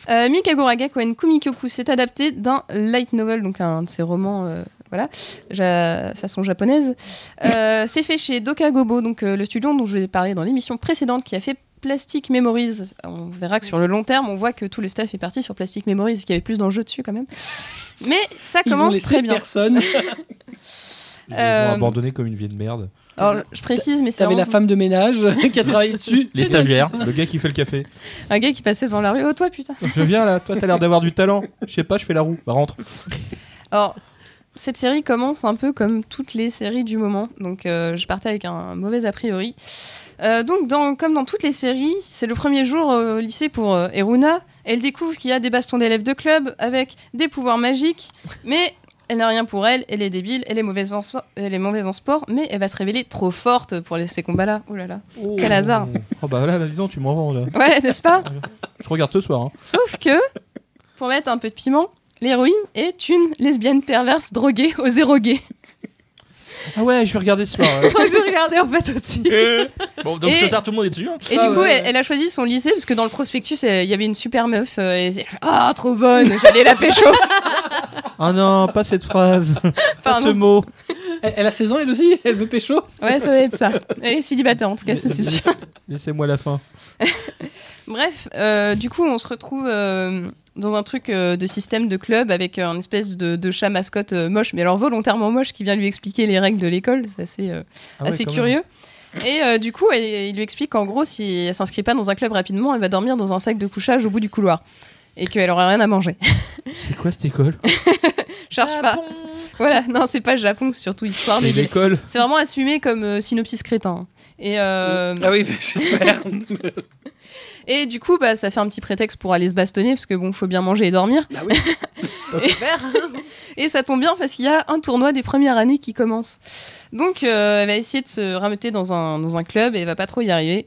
E: Euh, Mikagura Gakuen Kumikyoku s'est adapté d'un light novel, donc un de ses romans, euh, voilà, ja- façon japonaise. Euh, c'est fait chez Dokagobo, donc euh, le studio dont je vous ai parlé dans l'émission précédente, qui a fait Plastic Memories. On verra que sur le long terme, on voit que tout le staff est parti sur Plastic Memories, qu'il y avait plus d'enjeux dessus quand même. Mais ça
A: Ils ont
E: commence
A: laissé
E: très bien.
A: personne.
B: Ils
E: Euh,
B: ont abandonné comme une vieille de merde.
E: Alors, je précise, mais c'est
A: T'avais la
E: vraiment
A: femme de ménage qui a travaillé dessus.
C: Les stagiaires.
B: Le gars qui fait le café.
E: un gars qui passait devant la rue. Oh, toi, putain.
B: Je viens là, toi t'as l'air d'avoir du talent. Je sais pas, je fais la roue. Bah rentre.
E: Alors, cette série commence un peu comme toutes les séries du moment, donc euh, je partais avec un mauvais a priori. Euh, donc, dans- comme dans toutes les séries, c'est le premier jour euh, au lycée pour euh, Eruna. Elle découvre qu'il y a des bastons d'élèves de club avec des pouvoirs magiques, mais elle n'a rien pour elle, elle est débile, elle est mauvaise en, so- elle est mauvaise en sport, mais elle va se révéler trop forte pour les- ces combats-là. Oh là là, quel hasard
B: Oh bah là, là dis donc, tu m'en vends là.
E: Ouais, n'est-ce pas
B: Je regarde ce soir. hein.
E: Sauf que, pour mettre un peu de piment, l'héroïne est une lesbienne perverse droguée aux zéro gay.
B: Ah ouais, je vais regarder ce soir.
D: Je crois que j'ai regardé en fait aussi.
C: Bon, donc
E: Et-
C: ce soir, tout le monde est dessus. hein.
E: Et
D: Ah
E: du coup,
D: ouais.
E: elle, elle a choisi son lycée parce que dans le prospectus, elle- il y avait une super meuf. euh, et elle s'est- Ah, trop bonne, j'allais la pécho.
B: Ah non, pas cette phrase, pas
E: Pardon.
B: ce mot.
A: Elle, elle a 16 ans, elle aussi Elle veut pécho
E: Ouais, ça va être ça. Elle est célibataire en tout cas, ça c'est sûr.
B: Laissez-moi la fin. Ah
E: Bref, euh, du coup, on se retrouve euh, dans un truc euh, de système de club avec euh, un espèce de, de chat mascotte euh, moche, mais alors volontairement moche, qui vient lui expliquer les règles de l'école. C'est assez, euh,
B: Ah ouais,
E: assez
B: quand même.
E: curieux. Et euh, du coup, elle- il lui explique qu'en gros, si elle s'inscrit pas dans un club rapidement, elle va dormir dans un sac de couchage au bout du couloir. Et qu'elle aura rien à manger.
B: C'est quoi cette école
E: Cherche pas. Voilà, non, c'est pas le Japon, c'est surtout histoire de.
B: C'est une école
E: C'est vraiment assumé comme euh, synopsis crétin. Et, euh,
A: Ah oui, j'espère.
E: et du coup, bah, ça fait un petit prétexte pour aller se bastonner, parce que bon, faut bien manger et dormir. Et ça tombe bien parce qu'il y a un tournoi des premières années qui commence. Donc euh, elle va essayer de se rameuter dans un, dans un club et elle va pas trop y arriver.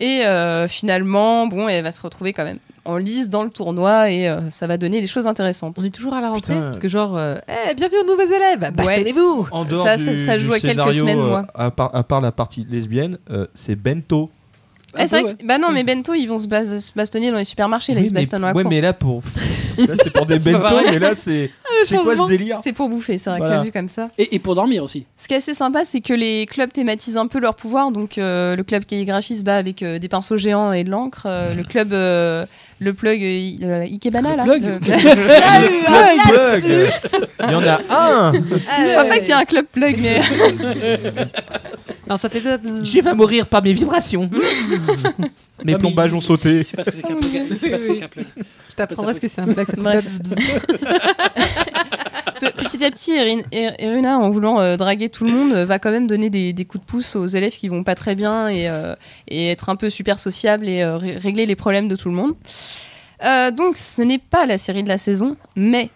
E: Et euh, finalement, bon, elle va se retrouver quand même en lice dans le tournoi et euh, ça va donner des choses intéressantes.
D: On est toujours à la rentrée
B: Putain.
D: parce que genre, euh, Eh, bienvenue aux nouveaux élèves, bastonnez-vous.
B: En
E: dehors Ça, ça- du- ça joue à quelques semaines,
B: euh,
E: moi.
B: À part, à part la partie lesbienne, euh, c'est bento.
E: Ah, c'est vrai que- bah non, mais bento, ils vont se, bas- se bastonner dans les supermarchés, là,
B: Mm.
E: ils
B: Oui,
E: se
B: mais,
E: bastonnent dans la
B: ouais,
E: cour.
B: mais là, pour... là c'est pour des
A: C'est pas
B: bento,
A: pareil.
B: mais là, c'est c'est
D: je
B: quoi ce
D: comprends.
B: délire
E: Ah, C'est pour bouffer, c'est vrai
B: Voilà.
E: que vu comme ça.
A: Et, et pour dormir aussi.
E: Ce qui est assez sympa, c'est que les clubs thématisent un peu leur pouvoir. Donc, euh, le club calligraphie se bat avec euh, des pinceaux géants et de l'encre. Euh, le club, euh, le plug euh, i- euh, Ikebana, là. Euh,
A: plug
E: Le-
B: Plug, plug. Il y en a un
E: Je crois pas qu'il y a un club plug, mais
D: Non, ça fait pas.
B: Je vais mourir par mes vibrations Mes
A: Ah, mais-
B: plombages ont sauté
A: C'est pas ce que c'est qu'un plug. C'est pas ce que c'est qu'un plug.
D: Je t'apprendrai ce que c'est un blague. ça fait
E: Bref.
D: pas-
E: Pe- petit à petit, Erin- Er- Eruna, en voulant euh, draguer tout le monde, euh, va quand même donner des, des coups de pouce aux élèves qui vont pas très bien et, euh, et être un peu super sociable et euh, ré- régler les problèmes de tout le monde. Euh, donc, ce n'est pas la série de la saison, mais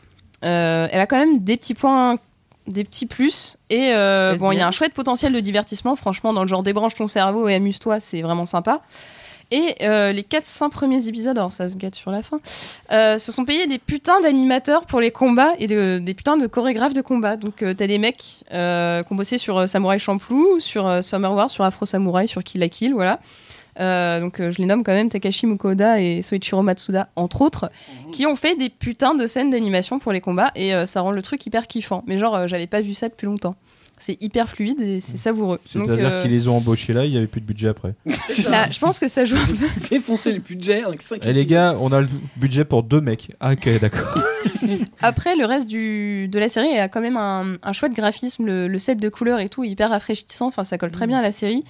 E: euh, elle a quand même des petits points, des petits plus. Et euh,
D: Est-ce
E: bon, il y a
D: bien
E: un chouette potentiel de divertissement, franchement, dans le genre débranche ton cerveau et amuse-toi, c'est vraiment sympa. Et euh, les 4-5 premiers épisodes, alors ça se gâte sur la fin, euh, se sont payés des putains d'animateurs pour les combats et de- des putains de chorégraphes de combat. Donc euh, t'as des mecs euh, qui ont bossé sur euh, Samurai Champloo, sur euh, Summer War, sur Afro Samurai, sur Kill la Kill, voilà. Euh, donc euh, je les nomme quand même Takashi Mukoda et Soichiro Matsuda, entre autres, qui ont fait des putains de scènes d'animation pour les combats et euh, ça rend le truc hyper kiffant. Mais genre, euh, j'avais pas vu ça depuis longtemps. C'est hyper fluide et c'est savoureux. Donc,
B: C'est-à-dire
E: euh,
B: qu'ils les ont embauchés là, il n'y avait plus de budget après.
A: C'est ça.
E: ça, je pense que ça joue.
A: Défoncer le budget. en cinq
B: Eh les
A: épisodes.
B: gars, on a le budget pour deux mecs. Ah, ok, d'accord.
E: Après, le reste du, de la série a quand même un, un chouette graphisme. Le, le set de couleurs et tout est hyper rafraîchissant. Enfin, ça colle très
A: Mm.
E: bien à la série.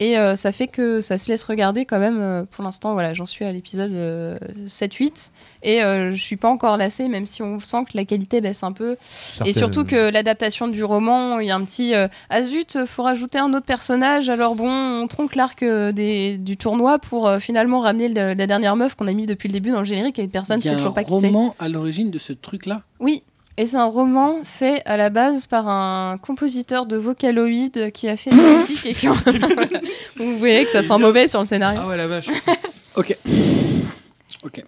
E: Et euh, ça fait que ça se laisse regarder quand même. Euh, Pour l'instant, voilà, j'en suis à l'épisode euh, 7-8. Et euh, je suis pas encore lassée, même si on sent que la qualité baisse un peu. Et surtout que l'adaptation du roman, il y a un petit euh, ah zut, faut rajouter un autre personnage. Alors bon, on tronque l'arc euh, des- du tournoi pour euh, finalement ramener le- la dernière meuf qu'on a mis depuis le début dans le générique et personne
A: Il y
E: sait
A: a
E: toujours
A: un
E: pas qui c'est.
A: roman à l'origine de ce truc-là.
E: Oui, et c'est un roman fait à la base par un compositeur de vocaloïdes qui a fait de la musique et qui. Vous voyez que ça sent mauvais sur le scénario.
B: ouais, la vache.
A: Ok.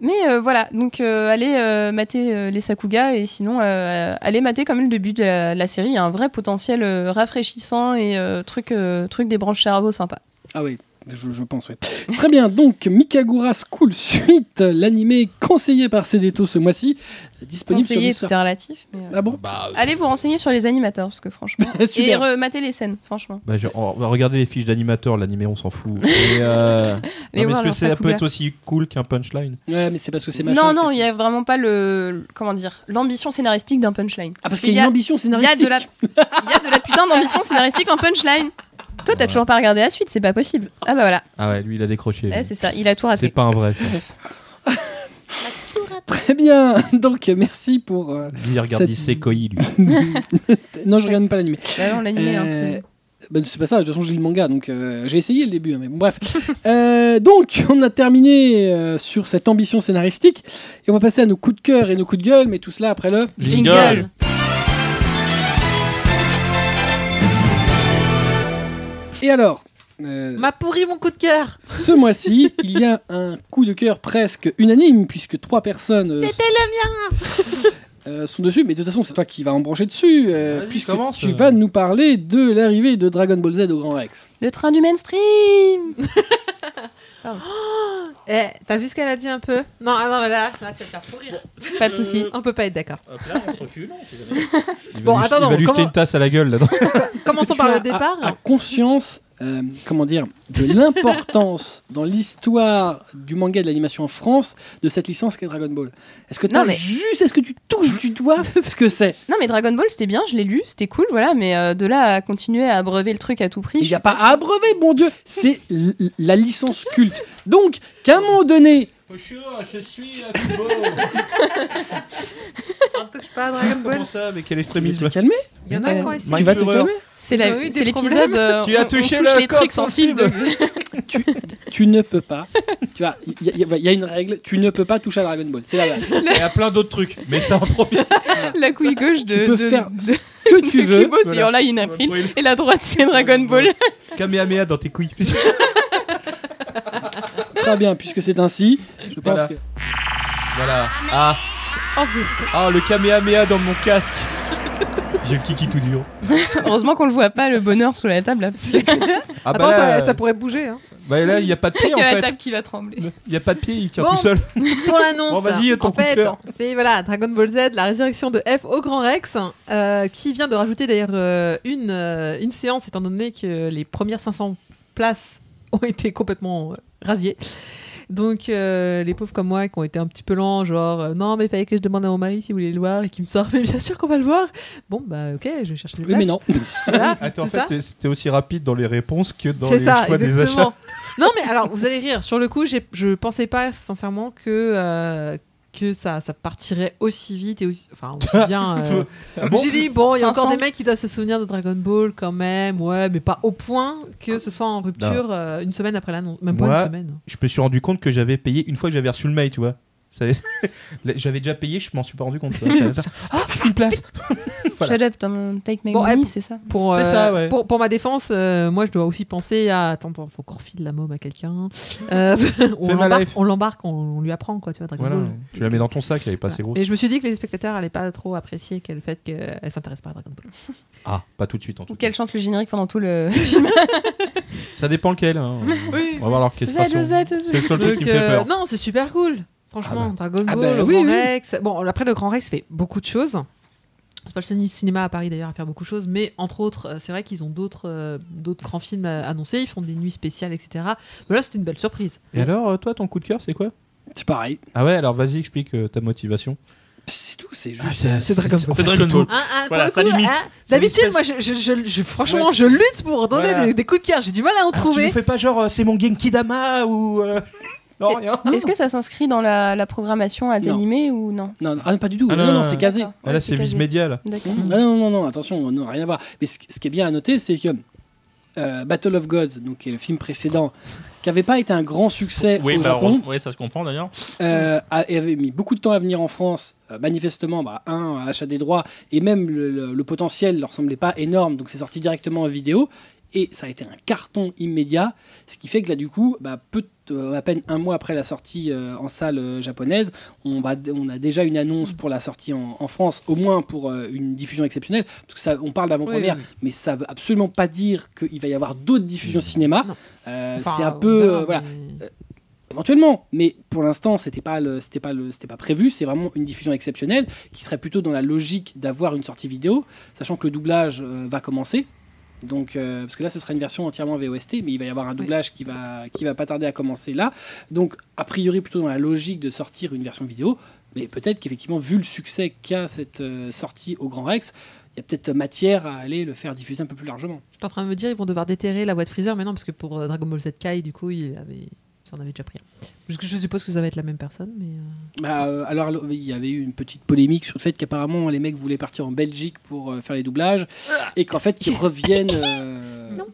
E: Mais euh, voilà, donc euh, allez euh, mater euh, les Sakuga et sinon euh, allez mater quand même le début de la, la série. Il y a un vrai potentiel euh, rafraîchissant et euh, truc, euh, truc des branches cerveau sympa.
A: Ah oui. Je, je pense, oui. Très bien, donc Mikagura School Suite, l'animé conseillé par Cédéto ce mois-ci, disponible
E: Conseiller,
A: sur
E: tout
A: Mister-
E: est relatif. mais, euh,
A: Ah bon
B: bah,
E: Allez vous renseigner sur les animateurs parce que franchement. et
A: Super.
E: remater les scènes, franchement.
B: Bah, je- on va regarder les fiches d'animateurs, l'animé, on s'en fout. Et, euh, non, mais
E: Allez voir
B: est-ce que
E: leur
B: c'est- ça peut
E: Sakuga.
B: être aussi cool qu'un punchline
A: Ouais, mais c'est parce que c'est machin.
E: Non, non,
A: qui-
E: il n'y a vraiment pas le. Comment dire L'ambition scénaristique d'un punchline.
A: Ah, parce qu'il y a une ambition
E: Il y a
A: scénaristique.
E: de la, il y a de la putain d'ambition scénaristique en punchline. Toi, t'as
B: Ouais.
E: toujours pas regardé la suite, c'est pas possible. Ah bah voilà,
B: Ah ouais, lui, il a décroché.
E: Ouais,
B: lui.
E: c'est ça, il a tout
B: c'est
E: raté.
B: pas un vrai. ça.
A: Très bien, donc merci pour. euh,
B: Lui, il regarde
A: Cette-
B: Isekoi, lui.
A: Non, je regarde pas l'animé.
E: Bah non, l'animé est un
A: Euh, bah,
E: peu.
A: c'est pas ça, de toute façon j'ai lu le manga, donc euh, j'ai essayé le début, hein, mais bon, bref. Euh, donc on a terminé euh, sur cette ambition scénaristique, et on va passer à nos coups de cœur et nos coups de gueule, mais tout cela après le...
C: Jingle.
A: Et alors euh,
D: M'a pourri mon coup de cœur.
A: Ce mois-ci, il y a un coup de cœur presque unanime, puisque trois personnes... C'était le mien euh, sont dessus, mais de toute façon, c'est toi qui vas embrancher dessus, euh,
B: Vas-y,
A: puisque
B: commence,
A: tu
B: euh.
A: vas nous parler de l'arrivée de Dragon Ball Z au Grand Rex.
E: Le train du mainstream
D: Eh, t'as vu ce qu'elle a dit un peu Non, ah non, mais là, là, tu vas te faire pourrir.
E: Pas de souci.
D: On peut pas être d'accord.
C: Hop là, on se recule.
B: Il va
D: Bon,
B: lui-
D: attends,
B: il va
D: non,
B: lui jeter
D: comment-
B: une tasse à la gueule là-dedans.
D: Commençons
A: Tu
D: par
A: as-
D: le
A: as-
D: départ.
E: Ah.
A: as conscience, euh, comment dire, de l'importance dans l'histoire du manga et de l'animation en France de cette licence qu'est Dragon Ball. Est-ce que
E: Non,
A: t'as
E: mais-
A: juste, est-ce que tu touches du doigt ce que c'est
E: Non, mais Dragon Ball, c'était bien, je l'ai lu, c'était cool, voilà, mais euh, de là à continuer à abreuver le truc à tout prix.
A: Il
E: je-
A: n'y a pas à abreuver, mon Dieu. C'est l- l- la licence culte. Donc, qu'à un moment donné, hein,
B: je suis
D: On touche pas à Dragon Ball.
B: ça Avec
A: tu vas
B: quel
A: te
B: extrémisme
A: calmer.
D: Il y en a
E: Ouais.
D: qui ont essayé.
A: Tu vas te
B: Fureur.
A: calmer.
E: C'est
D: Ils
E: la-
D: ont eu des
E: c'est l'épisode. euh,
B: Tu
E: on-
B: as
E: on
B: touché
E: touche
B: le
E: les
B: corps
E: trucs sensibles. de-
A: Tu ne peux pas. Tu vois, il y, a- il y a une règle. Tu ne peux pas toucher à Dragon Ball. C'est la base.
B: Il y a plein d'autres trucs, mais c'est un premier.
E: La couille gauche de.
A: Tu peux
E: de-
A: faire
E: de-
A: ce que tu
E: de
A: veux.
E: Kubo, c'est
B: voilà.
E: Yorla Inapil. Et la droite, c'est Dragon Ball.
B: Kamehameha dans tes couilles.
A: Très bien, puisque c'est ainsi. Je pense
B: Voilà.
A: que.
B: Voilà. Ah,
D: Oh, vous-
B: ah, le Kamehameha dans mon casque. J'ai le kiki tout dur.
E: Heureusement qu'on le voit pas, le bonheur sous la table, là, parce que
B: Ah
D: Attends,
B: là,
D: ça, ça pourrait bouger. Hein.
B: bah là, il n'y a pas de pied
E: il
B: en
E: y a la
B: fait.
E: table qui va trembler.
B: Il n'y a pas de pied, il tient
D: Bon.
B: tout seul.
D: Pour l'annonce,
B: Bon, vas-y, ton
D: en
B: coup de
D: fait,
B: cœur.
D: c'est voilà, Dragon Ball Z, la résurrection de F au Grand Rex, euh, qui vient de rajouter d'ailleurs euh, une, euh, une séance, étant donné que les premières 500 places ont été complètement euh, rasiées. Donc, euh, les pauvres comme moi qui ont été un petit peu lents, genre euh, non, mais il fallait que je demande à mon mari s'il voulait le voir et qui me sort, mais bien sûr qu'on va le voir. Bon, bah ok, je vais chercher les
A: Oui,
D: places.
A: mais non.
D: Voilà.
B: Attends, en
D: C'est ça
B: fait, t'es- c'était aussi rapide dans les réponses que dans
D: C'est
B: les
D: ça,
B: choix des achats.
D: exactement. non, mais alors, vous allez rire. Sur le coup, j'ai- je pensais pas sincèrement que, euh, que ça, ça partirait aussi vite et aussi. Enfin, aussi bien. euh,
B: Ah bon
D: j'ai dit, bon, il y a
E: 500.
D: encore des mecs qui doivent se souvenir de Dragon Ball quand même, ouais, mais pas au point que ce soit en rupture euh, une semaine après l'annonce. Même
B: Moi,
D: pas une semaine.
B: je me suis rendu compte que j'avais payé une fois que j'avais reçu le mail, tu vois. Ça- Là, j'avais déjà payé, je m'en suis pas rendu compte. tu vois. Ça- Ah, une place. Voilà.
E: Shut up, um, take my
D: Bon,
E: money,
D: eh,
E: c'est ça.
D: Pour,
B: c'est
D: euh,
B: ça, ouais.
D: pour, pour ma défense, euh, moi, je dois aussi penser à. Attends, attends, faut qu'on refile la môme à quelqu'un. Euh, on
B: Fais ma
D: l'embarque-
B: life.
D: on l'embarque, on, on lui apprend, quoi, tu vois, Dragon
B: Voilà.
D: Ball.
B: Tu la mets dans ton sac, elle est pas assez grosse.
D: Et je me suis dit que les spectateurs allaient pas trop apprécier que le fait qu'elle s'intéresse pas à Dragon Ball.
B: Ah, pas tout de suite en tout
E: Ou
B: cas.
E: qu'elle chante le générique pendant tout le.
B: Ça dépend lequel. hein. On va voir l'orchestration.
E: Z, Z, Z.
B: C'est le seul truc qui me fait
D: Donc, euh,
B: peur.
D: non, c'est super cool. Franchement, Dragon
A: Ah
D: Ball,
A: bah
D: le
A: oui,
D: Grand
A: oui.
D: Rex. Bon, après, le Grand Rex fait beaucoup de choses. C'est pas le seul cinéma à Paris d'ailleurs à faire beaucoup de choses, mais entre autres, euh, c'est vrai qu'ils ont d'autres euh, d'autres grands films euh, annoncés. Ils font des nuits spéciales, etc. Mais là, c'est une belle surprise.
B: Et alors, euh, toi, ton coup de cœur, c'est quoi
A: C'est pareil.
B: Ah ouais, alors vas-y, explique euh, ta motivation.
A: C'est tout. C'est juste.
B: Ah, c'est
A: Dragon Ball.
F: C'est Dragon Ball.
D: Hein, hein, pour
F: Voilà,
D: le
F: ça limite.
D: hein,
F: Ça
D: D'habitude,
F: limite.
D: moi, je, je- je- je- franchement,
B: Ouais.
D: je lutte pour donner
B: Voilà.
D: des, des coups de cœur. J'ai du mal à
A: Ah,
D: en
B: Ah, tu
D: trouver.
B: ne fais pas genre euh, c'est mon Genkidama ou euh, non
E: Et-
B: rien.
E: Est-ce que ça s'inscrit dans la, la programmation à
A: Non.
E: délimer ou non
A: Non, non, ah, pas du tout.
B: Ah
A: non,
B: non,
A: non,
B: non,
A: c'est casé.
E: D'accord.
B: Ah,
E: Ouais,
B: là c'est vise
E: casé.
B: média là.
E: D'accord.
A: Ah non, non, non, attention, non, rien à voir. Mais ce, ce qui est bien à noter, c'est que euh, Battle of Gods, donc, qui est le film précédent, qui n'avait pas été un grand succès
F: Oui,
A: au
F: bah,
A: Japon,
F: heureusement- ouais, ça se comprend d'ailleurs.
A: euh, a- et avait mis beaucoup de temps à venir en France. Euh, manifestement, bah, un, achat des droits, et même le, le- le potentiel leur semblait pas énorme, donc c'est sorti directement en vidéo. Et ça a été un carton immédiat, ce qui fait que là, du coup, bah, peu de- euh, à peine un mois après la sortie euh, en salle euh, japonaise, on, va- on a déjà une annonce pour la sortie en, en France, au moins pour euh, une diffusion exceptionnelle, parce que ça, on parle d'avant-première,
D: Oui, oui.
A: mais ça veut absolument pas dire qu'il va y avoir d'autres diffusions cinéma.
D: Non.
A: Euh,
D: Enfin,
A: c'est un
D: on
A: peu,
D: verra,
A: euh, voilà,
D: mais-
A: éventuellement mais pour l'instant c'était pas le c'était pas le c'était pas prévu c'est vraiment une diffusion exceptionnelle qui serait plutôt dans la logique d'avoir une sortie vidéo sachant que le doublage euh, va commencer donc euh, parce que là ce sera une version entièrement VOST mais il va y avoir un doublage qui va qui va pas tarder à commencer là donc a priori plutôt dans la logique de sortir une version vidéo mais peut-être qu'effectivement vu le succès qu'a cette euh, sortie au Grand Rex il y a peut-être matière à aller le faire diffuser un peu plus largement
D: Je suis en train de me dire, ils vont devoir déterrer la voix de Freezer, mais non, parce que pour euh, Dragon Ball Z Kai, du coup, il avait... ça en avait déjà pris un. Parce que je suppose que ça va être la même personne, mais. euh,
A: Bah, euh, alors le- il y avait eu une petite polémique sur le fait qu'apparemment les mecs voulaient partir en Belgique pour euh, faire les doublages et qu'en fait ils reviennent. euh,
D: Non.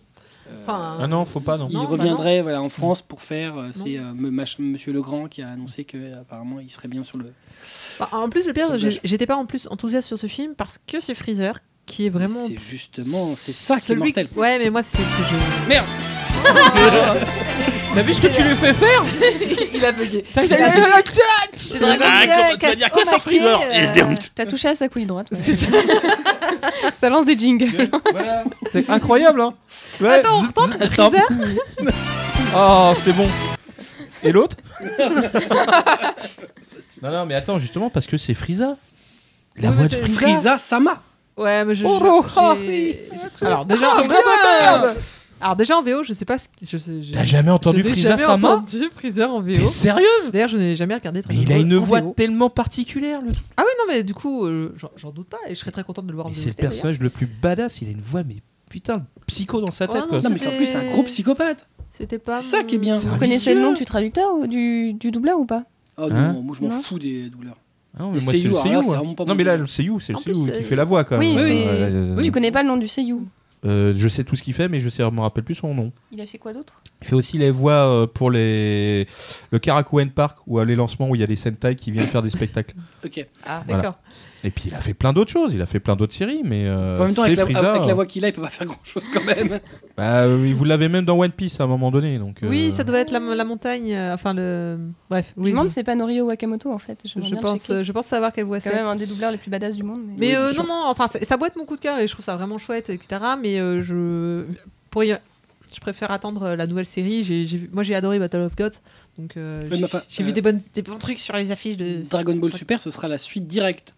A: euh,
D: Enfin,
B: Ah non, faut pas non.
A: ils
D: non, bah
A: reviendraient voilà, en France pour faire. euh, c'est euh, me- mach- Monsieur Legrand qui a annoncé que euh, apparemment il serait bien sur le.
D: bah, en plus, le pire,
A: Ça
D: j'ai-
A: vache.
D: j'étais pas en plus enthousiaste sur ce film parce que c'est Freezer qui est vraiment.
A: C'est justement c'est ça qui est
D: celui
A: mortel.
D: Ouais, mais moi, c'est celui que je.
A: Merde.
H: T'as vu ce que tu lui fais faire
D: Il a bugué.
H: T'as-
D: Il a bugué.
E: C'est
F: Dragon Ah, Ball, comment tu vas Casse dire quoi au sur maquet, Freezer euh, Et se déroute.
E: T'as touché à sa couille droite. ouais. ça lance des jingles.
H: C'est incroyable, hein Ouais.
D: Attends, on reprend Freezer
H: Oh, c'est bon. Et l'autre
B: Non, non, mais attends, justement, parce que c'est Frieza. La
D: Oui,
B: voix
D: mais
B: de
D: c'est-
B: Frieza.
A: Frieza Sama.
D: Ouais, mais je.
H: Oh,
D: je-
H: oh,
D: j'ai- Alors déjà, en- alors déjà en VO, je sais pas. ce qui- je sais- j'ai-
B: T'as jamais entendu
D: je n'ai
B: Frieza
D: jamais
B: Sama
D: entendu Freezer en VO.
B: T'es sérieuse
D: D'ailleurs, je n'ai jamais regardé.
B: Mais
D: Dragon
B: il a
D: Ball
B: une
D: en
B: voix
D: VO.
B: tellement particulière. Le...
D: Ah oui, non, mais du coup, euh, j'en- j'en doute pas, et je serais très contente de le voir en
B: Mais
D: VO.
B: c'est le
D: d'ailleurs.
B: personnage le plus badass. Il a une voix, mais putain, le psycho dans sa
D: Oh
B: tête.
D: non,
B: quoi.
A: Non, mais c'est- en plus, c'est
H: Euh,
A: un gros psychopathe.
D: C'était pas.
A: C'est ça qui est
D: mon-
A: bien.
B: C'est
E: Vous
B: un
E: connaissez
D: vicieux.
E: le nom du traducteur ou du, du doubleur ou pas
A: Ah
B: Hein
A: non, moi je m'en
E: Non.
A: fous des douleurs.
B: Ah Non,
A: Le seiyuu, alors là, c'est vraiment pas
B: hein.
A: mon
B: Non, mais là,
A: truc.
B: le seiyuu, c'est le
D: En plus,
B: seiyuu
D: euh,
B: qui fait la voix quand
E: Oui,
B: même.
E: c'est-
B: Euh,
E: Tu connais pas le nom du Seiyu
B: euh, je sais tout ce qu'il fait, mais je sais, je me rappelle plus son nom.
E: Il a fait quoi d'autre
B: Il fait aussi les voix euh, pour les le Karakuen Park ou à les lancements où il y a des Sentai qui viennent faire des spectacles.
A: Ok.
D: Ah,
B: Voilà.
D: d'accord.
B: Et puis il a fait plein d'autres choses, il a fait plein d'autres séries, mais euh,
A: en même temps,
B: c'est
A: avec la,
B: Frieza,
A: avec la
D: hein.
B: euh,
A: voix qu'il a, il peut pas faire grand chose quand même.
B: bah, euh, vous l'avez même dans One Piece à un moment donné, donc. euh,
D: Oui, ça doit être la, la montagne, euh, enfin le. Bref,
E: Je
D: oui.
E: me demande si c'est pas Norio Wakamoto en fait.
D: je,
E: J'aimerais
D: je
E: bien le
D: pense,
E: checker.
D: je pense savoir quelle voix
E: C'est
D: c'est.
A: hein.
E: quand même un des doubleurs les plus badass du monde. Mais,
D: Mais
E: Oui,
D: euh,
E: bien
D: non,
E: sûr.
D: non, enfin, c'est- ça boîte mon coup de cœur et je trouve ça vraiment chouette, etc. Mais euh, je. Pour y- Je préfère attendre euh, la nouvelle série. J'ai- j'ai vu- moi, j'ai adoré Battle of Gods. Donc, euh,
A: Ouais, mais
D: j'ai
A: enfin,
D: j'ai
A: euh,
D: vu des, bonnes, des bons trucs sur les affiches de.
A: Dragon Ball Super, ce sera la suite directe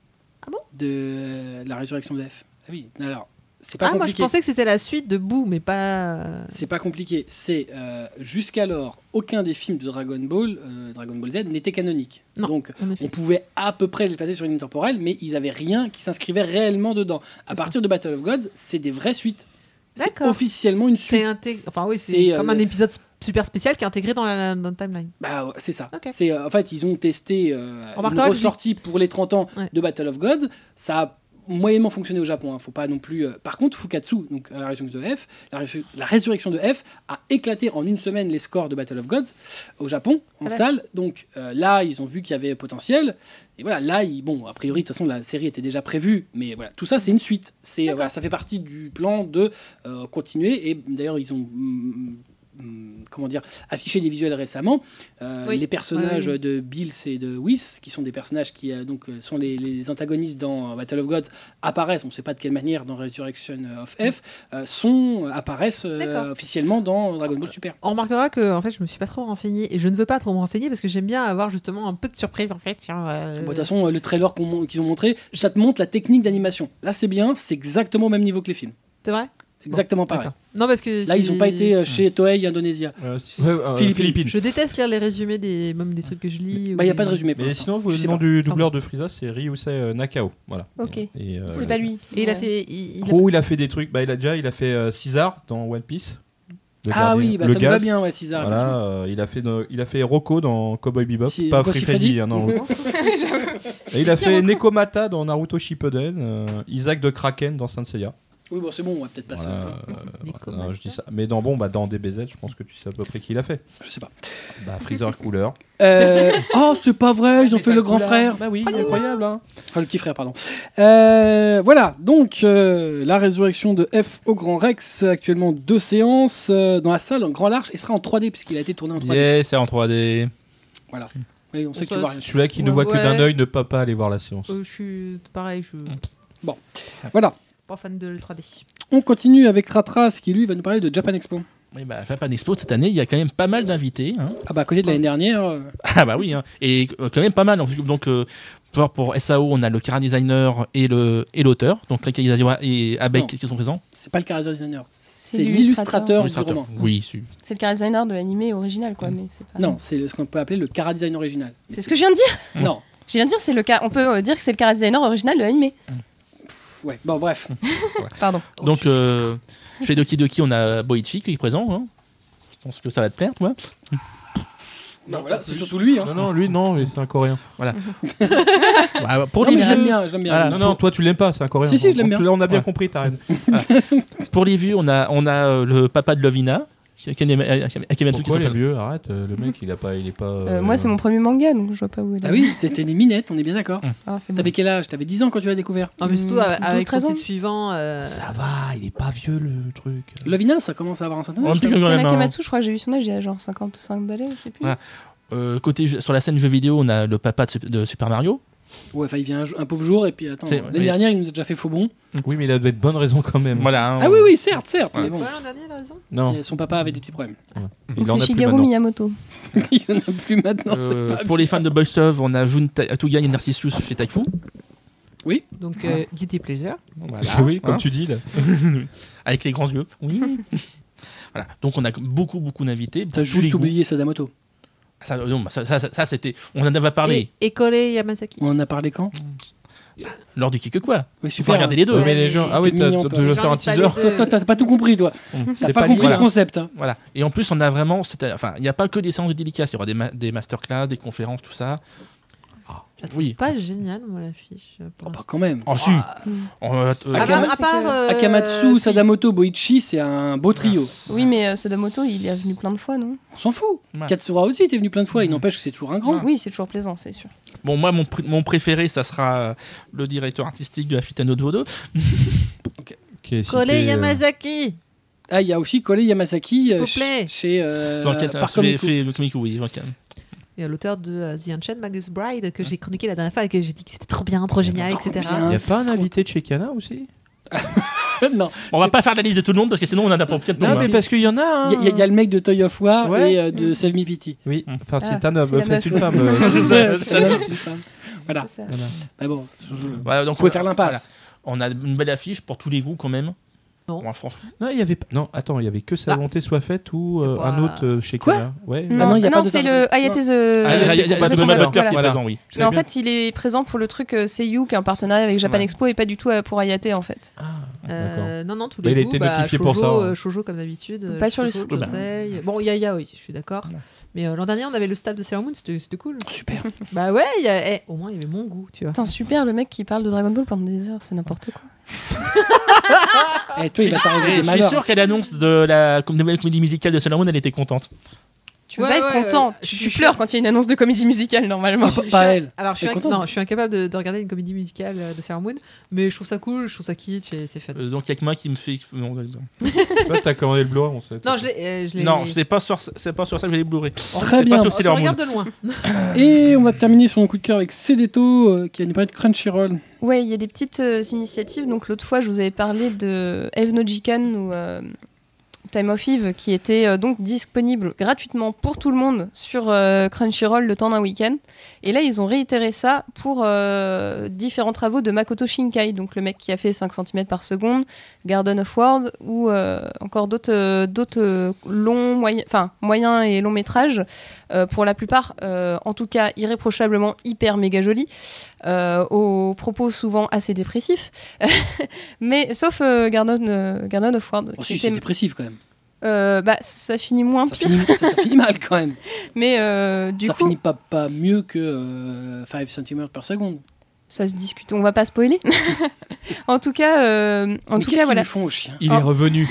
D: Euh, Ah bon
A: de euh, la résurrection de F. Ah oui, alors, c'est pas
D: Ah, moi, je
A: compliqué.
D: pensais que c'était la suite de Boo, mais pas. euh,
A: C'est pas compliqué. C'est euh, jusqu'alors, aucun des films de Dragon Ball, euh, Dragon Ball Z, n'était canonique.
D: Non.
A: Donc,
D: en
A: on
D: effet.
A: pouvait à peu près les placer sur une ligne temporelle, mais ils avaient rien qui s'inscrivait réellement dedans. À
D: C'est
A: partir de Battle of Gods, c'est des vraies suites. C'est
D: D'accord.
A: officiellement une
D: C'est
A: suite.
D: intégré. Enfin, oui, c'est
A: C'est, euh,
D: comme un épisode s- super spécial qui est intégré dans la, dans le timeline.
A: Bah, ouais, c'est ça.
D: Ok.
A: C'est euh, en fait ils ont testé euh, une
D: quand même,
A: ressortie pour les 30 ans
D: Ouais.
A: de Battle of Gods. Ça a moyennement fonctionné au Japon. hein. Faut pas non plus. euh, Par contre, Fukatsu, donc euh, la résurrection de F, la, résu- la résurrection de F a éclaté en une semaine les scores de Battle of Gods au Japon en
D: Ah vache.
A: salle. Donc euh, là, ils ont vu qu'il y avait potentiel. Et voilà, là, ils- bon, a priori, de toute façon, la série était déjà prévue, mais voilà, tout ça, c'est une suite. C'est
D: D'accord.
A: voilà, ça fait partie du plan de euh, continuer. Et d'ailleurs, ils ont mm, mm, comment dire affiché des visuels récemment. Euh,
D: Oui.
A: Les personnages
D: Ouais, oui.
A: de Bills et de Whis, qui sont des personnages qui euh, donc euh, sont les, les antagonistes dans euh, Battle of Gods, apparaissent. On ne sait pas de quelle manière dans Resurrection of F euh, sont apparaissent euh,
D: Mm. D'accord.
A: officiellement dans Dragon Ball Super.
D: On remarquera que en fait, je me suis pas trop renseignée et je ne veux pas trop me renseigner parce que j'aime bien avoir justement un peu de surprise en fait. sur, euh,
A: Bon, de toute façon, euh, le trailer qu'on mon- qu'ils ont montré, ça te montre la technique d'animation. Là, c'est bien, c'est exactement au même niveau que les films.
D: C'est vrai
A: Exactement pareil.
D: D'accord. Non, parce que.
A: Là,
D: si-
A: ils n'ont pas été euh, chez Toei Indonesia.
B: euh, si- ouais, euh,
A: Philippines.
B: Philippines.
D: Je déteste lire les résumés des, même des trucs que je lis.
A: Bah, il n'y a pas de résumé. pour
B: Mais
A: l'instant.
B: sinon, vous-
A: Je
B: le
A: sais
B: nom
A: pas.
B: du doubleur de Frieza, c'est Ryusei euh, Nakao. Voilà.
E: Ok.
B: Et, euh,
E: C'est pas lui.
D: Et il a
E: Ouais.
D: fait. il- il a-
B: Crow, il a fait des trucs. Bah, il a déjà, il a fait euh, Caesar dans One Piece. Le
A: Ah
B: dernier.
A: oui, bah,
B: Le
A: ça nous va
B: gaz.
A: bien, ouais,
C: Ah,
A: César.
B: Voilà, euh, il a fait, de- il a fait Rocco dans Cowboy Bebop,
A: Si-
B: pas
A: Rocco
B: Free
A: Siffredi.
B: Freddy. hein, non. Et il a fait Nekomata dans Naruto Shippuden, euh, Isaac de Kraken dans Saint Seiya.
A: Oui, bon, c'est bon, on va peut-être passer.
B: Voilà, euh,
D: Nekomata.
B: non, je dis ça. Mais dans bon, bah, dans DBZ, je pense que tu sais à peu près qui il a fait.
A: Je sais pas.
B: Bah, Freezer Cooler.
A: Euh, oh, c'est pas vrai, ils ont fait le grand frère.
B: Bah oui, incroyable. Hein.
A: Enfin, le petit frère, pardon. Euh, voilà, donc euh, la résurrection de F au Grand Rex, actuellement deux séances euh, dans la salle en grand large et sera en 3D puisqu'il a été tourné en 3D.
C: Yeah, c'est en 3D.
A: Oui, on sait que tu
D: On
A: vois
D: se-
A: rien.
B: Celui-là qui ne
D: Ouais,
B: voit que
D: ouais.
B: d'un œil ne peut pas aller voir la séance.
D: Euh, je suis pareil, je suis
A: Voilà,
D: pas fan de 3D.
A: on continue avec Ratras qui lui va nous parler de Japan Expo.
C: Oui, bah, Japan Expo, cette année, il y a quand même pas mal d'invités. hein.
A: Ah bah à côté de l'année dernière, euh,
C: Ah bah oui, hein. et euh, quand même pas mal. Donc euh, pour- pour SAO, on a le chara designer et le et l'auteur, donc les Kaizawa et
A: Non.
C: Abeck qui sont présents.
A: c'est pas le character designer, c'est
E: C'est l'illustrateur.
A: l'illustrateur du
C: Illustrateur.
A: roman.
C: Oui, si.
E: C'est le car designer de l'animé original, quoi. Mais c'est pas...
A: Mm. Non, c'est le- ce qu'on peut appeler le chara design original.
E: C'est ce que je viens de dire.
C: Mmh.
A: Non,
E: Je viens de dire, c'est le car... on peut euh, dire que c'est le car designer original de l'animé.
A: Pff, ouais, bon
C: Mmh.
A: bref.
E: Pardon.
A: Oh,
C: Donc euh, chez Doki Doki, on a Boichi qui est présent. hein. Je pense que ça va te plaire, toi.
A: Bah voilà, c'est surtout lui. Hein.
B: Non, non, lui, non, mais c'est un coréen.
C: Bah, pour
A: Non,
C: les
A: mais je l'aime
C: vieux,
A: bien, je l'aime bien.
C: Voilà.
B: Non, non, toi, tu l'aimes pas, c'est un coréen.
A: Si, si, je l'aime
B: On-
A: bien.
B: On a bien
C: Ouais.
B: compris, t'arrêtes.
C: pour les vieux, on a on a euh, le papa de Lovina Akamatsu qui
B: Pourquoi les
C: s'appelle.
B: vieux Arrête, euh, le mec, il a pas, il est pas.
E: Euh, Moi, c'est mon premier manga, donc je vois pas où elle est.
A: Ah oui, c'était des minettes, on est bien d'accord.
E: Ah,
C: Mmh.
E: c'est bon.
A: T'avais quel âge T'avais 10 ans quand tu l'as découvert
D: Non, mais surtout avec-
E: 12,
D: avec son
E: 13 ans.
D: titre suivant. euh,
C: Ça va, il est pas vieux le truc.
A: Lovina, ça commence à avoir un certain
C: Mmh. Un
A: âge.
C: petit
A: quand
C: peu
A: même.
C: quand
E: Ken
C: même, hein.
E: Akamatsu, je crois que j'ai vu son âge, il y a genre 55 balais, je sais plus.
C: Ouais. Euh, Côté jeu- sur la scène jeu vidéo, on a le papa de Sup- de Super Mario.
A: Ouais, enfin, il vient un, jo- un pauvre jour et puis attends,
C: C'est-
A: l'année
C: oui.
A: dernière, il nous a déjà fait faux bon.
B: Oui, mais il a de bonnes raisons quand même.
C: Voilà. hein.
A: Ah oui, oui, certes, certes, mais bon.
D: Quoi l'an dernier, la raison
B: Non,
A: Et Son papa avait des petits problèmes.
B: il en
E: C'est
B: a plus
E: Shigeru
B: maintenant.
E: Miyamoto.
A: il y en a plus maintenant,
C: Euh,
A: c'est pas
C: pour les fans de Boy Stuff, on a Jun Ta- Tugai et Narcissus chez Taifu.
D: Donc, euh, Guilty Pleasure.
C: Voilà,
B: oui, comme
C: hein.
B: tu dis là.
C: Avec les grands yeux. Oui. voilà. Donc on a beaucoup beaucoup d'invités.
A: T'as
C: Tous les
A: juste
C: goûts.
A: oublié Sadamoto.
C: Ça, non, bah, ça, ça- ça- ça, c'était. On en avait parlé
D: Et Ekole Yamasaki.
A: On en a parlé quand
C: lors du Kike quoi.
A: Oui,
C: Il faut regarder les deux.
D: Ouais,
B: mais les
D: mais
B: gens. Ah
A: t'es
B: oui, t'as-
A: mignon,
B: t'as-
A: toi.
B: tu
D: Les
B: veux
D: gens
B: faire un
D: lisent pas
B: teaser
D: les deux.
A: Toi, toi, t'as pas tout compris, toi. T'as
B: C'est
A: pas,
B: pas
A: compris
B: lié,
A: le
B: là.
A: concept. hein.
C: Voilà. Et en plus, on a vraiment. c'était- Enfin, il n'y a pas que des séances de dédicaces. Il y aura des, ma- des masterclass, des conférences, tout ça. Oui.
D: euh, Pas génial, moi, l'affiche. euh, pour
A: Oh, bah, quand même.
C: Oh, si. On va- euh,
D: l'instant. À part-
A: Akama-
D: à part, euh,
A: Akamatsu,
D: si-
A: Sadamoto, Boichi, c'est un beau trio.
E: Oui, mais euh, Sadamoto, il est revenu plein de fois, non
A: On s'en fout.
C: Ouais.
A: Katsura aussi était venu plein de fois, il n'empêche que c'est toujours un Ah, grand.
E: Oui, c'est toujours plaisant, c'est sûr.
C: Bon, moi, mon, pr- mon préféré, ça sera euh, le directeur artistique de Ashitano de Vodo.
B: Qui est cité,
D: Ekole
B: euh,
D: Yamasaki.
A: Ah, il y a aussi Kole Yamasaki
D: vous
A: euh, ch-
D: plaît.
A: chez euh,
C: Dans lequel ça
A: Park
C: fait,
A: Komiku.
C: fait le comic, oui. dans lequel-
D: Il y a l'auteur de euh, The Ancient Magus Bride
B: Ah.
D: que j'ai chroniqué la dernière fois et que j'ai dit que c'était trop bien, trop génial,
A: trop
D: etc.
A: bien.
B: Y a pas un invité de chez Kana aussi
A: Non,
C: On va pas faire la liste de tout le monde parce que sinon, on en a pour quatre
B: Non,
C: noms,
B: mais
C: hein.
B: parce qu'il y en a.
A: il y a- il y, a- il y a le mec de Toy of War
B: Ouais.
A: et euh, de
D: Mm.
A: Save Me Pity.
B: Oui, enfin,
E: Ah,
B: c'est un
E: c'est la
B: homme.
E: meuf,
B: Faites une
E: oui.
B: femme. euh,
A: C'est la petite femme. Voilà.
E: C'est ça.
A: Mais bon, je- je- vous
C: Voilà, donc,
A: pouvez
C: euh,
A: faire l'impasse.
C: voilà. On a une belle affiche pour tous les goûts, quand même.
D: Non.
C: Ouais, franchement.
B: Non, il y avait pas- Non, attends, il y avait que sa
D: Ah.
B: volonté soit faite ou
D: Et
B: euh,
D: bah,
B: un autre euh, chez
A: Quoi
B: Kana. Ouais.
A: Ah
E: Non,
A: non, il y a
E: ah
A: pas
E: non,
A: de
E: c'est
A: Dark
E: le
A: Knight.
E: Hayate the...
B: Euh,
C: Ah, il y a- il y a- il y a
E: the
C: le même
E: Commander,
C: acteur qui est
E: voilà.
B: Voilà.
C: présent, oui.
E: Mais en fait, il est présent pour le truc euh, Seiyu, qui est un partenariat avec
C: C'est
E: Japan
C: vrai.
E: Expo, et pas du tout euh, pour Hayate, en fait.
B: D'accord.
D: Euh, non, non, tous
B: Bah,
D: les
B: il a
D: goûts,
B: été
D: bah,
B: notifié
D: Shoujo,
B: pour ça, Bah. hein.
D: euh, Shoujo, comme d'habitude.
E: Pas sur le
D: site.
E: site.
D: Bon, il y a Yaoi, je suis d'accord.
C: Voilà.
D: Mais euh, l'an dernier, on avait le staff de Sailor Moon, c'était c'était cool.
A: Super.
D: Bah ouais, il y a- eh, au moins, il y avait mon goût, tu vois.
E: Putain, super, le mec qui parle de Dragon Ball pendant des heures, c'est n'importe quoi.
A: Et Eh, toi, il va t'arriver des
C: Et Eh, je suis
A: malheurs.
C: sûr qu'à l'annonce de la com- nouvelle comédie musicale de Sailor Moon, elle était contente.
E: Tu peux
D: Ouais,
E: pas être
D: ouais,
E: content.
D: ouais.
E: Tu, tu pleures quand il y a une annonce de comédie musicale, normalement.
A: Pas- Pas elle.
D: Alors, je suis,
A: T'es
D: inc-
A: contente
D: non, je suis incapable de, de regarder une comédie musicale euh, de Sailor Moon, mais je trouve ça cool, je trouve ça kitsch et c'est fun.
C: Euh, donc, il y a que moi qui me fait. Non, non, non.
B: Toi, t'as commandé le blanc, on sait.
D: Non, je l'ai. euh, je l'ai-
C: Non, c'est pas sur c'est pas sur ça que j'ai les Blu-ray.
A: Très bien.
C: Pas
D: Oh,
C: sur
D: je
C: Sailor Moon.
D: regarde de loin.
A: Et on va terminer sur mon coup de cœur avec Sedeto euh, qui a nous parler de Crunchyroll.
E: Ouais, il y a des petites euh, initiatives. Donc l'autre fois, je vous avais parlé de Eve No Jikan ou euh, Time of Eve, qui était euh, donc disponible gratuitement pour tout le monde sur euh, Crunchyroll le temps d'un week-end. Et là, ils ont réitéré ça pour euh, différents travaux de Makoto Shinkai, donc le mec qui a fait 5 cm par seconde, Garden of World ou euh, encore d'autres euh, d'autres euh, longs, moyens, enfin moyens et longs métrages. Euh, pour la plupart, euh, en tout cas irréprochablement hyper méga jolis euh, aux propos souvent assez dépressifs. Mais sauf euh, Garden, euh, Garden of Ward.
A: Oh,
E: qui
A: si, c'est
E: était-
A: dépressif quand même.
E: euh, bah, ça finit moins
A: Ça
E: pire.
A: finit, ça- ça finit mal quand même.
E: Mais euh, du
A: ça
E: coup,
A: finit pas, pas mieux que euh, 5 cm par seconde.
E: ça se discute. On va pas spoiler. en tout cas, euh, en
A: Mais
E: tout
A: qu'est-ce
E: cas,
A: qu'ils
E: voilà.
A: lui font au chien
B: Il est revenu.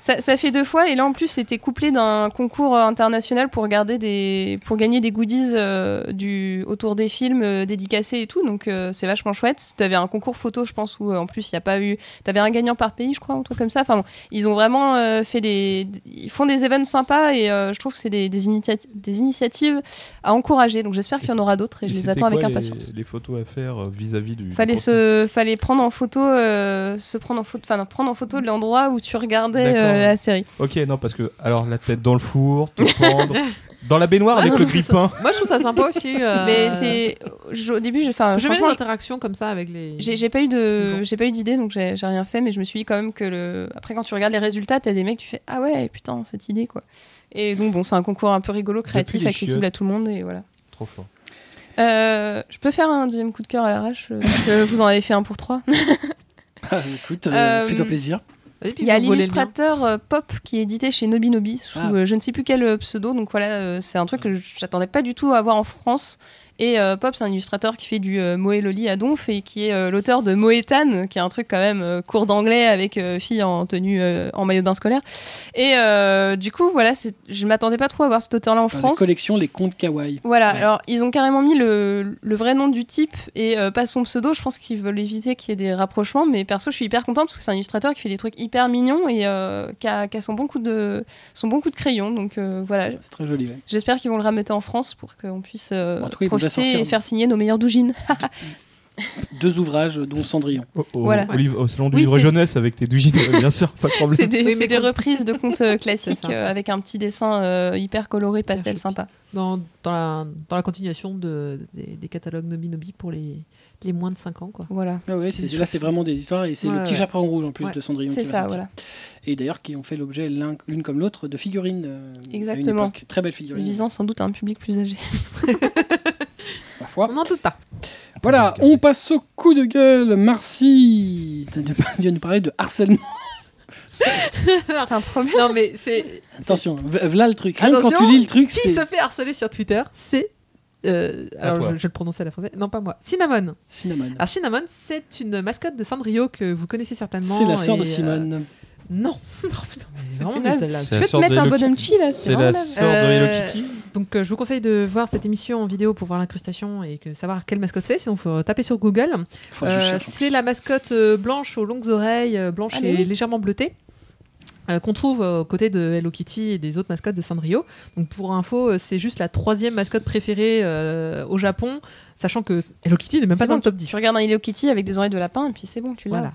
E: Ça, ça fait deux fois et là en plus c'était couplé d'un concours international pour garder des pour gagner des goodies euh, du autour des films euh, dédicacés et tout donc euh, c'est vachement chouette. Tu avais un concours photo je pense où euh, en plus il y a pas eu tu avais un gagnant par pays je crois un truc comme ça. Enfin bon, ils ont vraiment euh, fait des ils font des événements sympas et euh, je trouve que c'est des des, initiati- des initiatives à encourager. Donc j'espère qu'il y en aura d'autres et je les attends avec impatience.
B: Les photos à faire euh, vis-à-vis du.
E: Fallait
B: du
E: se fallait prendre en photo euh, se prendre en photo enfin non, prendre en photo l'endroit où tu regardais
B: D'accord.
E: euh, la série.
B: Ok, non, parce que alors la tête dans le four, te prendre dans la baignoire
D: Ah
B: avec
D: non,
B: le
D: non, c'est ça.
B: grippin.
D: Moi, je trouve ça sympa aussi. euh,
E: Mais c'est je- au début j'ai enfin
D: J'aime bien
E: franchement
D: l'interaction comme ça avec les.
E: j'ai j'ai pas eu de
D: Bon.
E: j'ai pas eu d'idée donc j'ai j'ai rien fait mais je me suis dit quand même que le après quand tu regardes les résultats t'as des mecs tu fais ah ouais putain cette idée quoi. Et donc bon c'est un concours un peu rigolo
B: Depuis
E: créatif
B: les
E: accessible à tout le monde et voilà.
B: Trop fort.
E: Euh, je peux faire un deuxième coup de cœur à l'arrache euh, parce que vous en avez fait un pour trois.
A: Ah, Écoute, euh,
E: Euh,
A: fais-toi plaisir.
D: Vas-y, puis
E: Il y a
D: ils ont volé le mien.
E: l'illustrateur euh, pop qui est édité chez Nobinobi sous
A: Ah.
E: euh, je ne sais plus quel euh, pseudo. Donc voilà, euh, c'est un truc que j'attendais pas du tout à voir en France. Et euh, Pop, c'est un illustrateur qui fait du euh, Moé Loli à Donf et qui est euh, l'auteur de Moétane, qui est un truc quand même euh, cours d'anglais avec euh, fille en tenue euh, en maillot de bain scolaire. Et euh, du coup, voilà, c'est- je m'attendais pas trop à voir cet auteur-là
A: La
E: en France.
A: collection Les Contes Kawaii.
E: Voilà, alors ils ont carrément mis le, le vrai nom du type et euh, pas son pseudo. Je pense qu'ils veulent éviter qu'il y ait des rapprochements, mais perso, je suis hyper contente parce que c'est un illustrateur qui fait des trucs hyper mignons et euh, qui a, qui a son, bon coup de, son bon coup de crayon. Donc euh, voilà,
A: C'est très joli. ouais.
E: j'espère qu'ils vont le ramener en France pour qu'on puisse euh,
A: En tout cas, ils vont déjà
E: profiter
A: sortir. hein.
E: et faire signer nos meilleures doujines.
A: Deux ouvrages, dont Cendrillon.
B: Au, au-
E: Voilà.
B: au livre- au salon du
E: Oui,
B: livre
E: c'est-
B: jeunesse avec tes doujines, bien sûr, pas de problème.
E: c'est des,
D: Oui,
E: c'est
D: mais
E: des
D: con-
E: reprises de contes euh, classiques
D: C'est ça.
E: euh, avec un petit dessin euh, hyper coloré, pastel,
D: joli.
E: sympa.
D: dans, dans, la, dans la continuation de, des, des catalogues Nobi Nobi pour les, les moins de 5 ans. Quoi.
E: Voilà,
A: Ah ouais, c'est- là, c'est vraiment des histoires et c'est le
D: Ouais,
A: petit
D: ouais.
A: chaperon rouge en plus
D: Ouais.
A: de Cendrillon.
E: c'est
A: qui va
E: ça,
A: sortir.
E: voilà.
A: Et d'ailleurs, qui ont fait l'objet l'un- l'une comme l'autre de figurines. euh, à une
E: Exactement.
A: époque. Très belles figurines.
E: Visant sans doute à un public plus âgé.
A: Ma foi.
D: On n'en doute pas.
A: Voilà,
B: peut
A: on passe au coup de gueule. Marcy, tu viens de parler de harcèlement.
E: T'as un problème
D: Non, mais c'est.
A: Attention, là le truc. Rien que quand
D: Attention,
A: tu lis le truc,
D: Qui
A: c'est
D: se fait harceler sur Twitter C'est. euh, alors,
B: toi.
D: je, je le prononçais à la française. Non, pas moi. Cinnamon.
A: Cinnamon.
D: Alors, Cinnamon, c'est une mascotte de Sandrio que vous connaissez certainement.
A: C'est la sœur
D: et,
A: de
D: euh,
A: Simone.
D: Non. non, putain, mais
E: C'était
D: vraiment
E: naze.
D: celle-là.
B: C'est
E: Je
B: la
E: vais te
B: sœur
E: mettre
B: de
E: un
B: Hello
E: bonhomme chi là,
B: C'est la sœur de
D: Euh,
B: Hello Kitty
D: Donc, euh, je vous conseille de voir cette émission en vidéo pour voir l'incrustation et que savoir quelle mascotte c'est. Sinon, faut taper sur Google.
A: Faut que je
D: Euh,
A: cherche.
D: c'est la mascotte euh, blanche aux longues oreilles, euh, blanche
E: Ah, mais
D: et
E: oui.
D: légèrement bleutée. euh, qu'on trouve euh, aux côtés de Hello Kitty et des autres mascottes de Sanrio. Donc pour info, euh, c'est juste la troisième mascotte préférée euh, au Japon, sachant que Hello Kitty n'est même pas dans le top 10.
E: Tu regardes un Hello Kitty avec des oreilles de lapin et puis c'est bon, tu l'as.
D: Voilà.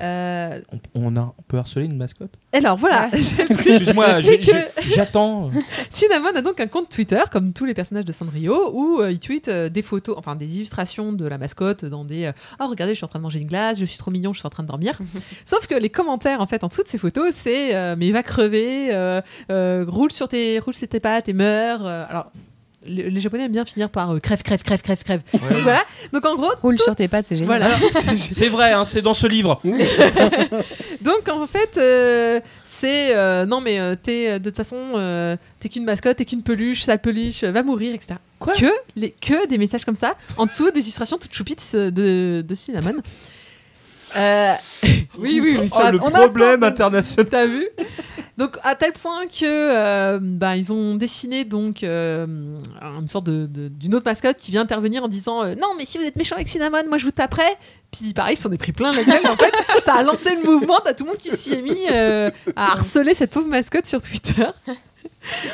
D: Euh,
B: On, on a, on peut harceler une mascotte
D: alors voilà, c'est le truc.
B: Excuse-moi,
D: C'est
B: j'ai- j'ai-
D: que-
B: j'attends.
D: Cinnamon a donc un compte Twitter, comme tous les personnages de Sanrio, où euh, il tweet euh, des photos, enfin des illustrations de la mascotte dans des euh, Oh, regardez, je suis en train de manger une glace, je suis trop mignon, je suis en train de dormir. Sauf que les commentaires en fait en dessous de ces photos, c'est euh, Mais va crever, euh, euh, roule, sur tes, roule sur tes pattes et meurs. Euh, alors. le- Les Japonais aiment bien finir par euh, crève, crève, crève, crève,
B: Oh.
D: crève. Donc voilà. Donc en gros,
E: Roule
D: tout-
E: sur tes pattes, c'est génial.
D: voilà.
B: Ah, C'est vrai, hein, c'est dans ce livre.
D: Mmh. Donc en fait, euh, c'est euh, non mais euh, t'es euh, de toute façon euh, t'es qu'une mascotte, t'es qu'une peluche, sa peluche euh, va mourir, etc. Quoi Que les que des messages comme ça en dessous des illustrations toutes choupites euh, de, de cinnamon. Euh, oui oui oui.
B: Oh,
D: ça-
B: le
D: on a
B: problème
D: entendu.
B: international.
D: T'as vu Donc à tel point que euh, bah, ils ont dessiné donc euh, une sorte de de- d'une autre mascotte qui vient intervenir en disant euh, non mais si vous êtes méchant avec Cinnamon moi je vous taperai. Puis pareil ils s'en est pris plein la gueule en fait ça a lancé le mouvement t'as tout le monde qui s'y est mis euh, à harceler cette pauvre mascotte sur Twitter.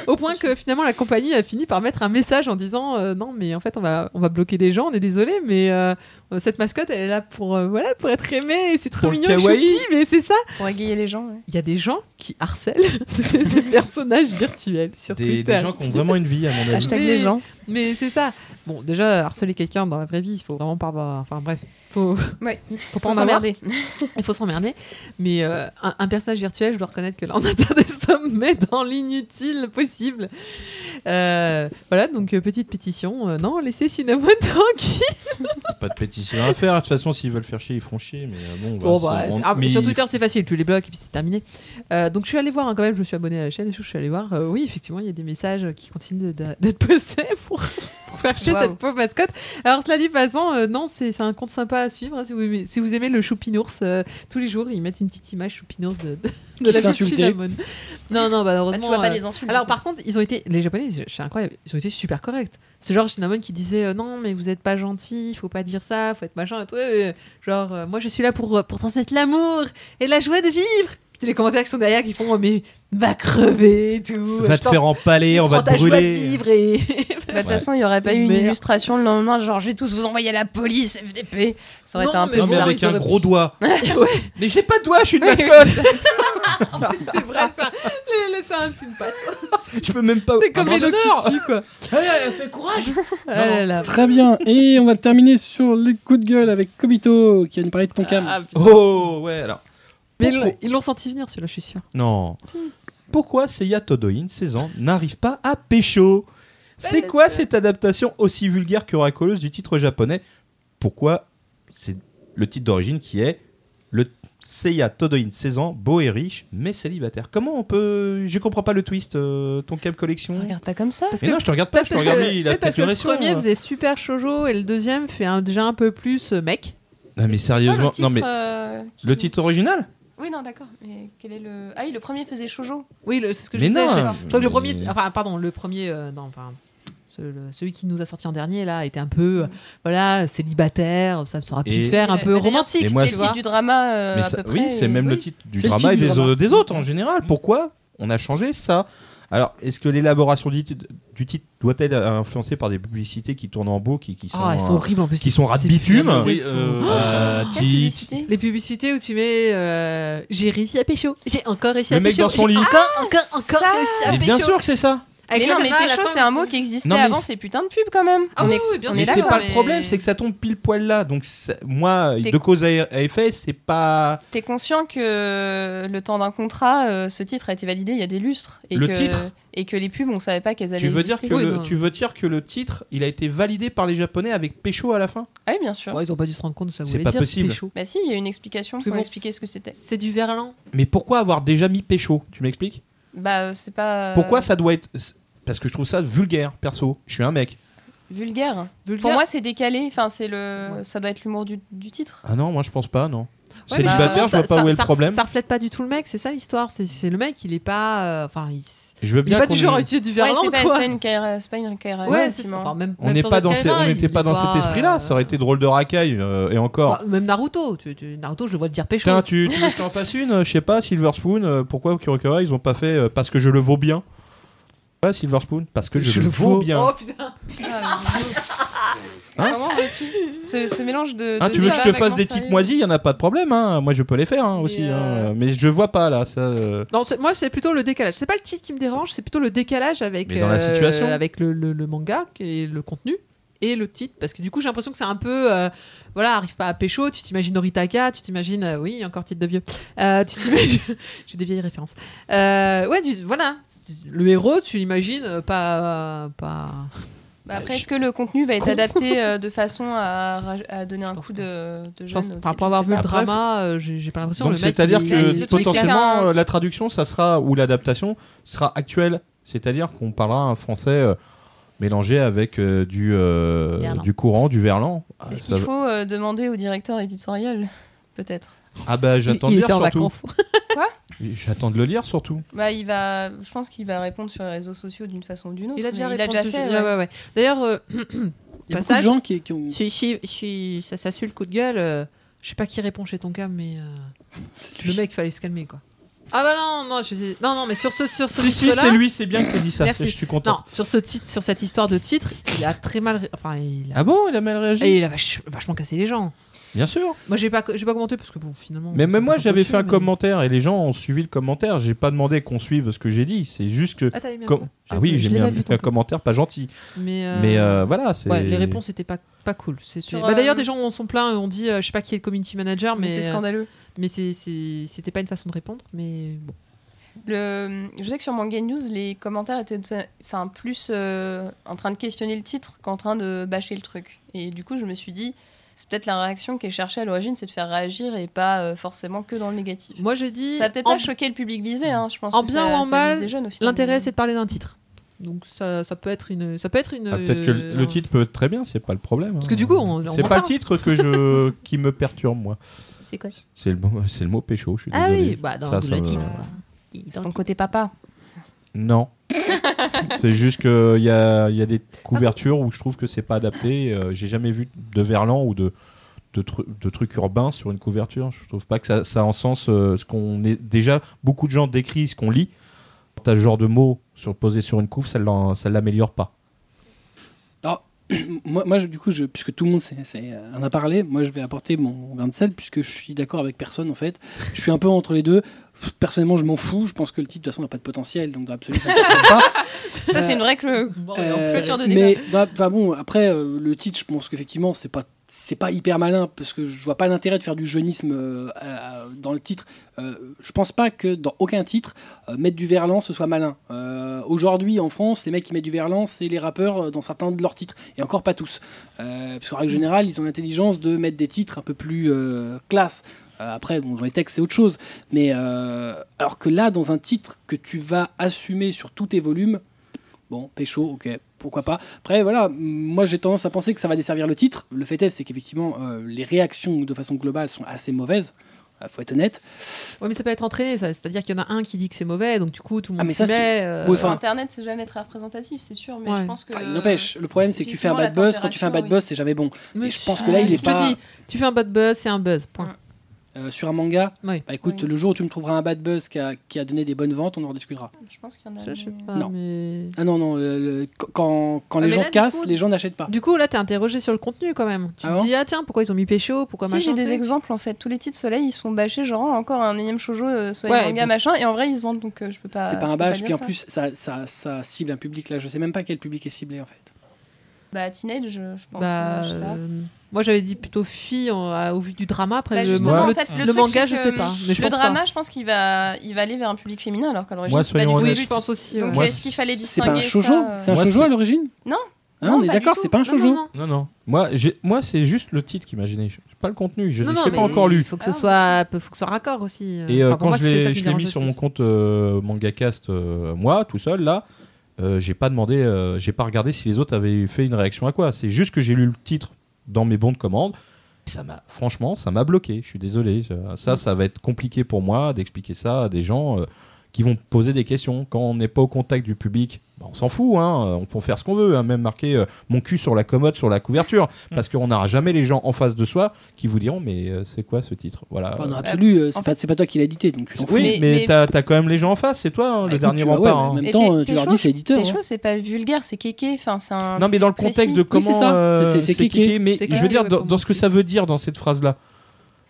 D: Au point que finalement la compagnie a fini par mettre un message en disant euh, non mais en fait on va on va bloquer des gens on est désolé mais euh, cette mascotte elle est là pour euh, voilà pour être aimée et c'est trop
B: Pour le
D: mignon et
B: kawaii.
D: choupi, mais c'est ça
E: Pour égayer les gens. ouais.
D: il y a des gens qui harcèlent des personnages virtuels sur
B: Des,
D: Twitter.
B: des gens qui ont vraiment une vie, à mon avis.
E: Hashtag
D: Mais-
E: les gens.
D: Mais c'est ça. Bon, déjà, harceler quelqu'un dans la vraie vie, il faut vraiment pas avoir. Enfin, bref. Faut,
E: Ouais.
D: faut pas
E: Pour
D: en avoir.
E: s'emmerder.
D: Il faut s'emmerder. Mais euh, un, un personnage virtuel, je dois reconnaître que là, on atteint des sommets dans l'inutile possible. Euh, voilà, donc euh, petite pétition. Euh, non, laissez Cinnamon tranquille.
B: Pas de pétition à faire. De toute façon, s'ils veulent faire chier, ils feront chier. Mais euh, bon,
A: hein,
D: Bon,
B: voilà,
D: bah,
B: on-
D: c'est- ah,
B: mais
D: sur
B: il-
D: Twitter, c'est facile, tu les bloques et puis c'est terminé. Euh, donc, je suis allée voir hein, quand même, je me suis abonnée à la chaîne et je suis allée voir. euh, oui, effectivement, il y a des messages euh, qui continuent de- de- d'être postés pour, pour faire chier
E: Waouh.
D: cette pauvre mascotte. Alors, cela dit, passant, euh, non, c'est c'est un compte sympa à suivre. hein, si, vous aimez, si vous aimez le choupinours, euh, tous les jours, ils mettent une petite image choupinours de, de,
A: se
D: de la
A: fait
D: vie de
A: insulter.
D: Cinnamon. Non, non, bah,
E: Ah, tu
D: heureusement.
E: vois pas
D: euh,
E: les insultes.
D: alors par contre, ils ont été les Japonais, c'est- c'est incroyable, ils ont été super corrects. C'est genre Cinnamon qui disait euh, non mais vous êtes pas gentil, faut pas dire ça, faut être machin et tout. Euh, genre euh, moi je suis là pour euh, pour transmettre l'amour et la joie de vivre. Puis les commentaires qui sont derrière qui font oh, mais va crever et tout. euh,
B: Va
D: Je
B: te
D: t'en-
B: faire empaler, on
D: prends
B: va te
D: ta joie de
B: brûler.
D: vivre et
E: Bah, de toute façon, il n'y aurait pas eu une
D: Merde.
E: illustration le lendemain, genre je vais tous vous envoyer à la police, FDP. Ça aurait
D: Non,
E: été un
D: mais
E: peu
B: Non, mais
E: bizarre.
D: bizarre,
B: avec
D: ils
B: un
D: auraient-
B: gros doigt.
D: Ouais,
B: Mais j'ai pas de doigt, je suis une mascotte.
D: c'est vrai ça. Les- les- C'est un- c'est une patte.
B: Je peux même pas.
D: C'est comme
B: un
D: Hello
B: bras d'honneur.
D: Kitty quoi.
B: Allez, fais courage.
D: Ah là là.
A: Très bien. Et on va terminer sur les coups de gueule avec Kobito qui vient de parler de ton cam.
D: Ah, putain.
B: Oh, ouais, alors.
D: mais ils l'ont- ils l'ont senti venir celui-là, je suis sûre.
B: Non. Pourquoi Seiya Todoin, 16 ans, n'arrive pas à pécho C'est
D: Bah, parce
B: quoi
D: que-
B: cette adaptation aussi vulgaire que racoleuse du titre japonais Pourquoi c'est le titre d'origine qui est Le Seiya Todoin, 16 ans, beau et riche, mais célibataire. Comment on peut. Je comprends pas le twist, euh, ton cap collection.
E: Regarde pas comme ça.
D: Parce
B: Mais
D: que-
B: non, je te regarde pas, je te
D: parce
B: regarde
D: que-
B: lui, il a
D: peut-être parce
B: peut-être euh.
D: que
B: une
D: le
B: raison.
D: premier faisait super shoujo et le deuxième fait un, déjà un peu plus euh, mec.
B: Ah, mais sérieusement,
E: C'est
B: non,
E: pas le
B: mais.
E: titre, euh, qui-
B: Le titre original
E: Oui, non, d'accord. Mais quel est le. Ah oui, le premier faisait Shoujo.
D: Oui, le- c'est ce que
B: Mais
D: je disais.
B: non, hein.
D: je, je crois que le premier,
B: mais-
D: enfin pardon, le premier, euh, non, enfin ce- le- celui qui nous a sorti en dernier là était un peu, euh, voilà, célibataire, ça me sera pu
B: Et-
D: faire un
E: Ouais,
D: peu
E: mais d'ailleurs,
D: romantique,
B: Et moi,
D: tu
E: C'est le
D: vois.
E: titre du drama euh,
B: Mais
E: à
B: ça-
E: peu près.
B: oui, c'est
E: et-
B: même le
E: oui.
B: titre du
A: C'est le
B: drama et
A: titre du
B: des,
A: drama.
B: au- des autres en général. Pourquoi on a changé ça Alors, est-ce que l'élaboration du, titre- du titre doit-elle être influencée par des publicités qui tournent en beau, qui, qui sont,
D: Ah, elles sont
B: euh,
D: horribles en plus.
B: qui sont
D: C'est
B: ras de bitume
D: punaise,
C: Oui,
D: elles sont-
B: Oh,
C: euh,
D: Ah,
B: Ah,
C: euh,
E: Quelle
C: qui-
E: publicité
D: Les publicités où tu mets euh, j'ai réussi à pécho, j'ai encore réussi
B: Le
D: à
B: mec
D: pécho,
B: dans son
D: j'ai
B: lit.
D: encore, encore,
E: ça
D: encore réussi à
B: Mais
D: pécho.
B: bien sûr que c'est ça.
E: Mais
D: Avec
E: non,
D: le
E: mais
D: drama à la
E: pécho,
D: fin
E: c'est un
D: aussi.
E: mot qui existait
B: Non, mais
E: avant
B: c'est-
E: ces putains de pubs quand même.
D: Ah
E: On
D: oui,
E: est-
D: oui, bien
E: on
D: sûr.
E: est
B: Mais c'est
E: d'accord.
B: pas
D: mais-
B: le problème, c'est que ça tombe pile poil là. Donc c'est- moi,
E: T'es-
B: de cause à à effet, c'est pas
E: T'es conscient que le temps d'un contrat, euh, ce titre a été validé il y a des lustres. Et
B: Le
E: que,
B: titre
E: Et que les pubs, on savait pas qu'elles avaient
B: Tu veux dire
E: existé.
B: que
D: Oui,
B: le,
D: non.
B: tu veux dire que le titre, il a été validé par les Japonais avec pécho à la fin
E: Ah oui, bien sûr.
D: Ouais, ils ont pas dû se rendre compte de ça.
B: C'est
D: voulait
B: pas
D: dire,
B: possible.
D: pécho.
E: Bah si, il y a une explication
D: Parce que
E: pour
D: bon,
E: expliquer ce que c'était.
D: C'est du verlan.
B: Mais pourquoi avoir déjà mis pécho Tu m'expliques
E: Bah euh, c'est pas euh,
B: Pourquoi ça doit être Parce que je trouve ça vulgaire, perso. Je suis un mec.
E: vulgaire.
D: Vulgaire.
E: Pour moi, c'est décalé. Enfin, c'est le, ça doit être l'humour du, du titre.
B: Ah non, moi je pense pas, non.
D: Ouais, mais
B: Célibataire, je
D: justement,
B: vois pas
D: ça-
B: où est le
D: ça-
B: problème.
D: Ça reflète pas du tout le mec, c'est ça l'histoire. C'est- C'est le mec, il est pas. euh, Enfin, il, s-
B: Je veux
D: il est
B: bien
D: pas
B: qu'on
D: du genre à
B: ait-
D: utiliser du
E: Ouais,
D: verlan,
E: c'est pas, c'est
D: quoi.
E: pas une carrière, c'est pas une carrière.
D: Ouais, c'est
E: effectivement.
D: enfin, même-
B: on
D: même
B: n'est
D: sans
B: pas
D: être
B: dans, ces-
D: Kaira,
B: on
D: il
B: n'était
D: est
B: pas dans cet esprit-là.
D: euh,
B: Ça aurait été drôle de racaille euh, et encore.
D: bah, même Naruto, tu, tu- Naruto, je le vois dire pécho.
B: Putain, tu, tu veux que je t'en fasse une euh, Je sais pas, Silver Spoon, euh, pourquoi Kurokawa ils ont pas fait euh, parce que je le vaux bien Pas Silver Spoon, parce que je, le vaux bien.
D: Oh putain.
E: Ah, mais- Comment veux-tu ce, ce mélange de.
B: Hein,
E: de
B: tu veux que je te
E: débats
B: fasse des
E: vaguement
B: petites
E: sérieux.
B: moisies, il y en a pas de problème. hein. Moi, je peux les faire hein, aussi.
D: Mais,
B: hein.
D: euh,
B: Mais je vois pas là. Ça, euh,
D: Non, c'est- moi c'est plutôt le décalage. C'est pas le titre qui me dérange, c'est plutôt le décalage avec euh,
B: Mais dans la situation.
D: avec le, le- le manga et le contenu et le titre parce que du coup j'ai l'impression que c'est un peu euh, voilà arrive pas à pécho tu t'imagines Noritaka tu t'imagines euh, oui encore titre de vieux Euh, tu t'imagines j'ai des vieilles références Euh, ouais tu- voilà le héros tu l'imagines euh, pas pas
E: Bah après, est-ce que le contenu va être adapté euh, de façon à, raj- à donner un
D: pense
E: coup de, de
D: je pense
E: jeune au
D: enfin,
E: titre,
D: pour avoir
E: je
D: vu le
E: sais pas.
B: Après,
D: drama euh, j'ai j'ai pas l'impression
B: donc,
D: le mec
B: c'est-à-dire
D: il-
B: que
E: Le truc, c'est
B: potentiellement,
E: qu'un-
B: euh, la traduction, ça sera ou l'adaptation sera actuelle. C'est-à-dire qu'on parlera un français euh, mélangé avec euh, du euh,
D: Verlan.
B: du courant, du verlan. Ah,
E: Est-ce
B: ça
E: qu'il
B: va-
E: faut euh, demander au directeur éditorial Peut-être.
B: Ah bah, j'attends de
D: il
B: lire
D: était en
B: surtout.
D: vacances
B: J'attends de le lire surtout.
E: Bah, il va, je pense qu'il va répondre sur les réseaux sociaux d'une façon ou d'une autre.
D: il a déjà,
E: mais
D: répondu au
E: fait. ouais.
D: sujet. Ouais, ouais, ouais. d'ailleurs euh,
A: Il y a beaucoup de
D: Passage.
A: gens qui, qui ont.
D: Si, si, si, ça, ça sue le coup de gueule. euh, je sais pas qui répond chez ton cam, mais euh, le mec fallait se calmer quoi. Ah bah non, non, je sais- non, non, mais sur ce, sur ce
B: Si, si,
D: titre-là-
B: c'est lui, c'est bien que tu dit ça.
D: Merci.
B: Je suis content.
D: Non, sur ce titre, sur cette histoire de titre, il a très mal, ré- enfin, il a,
B: Ah bon, il a mal réagi
D: et il a vach- vachement cassé les gens.
B: Bien sûr.
D: Moi, j'ai pas, co- j'ai pas commenté parce que bon, finalement.
B: Mais
D: on
B: même
D: s'en
B: moi,
D: fout
B: j'avais
D: dessus,
B: fait un
D: mais-
B: commentaire et les gens ont suivi le commentaire. J'ai pas demandé qu'on suive ce que j'ai dit. C'est juste que.
D: Ah, t'avais mis un
B: com-
D: com-
B: Ah oui, j'ai
D: je l'ai
B: mis
D: pas
B: un,
D: vu, ton
B: un
D: com-
B: commentaire pas gentil.
D: Mais, euh,
B: Mais euh, voilà, c'est.
D: ouais, les réponses étaient pas pas cool. C'était-
E: Sur,
D: bah, d'ailleurs,
E: euh,
D: des gens en sont pleins et ont dit, euh, je sais pas qui est le community manager,
E: Mais
D: mais euh,
E: c'est scandaleux.
D: mais c'est- c'est- c'était pas une façon de répondre, mais bon.
E: Le, je sais que sur Manga News, les commentaires étaient enfin, plus euh, en train de questionner le titre qu'en train de bâcher le truc. Et du coup, je me suis dit, c'est peut-être la réaction qui est cherchée à l'origine, c'est de faire réagir et pas euh, forcément que dans le négatif.
D: Moi, j'ai dit.
E: Ça a peut-être
D: en-
E: pas choqué le public visé, hein, je pense.
D: en
E: que
D: bien
E: ça-
D: ou en
E: ça vise
D: mal,
E: des jeunes, au final.
D: L'intérêt, c'est de parler d'un titre. Donc ça, ça peut être une, ça peut être une.
B: Ah, Peut-être que le
D: euh,
B: le titre peut être très bien, c'est pas le problème.
D: Parce
B: hein.
D: que du coup, on- on
B: C'est
D: en
B: pas le
D: parle.
B: titre que je... qui me perturbe, moi.
D: C'est quoi
B: C'est le, mot- c'est le mot pécho, je suis
D: Ah
B: désolé.
D: oui, bah dans
B: Ça,
D: d'où
B: ça
D: le
B: me-
D: titre. quoi.
E: C'est ton côté papa.
B: Non. c'est juste qu'il y a, y a des couvertures où je trouve que c'est pas adapté. Euh, J'ai jamais vu de verlan ou de, de, tru- de trucs urbains sur une couverture. Je trouve pas que ça, ça encense euh, ce qu'on est. Déjà, beaucoup de gens décrivent ce qu'on lit. T'as ce genre de mots sur, posé sur une couve, ça l'en- ça l'améliore pas.
A: Moi, moi, je- du coup, je, puisque tout le monde s'est- s'est, euh, en a parlé, moi je vais apporter mon 27 puisque je suis d'accord avec personne en fait. Je suis un peu entre les deux. Personnellement, je m'en fous. Je pense que le titre de toute façon n'a pas de potentiel, donc dans l'absolu, ça ne m'intéresse pas.
E: Ça,
A: Euh,
E: c'est une vraie que.
A: Euh,
E: clôture de
A: mais bah, bah, bon, après euh, le titre, je pense qu'effectivement c'est pas c'est pas hyper malin parce que je vois pas l'intérêt de faire du jeunisme euh, à- à- dans le titre. Euh, je pense pas que dans aucun titre euh, mettre du verlan ce soit malin. Euh, Aujourd'hui en France, les mecs qui mettent du verlan, c'est les rappeurs euh, dans certains de leurs titres et
E: Mm.
A: encore pas tous. Euh, parce qu'en règle générale, ils ont l'intelligence de mettre des titres un peu plus euh, classe. Euh, après, bon, dans les textes, c'est autre chose. Mais euh, alors que là, dans un titre que tu vas assumer sur tous tes volumes, bon, pécho, ok, pourquoi pas. Après, voilà, moi j'ai tendance à penser que ça va desservir le titre. Le fait est, c'est qu'effectivement, euh, les réactions de façon globale sont assez mauvaises. Euh, faut être honnête.
D: Ouais, mais ça peut être entraîné, ça. C'est-à-dire qu'il y en a un qui dit que c'est mauvais, donc du coup, tout le
A: Ah,
D: monde
A: mais
D: s'y
A: ça,
D: met.
A: c'est-
D: euh,
A: Ouais,
E: Sur
A: enfin,
E: Internet, c'est jamais très représentatif, c'est sûr, mais
D: Ouais.
E: je pense que.
A: il n'empêche, le problème c'est que tu fais un bad
E: Euh, effectivement, la
A: buzz. Quand tu fais un bad
E: température,
A: buzz, c'est jamais bon.
D: mais
A: Et je pense que là, il
D: je
A: est pas.
D: te dis, tu fais un bad buzz, c'est un buzz. Point.
A: Euh, sur un manga,
D: Oui.
A: bah écoute,
E: Oui.
A: le jour où tu me trouveras un bad buzz qui a, qui a donné des bonnes ventes, on en rediscutera.
E: oui. Je pense qu'il y en a.
D: Ça, je sais
E: mais-
D: pas,
A: Non.
D: mais-
A: Ah non, non, le- le- qu- quand, quand
D: Ah,
A: les
D: mais
A: gens
D: là, du
A: cassent,
D: coup-
A: les gens n'achètent pas.
D: Du coup, là, t'es interrogé sur le contenu quand même.
A: Ah
D: Tu te
A: bon
D: dis, ah tiens, pourquoi ils ont mis pécho Pourquoi
E: Si
D: machin
E: j'ai des
D: truc
E: exemples en fait, tous les titres Soleil ils sont bâchés, genre oh, encore un énième shoujo, euh, Soleil
D: Ouais,
E: manga
D: bon.
E: machin, et en vrai ils se vendent donc euh, je peux pas.
A: C'est pas
E: je
A: un
E: peux
A: badge,
E: dire
A: puis en
E: ça.
A: plus, ça, ça, ça cible un public là. Je sais même pas quel public est ciblé en fait.
E: Bah teenage, je je pense.
D: Bah,
E: euh, je sais pas.
D: euh, moi, j'avais dit plutôt fille en- à- au vu du drama. Après,
E: Bah,
D: le,
E: justement,
D: le-
E: en fait, le
D: le
E: truc,
D: manga, je
E: c'est que,
D: sais pas. Mais je
E: le
D: pense pas.
E: drama, je pense qu'il va, il va aller vers un public féminin alors qu'à l'origine
B: Moi,
E: c'est pas du
B: soyons
E: tout le
D: Oui,
B: honnêtes.
E: but.
D: je pense aussi.
E: Donc
B: ouais.
E: est-ce qu'il fallait
A: C'est
E: distinguer
A: pas un shoujo
E: ça, euh,
A: C'est un
B: Moi,
A: shoujo
B: c'est-
A: à l'origine
E: Non.
A: Hein,
E: Non,
A: on est
E: pas du
A: d'accord,
E: tout.
A: c'est pas un
E: Non, non,
A: shoujo.
E: non.
B: Non, non. Moi, j'ai- moi c'est juste le titre qui m'a gêné. Je- Pas le contenu. Je ne l'ai pas encore lu.
D: Il faut que ce
E: Ah,
D: soit, faut que ce soit raccord aussi.
B: Et euh,
D: Enfin, pour
B: quand
D: moi,
B: je
D: c'était ça
B: l'ai
D: qui
B: je
D: me
B: l'ai mis
D: dérangeait
B: sur
D: le
B: mon
D: plus.
B: compte euh, MangaCast, euh, moi, tout seul, là, euh, j'ai pas demandé, euh, j'ai pas regardé si les autres avaient fait une réaction à quoi. C'est juste que j'ai lu le titre dans mes bons de commande. Ça m'a, franchement, ça m'a bloqué. Je suis désolé. Ça- Ça, ça va être compliqué pour moi d'expliquer ça à des gens euh, qui vont poser des questions. Quand on n'est pas au contact du public, bah, on s'en fout. hein. Euh, On peut faire ce qu'on veut. hein. Même marquer euh, mon cul sur la commode, sur la couverture,
D: Mm.
B: parce qu'on n'aura jamais les gens en face de soi qui vous diront mais euh, c'est quoi ce titre Voilà.
A: Enfin, dans l'absolu, euh, c'est
E: Bah, en
A: pas, c'est pas toi qui l'as édité, donc tu t'en fous.
B: Oui,
E: Mais-
B: mais,
E: mais-
B: t'as t'as quand même les gens en face, c'est toi, hein, le
A: Écoute,
B: dernier
A: tu vois,
B: rempart.
A: ouais,
B: hein.
A: mais En même
E: Mais
A: temps,
E: Pe-
A: euh, tu leur
E: Pécho,
A: dis c'est éditeur. hein.
E: Pécho, c'est pas vulgaire, c'est kéké, enfin c'est un.
B: Non, mais dans le contexte de
A: précis. Oui,
B: comment.
A: c'est ça.
B: euh,
A: C'est- c'est- c'est kické.
B: kické, Mais
D: C'est
B: je veux
D: kické,
B: dire,
D: ouais,
B: dans,
D: pour
B: dans
D: moi
B: ce que
D: aussi.
B: ça veut dire dans cette phrase-là.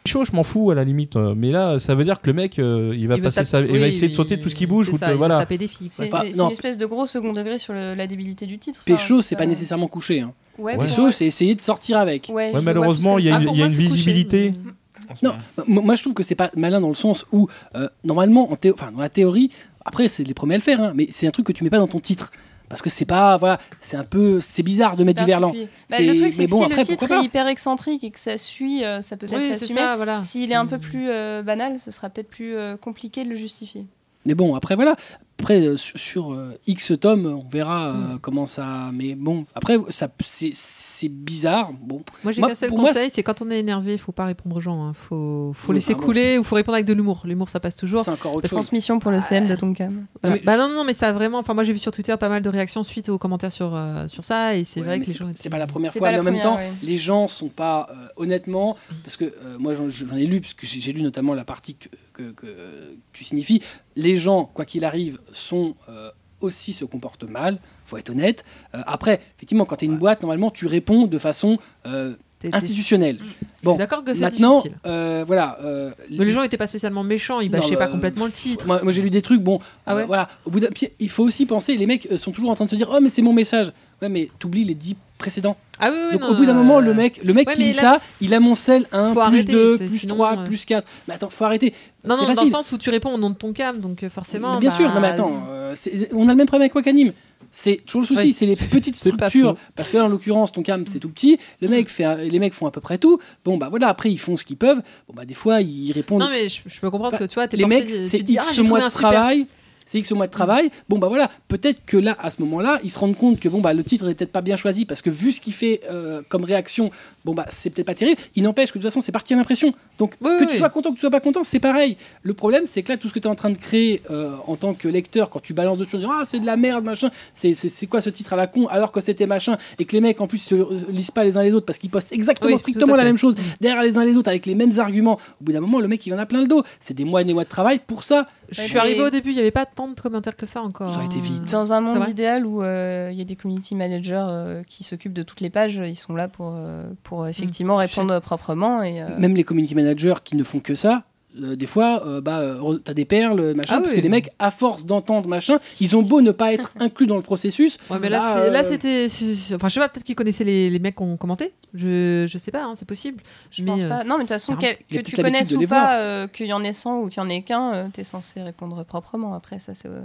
B: Chaud, je m'en fous à la limite, euh, mais là, ça veut dire que le mec, euh, il va
D: Il veut se
B: passer sa-
D: taper-
B: il
D: oui,
B: va essayer de
D: il-
B: sauter tout ce qui bouge
D: c'est
B: ou
D: ça,
B: de-
D: il veut se
B: voilà.
D: taper des filles. quoi.
E: C'est
A: pas-
E: c'est- c'est
A: Ah, non.
E: une espèce de gros second degré sur le- la débilité du titre. enfin,
A: Pécho, c'est pas
E: euh,
A: nécessairement couché. hein.
E: Ouais,
B: Ouais.
E: mais
A: Pécho, c'est essayer de sortir avec.
E: Ouais, je le
B: Ouais,
E: vois
B: malheureusement,
E: plus
B: il y a,
E: comme
B: une-
E: ça.
B: il y a une
D: moi, c'est couché,
B: visibilité.
D: mais-
A: Non, bah, moi moi, je trouve que c'est pas malin dans le sens où euh, normalement en théo- enfin, dans la théorie, après c'est les premiers à le faire, hein, mais c'est un truc que tu mets pas dans ton titre parce que c'est pas voilà, c'est un peu c'est bizarre de
E: C'est
A: mettre du verlan.
E: particulier. Bah,
A: C'est-
E: le truc,
A: mais
E: c'est que
A: bon,
E: si
A: après,
E: le titre
A: pourquoi
E: est
A: pas
E: hyper excentrique et que ça suit, euh, ça peut peut-être
D: Oui, c'est
E: s'assumer.
D: ça, voilà.
E: S'il est un peu plus euh, banal, ce sera peut-être plus euh, compliqué de le justifier.
A: Mais bon, après voilà, après euh, sur, sur, euh, X tomes, on verra euh,
E: Hmm.
A: comment ça mais bon, après ça c'est c'est bizarre. Bon,
D: Moi, j'ai
A: Moi,
D: qu'un seul
A: pour moi,
D: conseil, c'est quand on est énervé, faut pas répondre aux gens. hein. Faut, faut
A: Oui,
D: laisser
A: pardon.
D: couler ou faut répondre avec de l'humour. L'humour, ça passe toujours.
A: c'est encore autre chose.
E: Transmission pour le CM de Tonkam.
A: Non,
D: Voilà.
A: mais
D: bah
A: je-
D: non, non, mais ça a vraiment. Enfin, moi, j'ai vu sur Twitter pas mal de réactions suite aux commentaires sur, euh, sur ça, et c'est
A: Ouais,
D: vrai
A: mais
D: que les
A: c'est-
D: gens.
A: c'est pas la première
E: C'est
A: fois,
E: pas
A: mais
E: la
A: en même temps,
E: première, ouais.
A: les gens sont pas euh, honnêtement parce que euh, moi j'en j'en ai lu parce que j'ai j'ai lu notamment la partie que, que- que, euh, tu signifies. Les gens, quoi qu'il arrive, sont euh, aussi se comportent mal. Faut être honnête. Euh, après, effectivement, quand tu es une boîte, normalement, tu réponds de façon euh,
D: T'es- t'es-
A: institutionnelle.
D: Je suis
A: Bon,
D: d'accord que c'est
A: maintenant,
D: difficile.
A: euh, voilà. euh,
D: Mais les gens étaient pas spécialement méchants, ils
A: Non,
D: bâchaient pas
A: bah,
D: complètement le titre.
A: moi, moi, j'ai lu des trucs, bon,
D: Ah
A: euh,
D: ouais
A: voilà, au bout d'un puis, il faut aussi penser, les mecs euh, sont toujours en train de se dire, oh mais c'est mon message. Ouais, mais t'oublies les dix précédents.
D: Ah oui, oui,
A: Donc
D: non,
A: au bout d'un
D: euh,
A: moment, le mec, le mec
D: ouais,
A: qui
D: mais
A: lit
D: là,
A: ça, il amoncelle un,
D: faut
A: plus
D: arrêter,
A: deux,
D: c'est-
A: plus
D: sinon,
A: trois,
D: euh,
A: plus quatre. Mais attends, faut arrêter.
D: Non,
A: c'est
D: non, dans le
A: facile.
D: sens où tu réponds au nom de ton cam, donc euh, forcément.
A: Mais bien sûr,
D: bah,
A: non mais attends, euh, c'est- on a le même problème avec Wakanim. C'est toujours le souci,
D: Oui.
A: c'est les petites
D: C'est pas
A: structures.
D: faux.
A: Parce que là, en l'occurrence, ton cam, c'est tout petit. Le mec fait, un- les mecs font à peu près tout. Bon, bah voilà, après, ils font ce qu'ils peuvent. Bon, bah des fois, ils répondent.
D: Non, mais je, je peux comprendre que tu vois, t'es
A: les
D: porté-
A: mecs,
D: tu
A: c'est
D: te dis, ah,
A: X
D: j'ai trouvé
A: mois de
D: un super
A: travail. C'est X mois de travail. Bon, bah voilà, peut-être que là, à ce moment-là, ils se rendent compte que bon, bah, le titre n'est peut-être pas bien choisi parce que vu ce qu'il fait euh, comme réaction, bon, bah, c'est peut-être pas terrible. Il n'empêche que de toute façon, c'est parti à l'impression. Donc,
D: Oui,
A: que
D: oui,
A: tu
D: oui.
A: sois content, que tu sois pas content, c'est pareil. Le problème, c'est que là, tout ce que tu es en train de créer euh, en tant que lecteur, quand tu balances dessus, en disant, ah, c'est de la merde, machin, c'est- c'est c'est quoi ce titre à la con alors que c'était machin et que les mecs, en plus, se euh, lisent pas les uns les autres parce qu'ils postent exactement
D: Oui, tout
A: strictement
D: à
A: la
D: fait.
A: même chose derrière les uns les autres avec les mêmes arguments. Au bout d'un moment, le mec, il en a plein le dos. C'est des mois et des mois de travail pour ça.
D: Je
E: Ouais,
D: suis arrivée
E: mais-
D: au début, il n'y avait pas tant de commentaires que ça encore.
A: Ça aurait été vite.
E: Dans un monde
D: va
E: idéal où euh, il y a des community managers euh, qui s'occupent de toutes les pages, ils sont là pour, euh, pour
A: Mm.
E: effectivement répondre proprement. Et, euh,
A: Même les community managers qui ne font que ça, euh, des fois, euh, bah, euh, t'as des perles, machin,
D: Ah
A: parce
D: oui.
A: que les mecs, à force d'entendre machin, ils ont beau ne pas être inclus dans le processus.
D: Ouais, mais
A: bah,
D: là, c'est- là,
A: euh,
D: c'était. c'est- c'est- Enfin, je sais pas, peut-être qu'ils connaissaient les, les mecs qui ont commenté. Je, je sais pas, hein, c'est possible.
E: je pense
D: euh,
E: pas. Non, mais de toute façon,
D: c'est
E: quel-
A: Il y
E: que
A: a
E: tu
A: peut-être l'habitude
E: connaisses
A: de les
E: ou
A: voir.
E: pas, euh, qu'il y en ait 100 ou qu'il y en ait qu'un, euh, t'es censé répondre proprement. Après, ça, c'est. euh,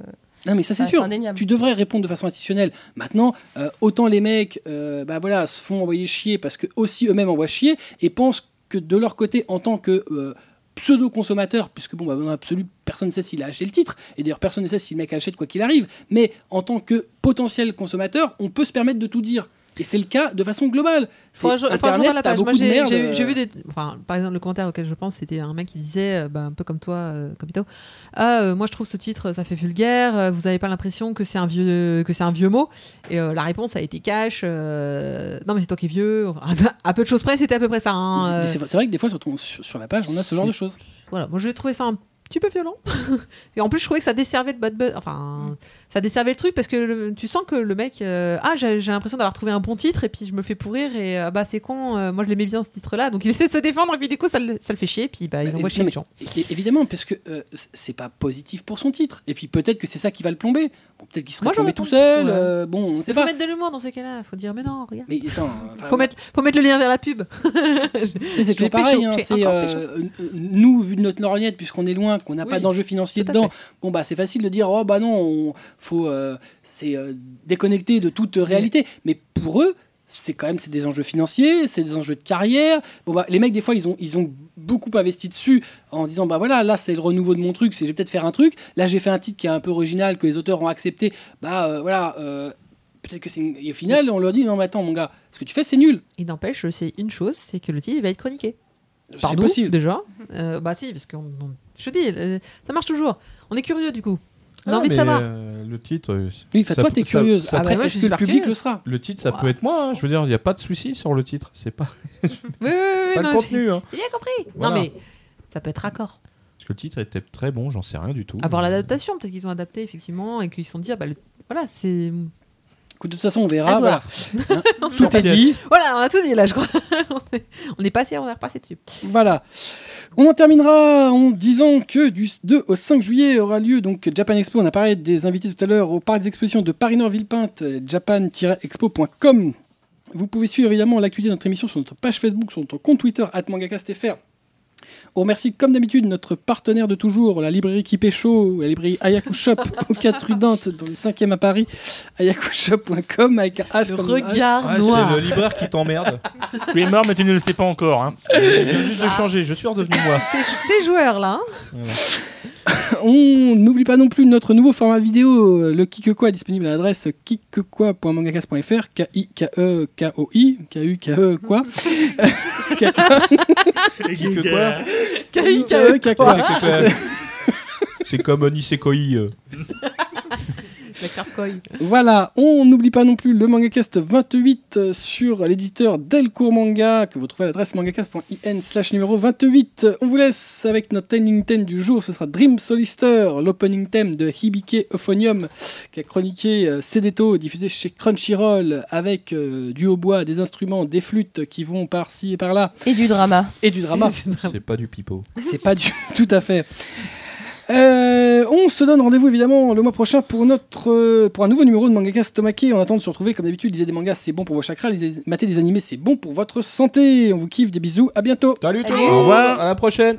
A: Non, mais ça, c'est
E: reste
A: sûr.
E: indéniable.
A: Tu devrais répondre de façon institutionnelle. Maintenant, euh, autant les mecs, euh, bah voilà, se font envoyer chier parce que aussi eux-mêmes envoient chier et pensent que de leur côté, en tant que euh, pseudo-consommateur, puisque bon, bah, dans l'absolu, personne ne sait s'il a acheté le titre, et d'ailleurs personne ne sait si le mec achète quoi qu'il arrive, mais en tant que potentiel consommateur, on peut se permettre de tout dire. Et c'est le cas de façon globale. C'est
D: Faudrait que je- faudrait que je
A: Internet,
D: revoie la
A: t'as
D: page.
A: beaucoup
D: Moi,
A: de
D: j'ai-
A: merde. euh.
D: j'ai j'ai vu des. Enfin, par exemple, le commentaire auquel je pense, c'était un mec qui disait, euh, bah, un peu comme toi, euh, Capito, ah, euh, moi je trouve ce titre, ça fait vulgaire. euh, Vous avez pas l'impression que c'est un vieux, que c'est un vieux mot Et euh, la réponse a été cash. euh, non, mais c'est toi qui es vieux. à peu de choses près, c'était à peu près ça.
A: Mais
D: hein,
A: c'est- mais
D: euh.
A: C'est c'est vrai que des fois, sur, ton- sur sur la page, on a ce genre de choses.
D: Voilà, moi j'ai trouvé ça un petit peu violent. et en plus, je trouvais que ça desservait le bad buzz.
A: Mm.
D: Enfin, ça desservait le truc parce que le- tu sens que le mec. euh, ah, j'ai j'ai l'impression d'avoir trouvé un bon titre et puis je me fais pourrir et ah bah c'est con, euh, moi je l'aimais bien ce titre-là. Donc il essaie de se défendre et puis du coup ça le, ça le fait chier et puis bah, il envoie
A: Non,
D: chier
A: mais-
D: les gens.
A: é- Évidemment, parce que euh, c- c'est pas positif pour son titre. Et puis peut-être que c'est ça qui va le plomber. Bon, peut-être qu'il serait
D: Moi, j'en
A: plombé
D: réponds.
A: tout seul.
D: Ouais.
A: euh, bon, on ne sait
D: Il faut
A: pas.
D: mettre de l'humour dans ces cas-là, faut dire mais non, regarde.
A: Mais attends,
D: Faut mettre, faut mettre le lien vers la pub.
A: Tu sais, c'est toujours pareil. hein, c'est euh, euh, nous, vu de notre lorgnette, puisqu'on est loin, qu'on n'a pas
D: Oui,
A: d'enjeu financier
D: tout à
A: dedans, bon bah c'est facile de dire oh bah non, on- faut euh, c'est euh, déconnecté de toute réalité. Mais pour eux, c'est quand même c'est des enjeux financiers, c'est des enjeux de carrière. Bon bah les mecs des fois ils ont ils ont beaucoup investi dessus en se disant bah voilà là c'est le renouveau de mon truc, c'est je vais peut-être faire un truc. Là j'ai fait un titre qui est un peu original que les auteurs ont accepté. Bah euh, voilà. euh, Peut-être que c'est une- Et au final, on leur dit non, mais attends, mon gars, ce que tu fais, c'est nul.
D: Il n'empêche, c'est une chose, c'est que le titre il va être chroniqué.
A: C'est
D: Par nous,
A: possible. Mm-hmm.
D: déjà. Euh, bah si, parce que je dis, euh, ça marche toujours. On est curieux du coup. On a
B: Ah,
D: envie de
B: mais,
D: savoir.
B: euh, le titre. euh,
A: Oui, enfin,
B: ça
A: toi,
B: peut-
A: t'es
B: ça-
A: curieuse. Ah, bah.
B: ça
A: Après,
D: peut-
A: est-ce que le
D: super
A: public le
D: curieuse.
A: sera
B: Le titre, ça
D: Ouah.
B: peut être moi. hein. Je veux dire, il n'y a pas de souci sur le titre. C'est pas,
A: euh,
D: Oui, oui, oui,
B: pas
D: non,
B: le contenu. hein.
D: J'ai bien compris.
B: Voilà.
D: Non mais ça peut être raccord.
B: Parce que le titre était très bon, j'en sais rien du tout.
D: Avoir l'adaptation, peut-être qu'ils ont adapté effectivement et qu'ils se sont dit ah bah le- voilà c'est
A: Écoute, de toute façon, on verra.
D: À
A: Voilà.
D: voir.
A: Hein, Tout
B: Ah,
A: est dit.
D: voilà on a tout dit là je crois. on, est, on est passé on est repassé dessus.
A: Voilà. On en terminera en disant que du 2 au 5 juillet aura lieu donc Japan Expo. On a parlé des invités tout à l'heure au parc des expositions de Paris-Nord-Villepinte, euh, japan-expo.com. Vous pouvez suivre évidemment l'actualité de notre émission sur notre page Facebook, sur notre compte Twitter, mangacastfr. On remercie comme d'habitude notre partenaire de toujours, la librairie Kipécho, la librairie Ayaku Shop, au 4 rue Dante, dans le 5e à Paris, ayakushop.com avec un H comme un H.
D: Regard
B: Ouais,
D: Ah, noir.
B: Ah, c'est le libraire qui t'emmerde.
C: Tu es mort, mais tu ne le sais pas encore. hein.
B: Je viens juste de changer, je suis redevenu moi.
D: T'es t'es joueur là. hein
A: On n'oublie pas non plus notre nouveau format vidéo, euh, le Kikekwa, disponible à l'adresse kikekwa.mangakas.fr, E K-I-K-E-K-O-I, K-U-K-E, E quoi.
B: que quoi
D: Kaï, kaï.
A: K-I-K-E-K-Quoi.
B: C'est comme Onisekoi. euh.
D: La carcoille.
A: Voilà, on n'oublie pas non plus le MangaCast 28 euh, sur l'éditeur Delcourt Manga, que vous trouvez à l'adresse mangacast.in slash numéro 28. On vous laisse avec notre ending theme du jour, ce sera Dream Solister, l'opening theme de Hibike Euphonium, qui a chroniqué euh, Sedeto, diffusé chez Crunchyroll, avec euh, du hautbois, des instruments, des flûtes qui vont par-ci et par-là,
E: Et du drama.
A: et du drama.
B: C'est pas du pipeau.
A: C'est pas du tout à fait. Euh, on se donne rendez-vous évidemment le mois prochain pour notre euh, pour un nouveau numéro de Mangaka Tomake. On attend de se retrouver comme d'habitude. Lisez des mangas, c'est bon pour vos chakras. Lisez, matez des animés, c'est bon pour votre santé. On vous kiffe, des bisous, à bientôt.
B: Salut tout le
D: Salut.
B: monde.
D: Au
C: revoir.
B: À la prochaine.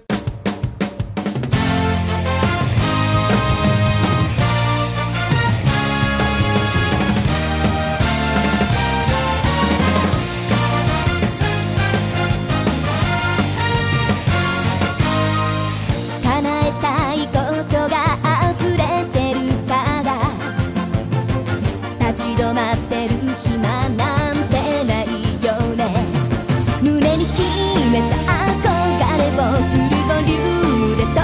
I: 叶えたいことが溢れてるから立ち止まってる暇なんてないよね胸に秘めた憧れをフルボ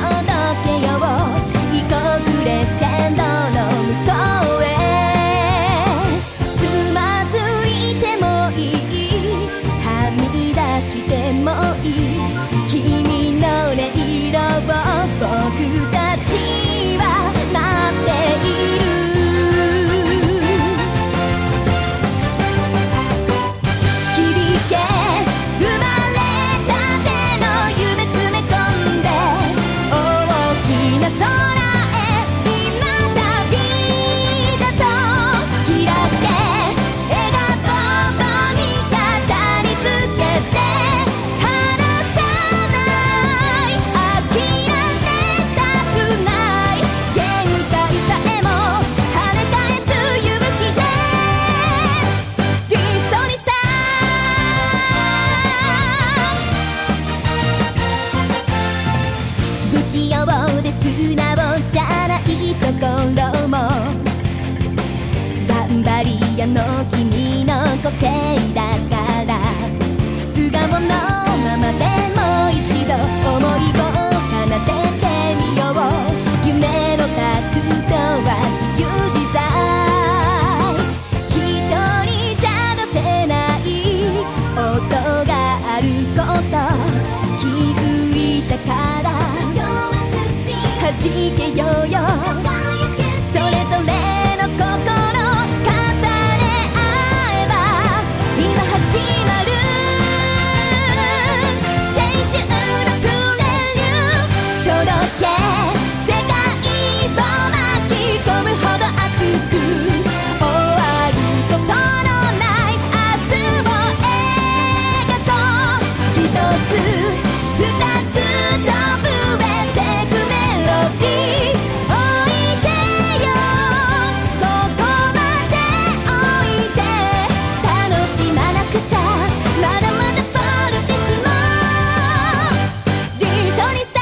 I: 器用で素直じゃないところもバンバリアの君の個性だから素顔のままでもう一度思いを奏でてみよう夢の角度は自由自在一人じゃ出せない音があること気づいたから弾けようよそれぞれの心重ね合えば今始まる青春のプレリュー届け世界を巻き込むほど熱く終わることのない明日を描こう一つ二つと増えてくメロディーおいでよここまでおいで楽しまなくちゃまだまだフォルティシモディーソニスタ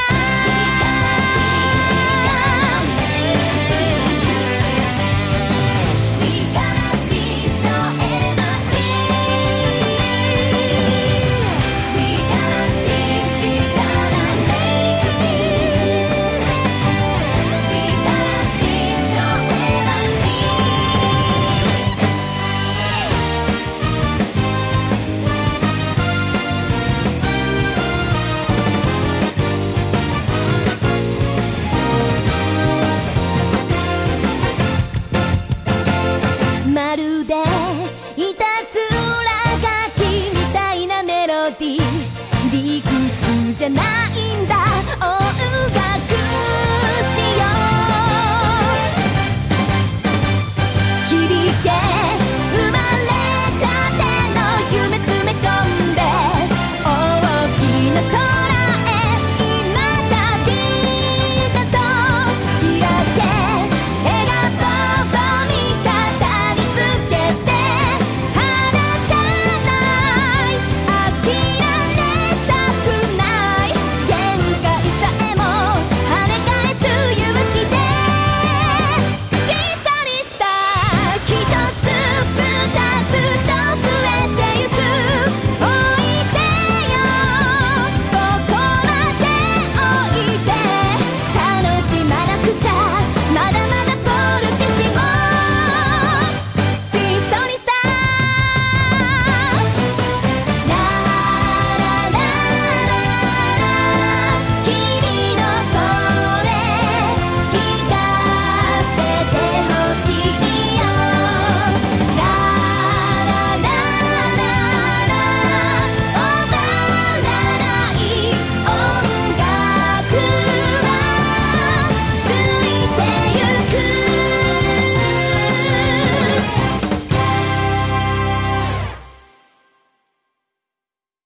I: まるでいたずら書きみたいなメロディー理屈じゃないの